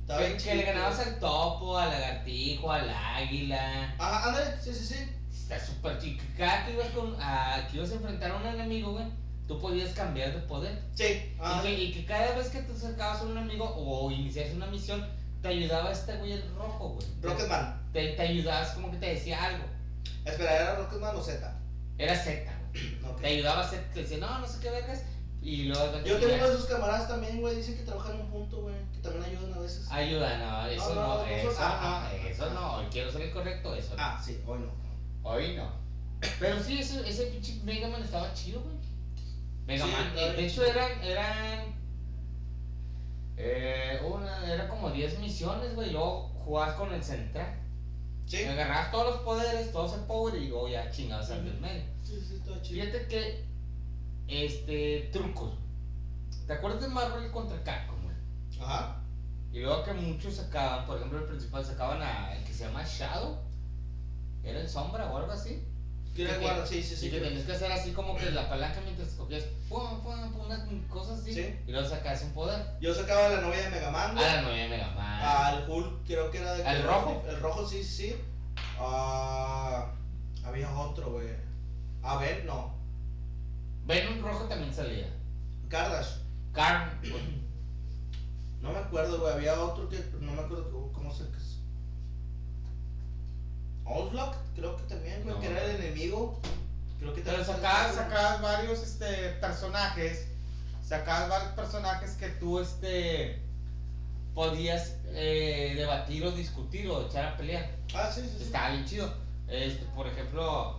Speaker 1: Estaba
Speaker 3: Que,
Speaker 1: bien
Speaker 3: que le
Speaker 1: chido,
Speaker 3: ganabas
Speaker 1: güey.
Speaker 3: al topo, al lagartijo, al águila,
Speaker 1: Ajá, ándale, sí, sí, sí.
Speaker 3: está súper chido, que cada que ibas, con, a, que ibas a enfrentar a un enemigo, güey, tú podías cambiar de poder,
Speaker 1: Sí,
Speaker 3: y
Speaker 1: ajá.
Speaker 3: que, y que cada vez que te acercabas a un enemigo o inicias una misión, te ayudaba este güey el rojo, güey,
Speaker 1: Rocketman.
Speaker 3: te, te ayudabas como que te decía algo,
Speaker 1: Espera, ¿era Rocketman o Z?
Speaker 3: era Z, güey,
Speaker 1: Ok.
Speaker 3: te ayudaba Z, te decía, no, no sé qué vergas, y luego...
Speaker 1: Yo tengo uno de sus camaradas también, güey, dicen que trabajan en un punto, güey, que también ayudan a veces.
Speaker 3: Ayuda, no, eso no,
Speaker 1: no,
Speaker 3: eso
Speaker 1: ah, ah,
Speaker 3: no, eso no, hoy quiero ser el correcto, eso no.
Speaker 1: Ah, sí, hoy no.
Speaker 3: Hoy no. Pero sí, ese, ese pinche Mega Man estaba chido, güey. Mega
Speaker 1: Sí,
Speaker 3: Man,
Speaker 1: estaba
Speaker 3: eh, de
Speaker 1: bien
Speaker 3: hecho
Speaker 1: chido.
Speaker 3: eran, eran, eh, una, era como 10 misiones, güey, luego jugabas con el central.
Speaker 1: Sí.
Speaker 3: Agarrabas todos los poderes, todos el power y luego ya chingabas al del medio.
Speaker 1: Sí, sí, está chido.
Speaker 3: Fíjate que, este, trucos. ¿Te acuerdas de Marvel contra Capcom, güey?
Speaker 1: Ajá.
Speaker 3: Y luego que muchos sacaban, por ejemplo, el principal sacaban a el que se llama Shadow, era el sombra o algo así.
Speaker 1: Quiero
Speaker 3: Sí,
Speaker 1: guardar, sí, sí,
Speaker 3: y
Speaker 1: sí.
Speaker 3: que
Speaker 1: creo.
Speaker 3: tenías que hacer así como que la palanca mientras escogías, pum, pum, pum, unas cosas así.
Speaker 1: Sí.
Speaker 3: Y luego sacabas un poder. Ah,
Speaker 1: Yo sacaba la novia de Megaman,
Speaker 3: A
Speaker 1: güey.
Speaker 3: la novia de Mega Man.
Speaker 1: Al Hulk, creo que era de.
Speaker 3: Ah. ¿Al rojo?
Speaker 1: El rojo, sí, sí. sí. Ah, había otro, güey. A ver, no.
Speaker 3: Venom rojo también salía.
Speaker 1: Kardash.
Speaker 3: Carn.
Speaker 1: No me acuerdo, güey. Había otro que. No me acuerdo cómo- cómo se. Outlock, creo que también, güey.
Speaker 3: No.
Speaker 1: Que era el enemigo. Creo que
Speaker 3: Pero
Speaker 1: también.
Speaker 3: sacabas, sacabas varios este, personajes. Sacabas varios personajes que tú este, podías eh, debatir o discutir o echar a pelear.
Speaker 1: Ah, sí, sí, sí.
Speaker 3: Estaba bien chido. Este, por ejemplo,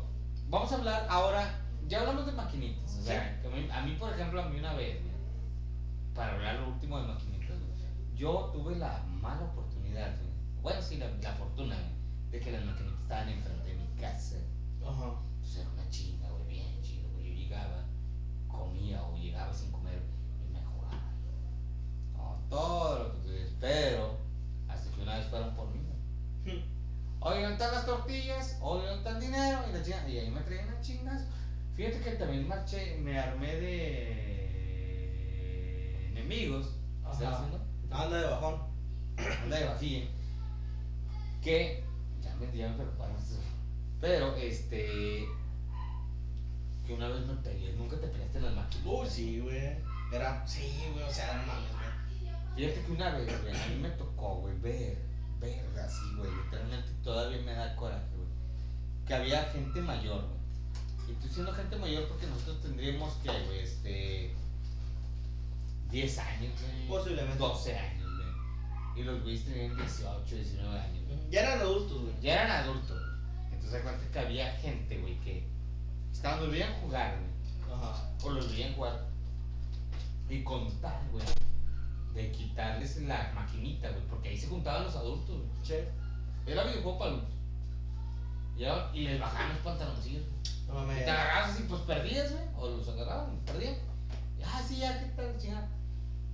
Speaker 3: vamos a hablar ahora, ya hablamos de maquinitas. O sea, que a, mí, a mí, por ejemplo, a mí una vez, güey, para hablar lo último de maquinitas, güey, yo tuve la mala oportunidad, güey, bueno, sí, la, la fortuna, güey, de que las maquinitas estaban enfrente de mi casa.
Speaker 1: Ajá.
Speaker 3: Entonces era una chinga, güey, bien chido, güey. Yo llegaba, comía o llegaba sin comer y me jugaba. No, todo lo que te espero. Hasta que una vez fueron por mí. güey. Oye, ¿dónde están las tortillas? Oye, ¿dónde está el dinero? Y, la chinga- y ahí me traían las chingas. Fíjate que también marché, me armé de enemigos. ¿Estás
Speaker 1: Ajá.
Speaker 3: haciendo?
Speaker 1: Anda de bajón.
Speaker 3: Anda de vacía. Que ya me, ya me preocuparon estos- Pero este. Que una vez me peleé, nunca te peleaste en las máquinas.
Speaker 1: Uy, sí, güey. Era, sí, güey, o sea, no mames, güey.
Speaker 3: Fíjate que una vez, güey, a mí me tocó, güey, ver, ver así, güey, literalmente todavía me da coraje, güey. Que había gente mayor, güey. Y tú siendo gente mayor porque nosotros tendríamos que, güey, este. 10 años, güey.
Speaker 1: Posiblemente.
Speaker 3: 12 años, güey. Y los güeyes tenían 18, 19 años, güey.
Speaker 1: Ya eran adultos, güey.
Speaker 3: Ya eran adultos. güey. Entonces acuérdate que había gente, güey, que estaban, los veían jugar, güey.
Speaker 1: Ajá.
Speaker 3: O los veían jugar. Y contar, güey. De quitarles la maquinita, güey. Porque ahí se juntaban los adultos, güey.
Speaker 1: Che.
Speaker 3: Era videojuego para adultos. Ya, Y les bajaban los pantaloncillos. güey.
Speaker 1: No
Speaker 3: Y
Speaker 1: mames.
Speaker 3: te agarrabas y pues perdías, güey. O los agarraban, perdían. Y, ah, sí, ya, qué tal, chingada.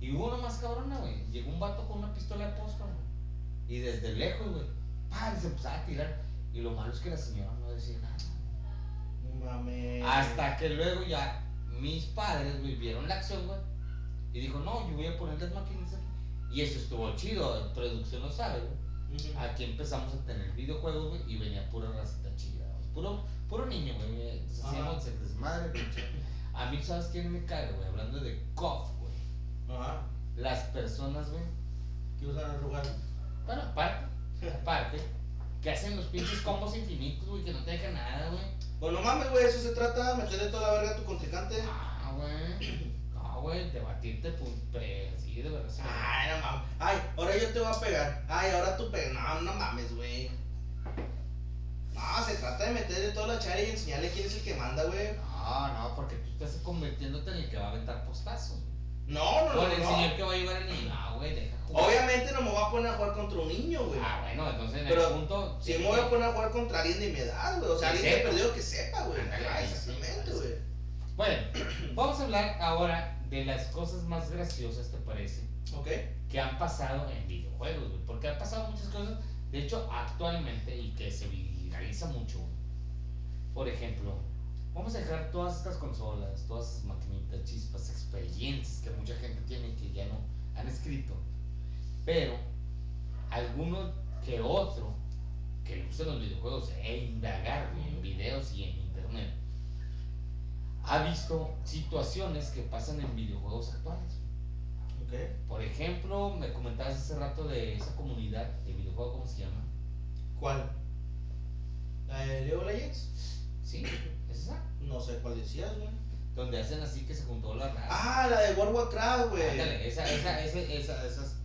Speaker 3: Y hubo una más cabrona, güey. Llegó un vato con una pistola de posca, güey. Y desde lejos, güey. Pa, y se empezaba a tirar. Y lo malo es que la señora no decía nada.
Speaker 1: No mames.
Speaker 3: Hasta que luego ya mis padres, güey, vieron la acción, güey. Y dijo, no, yo voy a poner las maquinitas aquí. Y eso estuvo chido, la producción lo sabe, güey.
Speaker 1: Ujú.
Speaker 3: Aquí empezamos a tener videojuegos, güey, y venía pura racita chida, güey. Puro, puro niño, güey. Entonces,
Speaker 1: Ajá.
Speaker 3: Hacíamos el desmadre, pinche. A mí, ¿sabes quién me cae, güey? Hablando de COF, güey.
Speaker 1: Ajá.
Speaker 3: Las personas, güey,
Speaker 1: Que usan el lugar.
Speaker 3: bueno, aparte, aparte, que hacen los pinches combos infinitos, güey, que no te dejan nada, güey.
Speaker 1: Pues no mames, güey, eso se trata, meterle toda la verga a tu contrincante.
Speaker 3: Ah, güey. No, güey, debatirte, pues, pe- así de verdad. sí.
Speaker 1: Ay, no mames. Ay, ahora yo te voy a pegar. Ay, ahora tú pegas. No, no mames, güey. No, se trata de meterle toda la chara y enseñarle quién es el que manda, güey.
Speaker 3: No, no, porque tú estás convirtiéndote en el que va a aventar postazos. güey.
Speaker 1: No, no,
Speaker 3: O
Speaker 1: no.
Speaker 3: en el
Speaker 1: no.
Speaker 3: señor que va a llevar el niño. No, güey, deja jugar.
Speaker 1: Obviamente no me voy a poner a jugar contra un niño, güey.
Speaker 3: Ah, bueno, entonces en
Speaker 1: Pues, Pero
Speaker 3: el punto.
Speaker 1: Si me voy a poner a jugar contra alguien de mi edad, güey. O sea,
Speaker 3: Que
Speaker 1: alguien que
Speaker 3: sepa.
Speaker 1: perdido que sepa, güey.
Speaker 3: Ándale,
Speaker 1: Ah,
Speaker 3: ahí sí,
Speaker 1: exactamente, güey.
Speaker 3: Bueno, vamos a hablar ahora de las cosas más graciosas, ¿te parece?
Speaker 1: Ok.
Speaker 3: Que han pasado en videojuegos, güey. Porque han pasado muchas cosas, de hecho, actualmente y que se viraliza mucho. güey. Por ejemplo, vamos a dejar todas estas consolas, todas esas maquinitas, chispas, experiencias que mucha gente tiene y que ya no han escrito. Pero, alguno que otro que le gustan los videojuegos e indagar güey, en videos y en internet ha visto situaciones que pasan en videojuegos actuales. güey.
Speaker 1: Ok.
Speaker 3: Por ejemplo, me comentabas hace rato de esa comunidad de videojuego, ¿cómo se llama?
Speaker 1: ¿Cuál? ¿La de League of Legends?
Speaker 3: Sí, es esa.
Speaker 1: No sé cuál decías, güey.
Speaker 3: Donde hacen así que se juntó la raza.
Speaker 1: Ah, la de World of Warcraft, güey.
Speaker 3: Ándale, esa, esa, esa, esa, esas.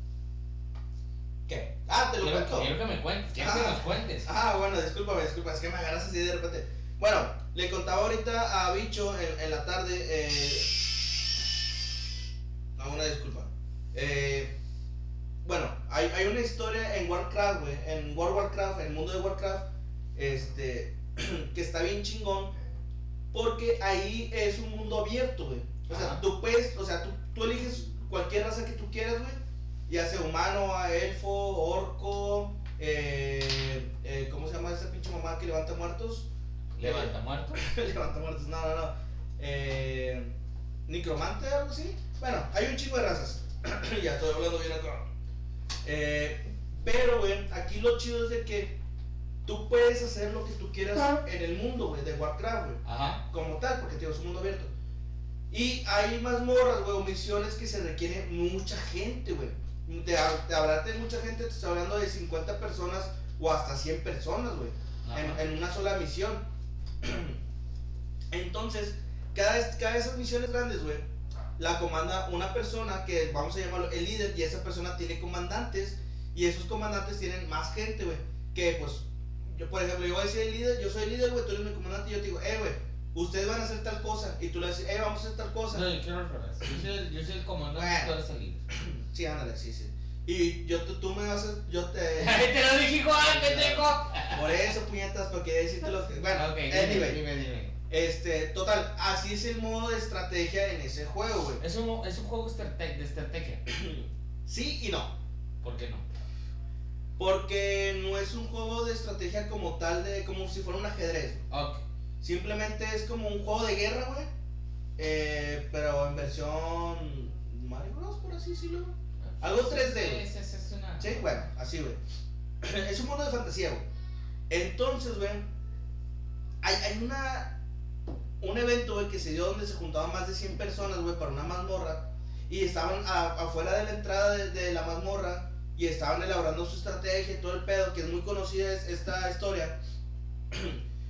Speaker 1: ¿Qué? Ah, te lo
Speaker 3: Quiero,
Speaker 1: cuento.
Speaker 3: quiero que me cuentes, quiero que
Speaker 1: Ah.
Speaker 3: nos cuentes.
Speaker 1: Ah, bueno, discúlpame, disculpa, es que me agarras así de repente. Bueno, le contaba ahorita a Bicho en, en la tarde. Eh... No, una disculpa. Eh, bueno, hay, hay una historia en Warcraft, güey. En World of Warcraft, en el mundo de Warcraft. Este. que está bien chingón. Porque ahí es un mundo abierto, güey. O sea,
Speaker 3: Ajá.
Speaker 1: tú puedes, o sea, tú, tú eliges cualquier raza que tú quieras, güey. Ya sea humano, elfo, orco, eh, eh, ¿cómo se llama esa pinche mamá que levanta muertos?
Speaker 3: Levanta muerto.
Speaker 1: levanta muertos, no, no, no. Eh, Necromante, algo así. Bueno, hay un chingo de razas. ya estoy hablando bien acá. Eh, pero, güey, aquí lo chido es de que tú puedes hacer lo que tú quieras en el mundo, güey, de Warcraft, güey
Speaker 3: Ajá.
Speaker 1: como tal, porque tío, es un mundo abierto. Y hay mazmorras, güey, o misiones que se requiere mucha gente, güey. De, hab- de hablarte de mucha gente, te estoy hablando de 50 personas o hasta 100 personas, güey en,
Speaker 3: ajá.
Speaker 1: en una sola misión. Entonces, cada, vez- cada de esas misiones grandes, güey, la comanda una persona que vamos a llamarlo el líder y esa persona tiene comandantes y esos comandantes tienen más gente, güey. Que pues, yo por ejemplo, yo voy a decir el líder, yo soy el líder, güey, tú eres mi comandante y yo te digo, eh, güey, ustedes van a hacer tal cosa y tú le dices, eh, vamos a hacer tal cosa.
Speaker 4: No, yo quiero al revés. Yo soy el, yo soy el comandante
Speaker 1: Bueno.
Speaker 4: y tú eres el líder.
Speaker 1: Sí, ándale, sí, sí. Y yo, tú, tú me vas a, yo te...
Speaker 3: te lo dije igual, pendejo.
Speaker 1: Por eso, puñetas, porque decirte los que. Bueno, eh,
Speaker 4: Ok, dime,
Speaker 1: anyway,
Speaker 4: dime, dime.
Speaker 1: Este, total, así es el modo de estrategia en ese juego, güey.
Speaker 3: Es un, es un juego estrate- de estrategia.
Speaker 1: Sí y no.
Speaker 3: ¿Por qué no?
Speaker 1: Porque no es un juego de estrategia como tal, de como si fuera un ajedrez. güey.
Speaker 4: Ok.
Speaker 1: Simplemente es como un juego de guerra, güey. Eh, pero en versión Mario Bros, por así decirlo. güey. Algo 3D, güey.
Speaker 4: Es, es, es una.
Speaker 1: Sí, bueno, así, güey. Es un mundo de fantasía, güey. Entonces, güey, hay, hay una, un evento, güey, que se dio donde se juntaban más de 100 personas, güey, para una mazmorra. Y estaban a- afuera de la entrada de, de la mazmorra y estaban elaborando su estrategia y todo el pedo, que es muy conocida es- esta historia.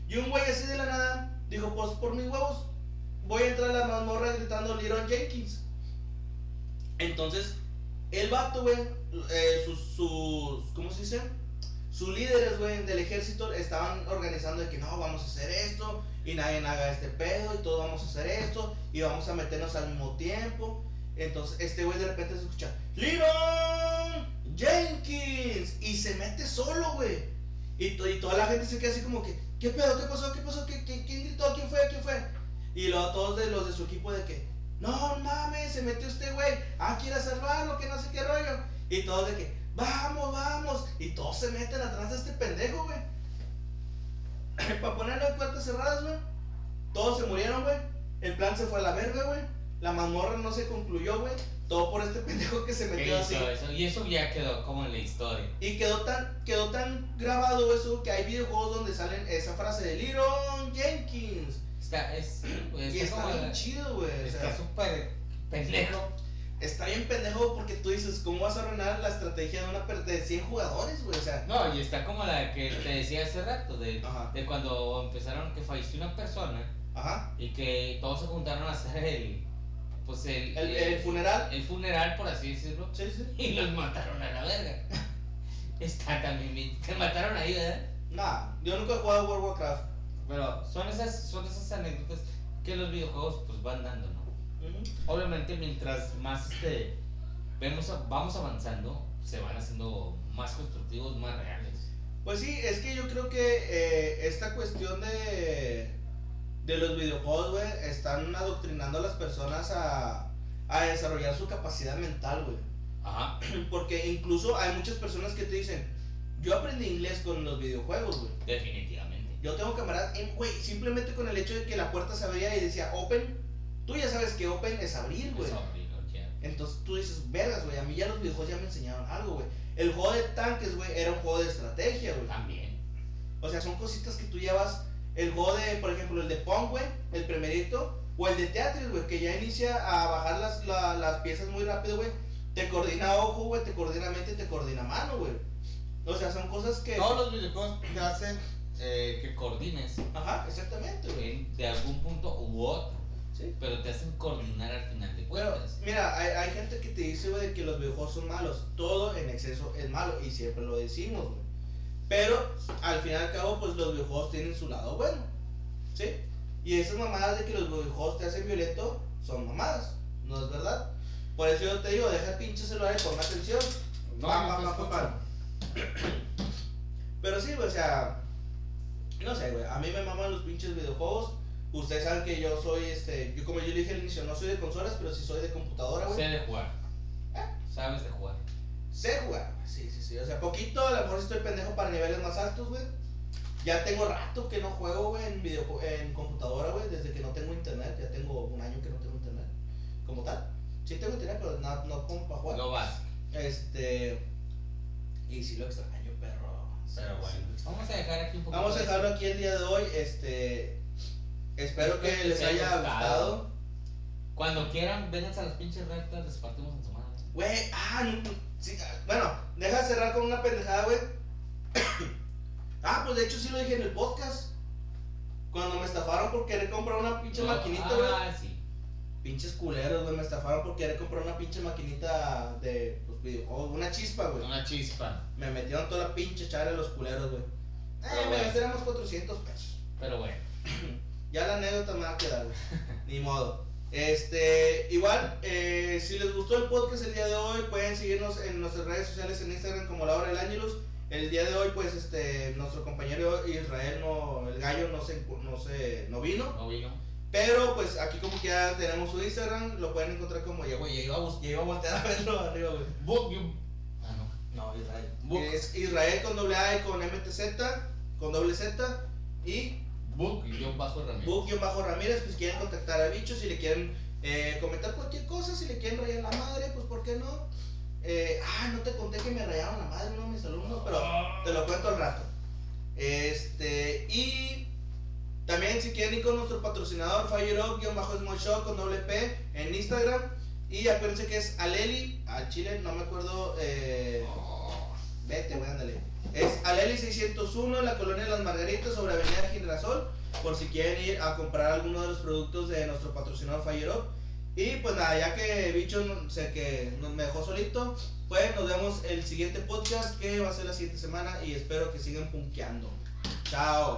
Speaker 1: y un güey así de la nada dijo, pues por mis huevos, voy a entrar a la mazmorra gritando Little Jenkins. Entonces, el vato, güey, eh, sus, sus, ¿cómo se dice? Sus líderes, güey, del ejército estaban organizando de que no, vamos a hacer esto y nadie haga este pedo y todos vamos a hacer esto y vamos a meternos al mismo tiempo. Entonces, este güey de repente se escucha, ¡Liron Jenkins! Y se mete solo, güey. Y, to- y toda la gente se queda así como que, ¿qué pedo? ¿Qué pasó? ¿Qué pasó? ¿Qué, qué, ¿Quién gritó? ¿Quién fue? ¿Quién fue? Y luego todos de los de su equipo de que, no mames, se metió este güey, ah, quiere salvarlo, que no sé qué rollo. Y todos de que, vamos, vamos. Y todos se meten atrás de este pendejo, güey. Para ponerlo en puertas cerradas, güey. Todos se murieron, güey. El plan se fue a la verga, güey. La mazmorra no se concluyó, güey. Todo por este pendejo que se
Speaker 3: ¿Qué
Speaker 1: metió
Speaker 3: hizo
Speaker 1: así.
Speaker 3: eso? Y eso ya quedó como en la historia.
Speaker 1: Y quedó tan, quedó tan grabado eso que hay videojuegos donde salen esa frase de Liron Jenkins.
Speaker 4: Está, es, pues,
Speaker 1: Y está
Speaker 4: como
Speaker 1: bien
Speaker 4: la-
Speaker 1: chido, güey. o sea,
Speaker 4: Está súper pendejo.
Speaker 1: está bien pendejo porque tú dices, ¿cómo vas a arruinar la estrategia de una per- de 100 jugadores, güey? O sea,
Speaker 4: No, y está como la que te decía hace rato, de,
Speaker 1: ajá,
Speaker 4: de cuando empezaron que falleció una persona
Speaker 1: ajá.
Speaker 4: y que todos se juntaron a hacer el. Pues el.
Speaker 1: El, el funeral.
Speaker 4: el funeral, por así decirlo,
Speaker 1: Sí, sí.
Speaker 4: y los mataron a la verga. Está también bien. Te mataron ahí, ¿verdad?
Speaker 1: Nah, yo nunca he jugado World of Warcraft.
Speaker 4: Pero son esas, son esas anécdotas que los videojuegos pues van dando, ¿no? Obviamente mientras más este vemos a- vamos avanzando, se van haciendo más constructivos, más reales.
Speaker 1: Pues sí, es que yo creo que eh, esta cuestión de, de los videojuegos, güey, están adoctrinando a las personas a, a desarrollar su capacidad mental, güey.
Speaker 4: Ajá.
Speaker 1: Porque incluso hay muchas personas que te dicen, yo aprendí inglés con los videojuegos, güey.
Speaker 4: Definitivamente.
Speaker 1: Yo tengo camaradas, en- güey, simplemente con el hecho de que la puerta se abría y decía open, tú ya sabes que open es abrir, güey.
Speaker 4: Es aburrido, ya.
Speaker 1: Entonces tú dices, vergas, güey, a mí ya los videojuegos ya me enseñaron algo, güey. El juego de tanques, güey, era un juego de estrategia, güey.
Speaker 4: También.
Speaker 1: O sea, son cositas que tú llevas. El juego de, por ejemplo, el de Pong, güey, el primerito. O el de Teatris, güey, que ya inicia a bajar las, la- las piezas muy rápido, güey. Te coordina ojo, güey, te coordina mente, te coordina mano, güey. O sea, son cosas que...
Speaker 4: Todos los videojuegos te hacen eh, que coordines
Speaker 1: Ajá, exactamente, güey.
Speaker 4: en- de algún punto u otro,
Speaker 1: Sí.
Speaker 4: pero te hacen coordinar al final de
Speaker 1: Bueno,
Speaker 4: cuentas.
Speaker 1: mira, hay, hay gente que te dice, güey, que los videojuegos son malos. Todo en exceso es malo y siempre lo decimos, güey. Pero al fin y al cabo, pues los videojuegos tienen su lado bueno, ¿sí? Y esas mamadas de que los videojuegos te hacen violento son mamadas, ¿no es verdad? Por eso yo te digo, deja el pinche celular y pon atención.
Speaker 3: No,
Speaker 1: Pa,
Speaker 3: no
Speaker 1: pa,
Speaker 3: te
Speaker 1: pa,
Speaker 3: escucho.
Speaker 1: pa, pa. Pero sí, güey, o sea, no sé, güey, a mí me maman los pinches videojuegos. Ustedes saben que yo soy, este, yo como yo le dije al inicio, no soy de consolas, pero ¿Eh? sí soy de computadora, güey.
Speaker 4: Sé de jugar. Sabes de jugar.
Speaker 1: Sé jugar, güey. Sí, sí, sí. O sea, poquito, a lo mejor estoy pendejo para niveles más altos, güey. Ya tengo rato que no juego, güey, en, video, en computadora, güey. Desde que no tengo internet. Ya tengo un año que no tengo internet. Como tal. Sí tengo internet, pero no, no como para jugar.
Speaker 4: Lo vas.
Speaker 1: Este... Y sí lo extraño, perro.
Speaker 4: Pero bueno.
Speaker 1: Sí, lo extraño.
Speaker 4: Vamos a dejar aquí un poquito.
Speaker 1: Vamos a
Speaker 4: de-
Speaker 1: dejarlo aquí el día de hoy. Este... Espero que les haya gustado.
Speaker 4: Cuando quieran, vénganse a las pinches rectas, les partimos en su madre.
Speaker 1: Güey, ah, no, sí, ah, bueno, deja de cerrar con una pendejada, güey. ah, pues de hecho sí lo dije en el podcast. Cuando me estafaron por querer comprar una pinche maquinita, güey.
Speaker 4: Ah, sí.
Speaker 1: Pinches culeros, güey, me estafaron porque querer comprar una pinche maquinita de los videojuegos, una chispa, güey.
Speaker 3: Una chispa.
Speaker 1: Me metieron toda la pinche charla de los culeros, güey. Eh,
Speaker 3: Pero
Speaker 1: me
Speaker 3: bueno.
Speaker 1: gastaron más 400 pesos.
Speaker 3: Pero bueno.
Speaker 1: Ya la anécdota me va a quedar, güey. Ni modo. Este, igual, eh, si les gustó el podcast el día de hoy, pueden seguirnos en nuestras redes sociales en Instagram como La Hora del Ángelus. El día de hoy, pues, este, nuestro compañero Israel, no, el gallo, no se, encu- no se, no vino.
Speaker 3: No vino.
Speaker 1: Pero pues aquí como que ya tenemos su Instagram, lo pueden encontrar como ya, güey, ya iba a, bus- ya iba a voltear a verlo arriba, güey.
Speaker 3: Book you. Ah, no.
Speaker 1: No, Israel.
Speaker 3: Book.
Speaker 1: Es Israel con doble A y con MTZ, con doble Z. Y
Speaker 3: Book yo bajo Ramírez.
Speaker 1: Book-Ramírez, pues quieren contactar a Bicho, si le quieren eh, comentar cualquier cosa, si le quieren rayar la madre, pues ¿por qué no? Eh, ah, no te conté que me rayaron la madre uno de mis alumnos, pero te lo cuento al rato. Este, y también si quieren ir con nuestro patrocinador, FireUp-Small Shop con doble P en Instagram. Y acuérdense que es Aleli, al Chile, no me acuerdo. Eh, vete, güey, ándale. Es Aleli 601 en la colonia de las Margaritas sobre Avenida Girasol. Por si quieren ir a comprar alguno de los productos de nuestro patrocinador FireUp. Y pues nada, ya que bicho no- sé que no- me dejó solito, pues nos vemos el siguiente podcast que va a ser la siguiente semana y espero que sigan punkeando. Chao.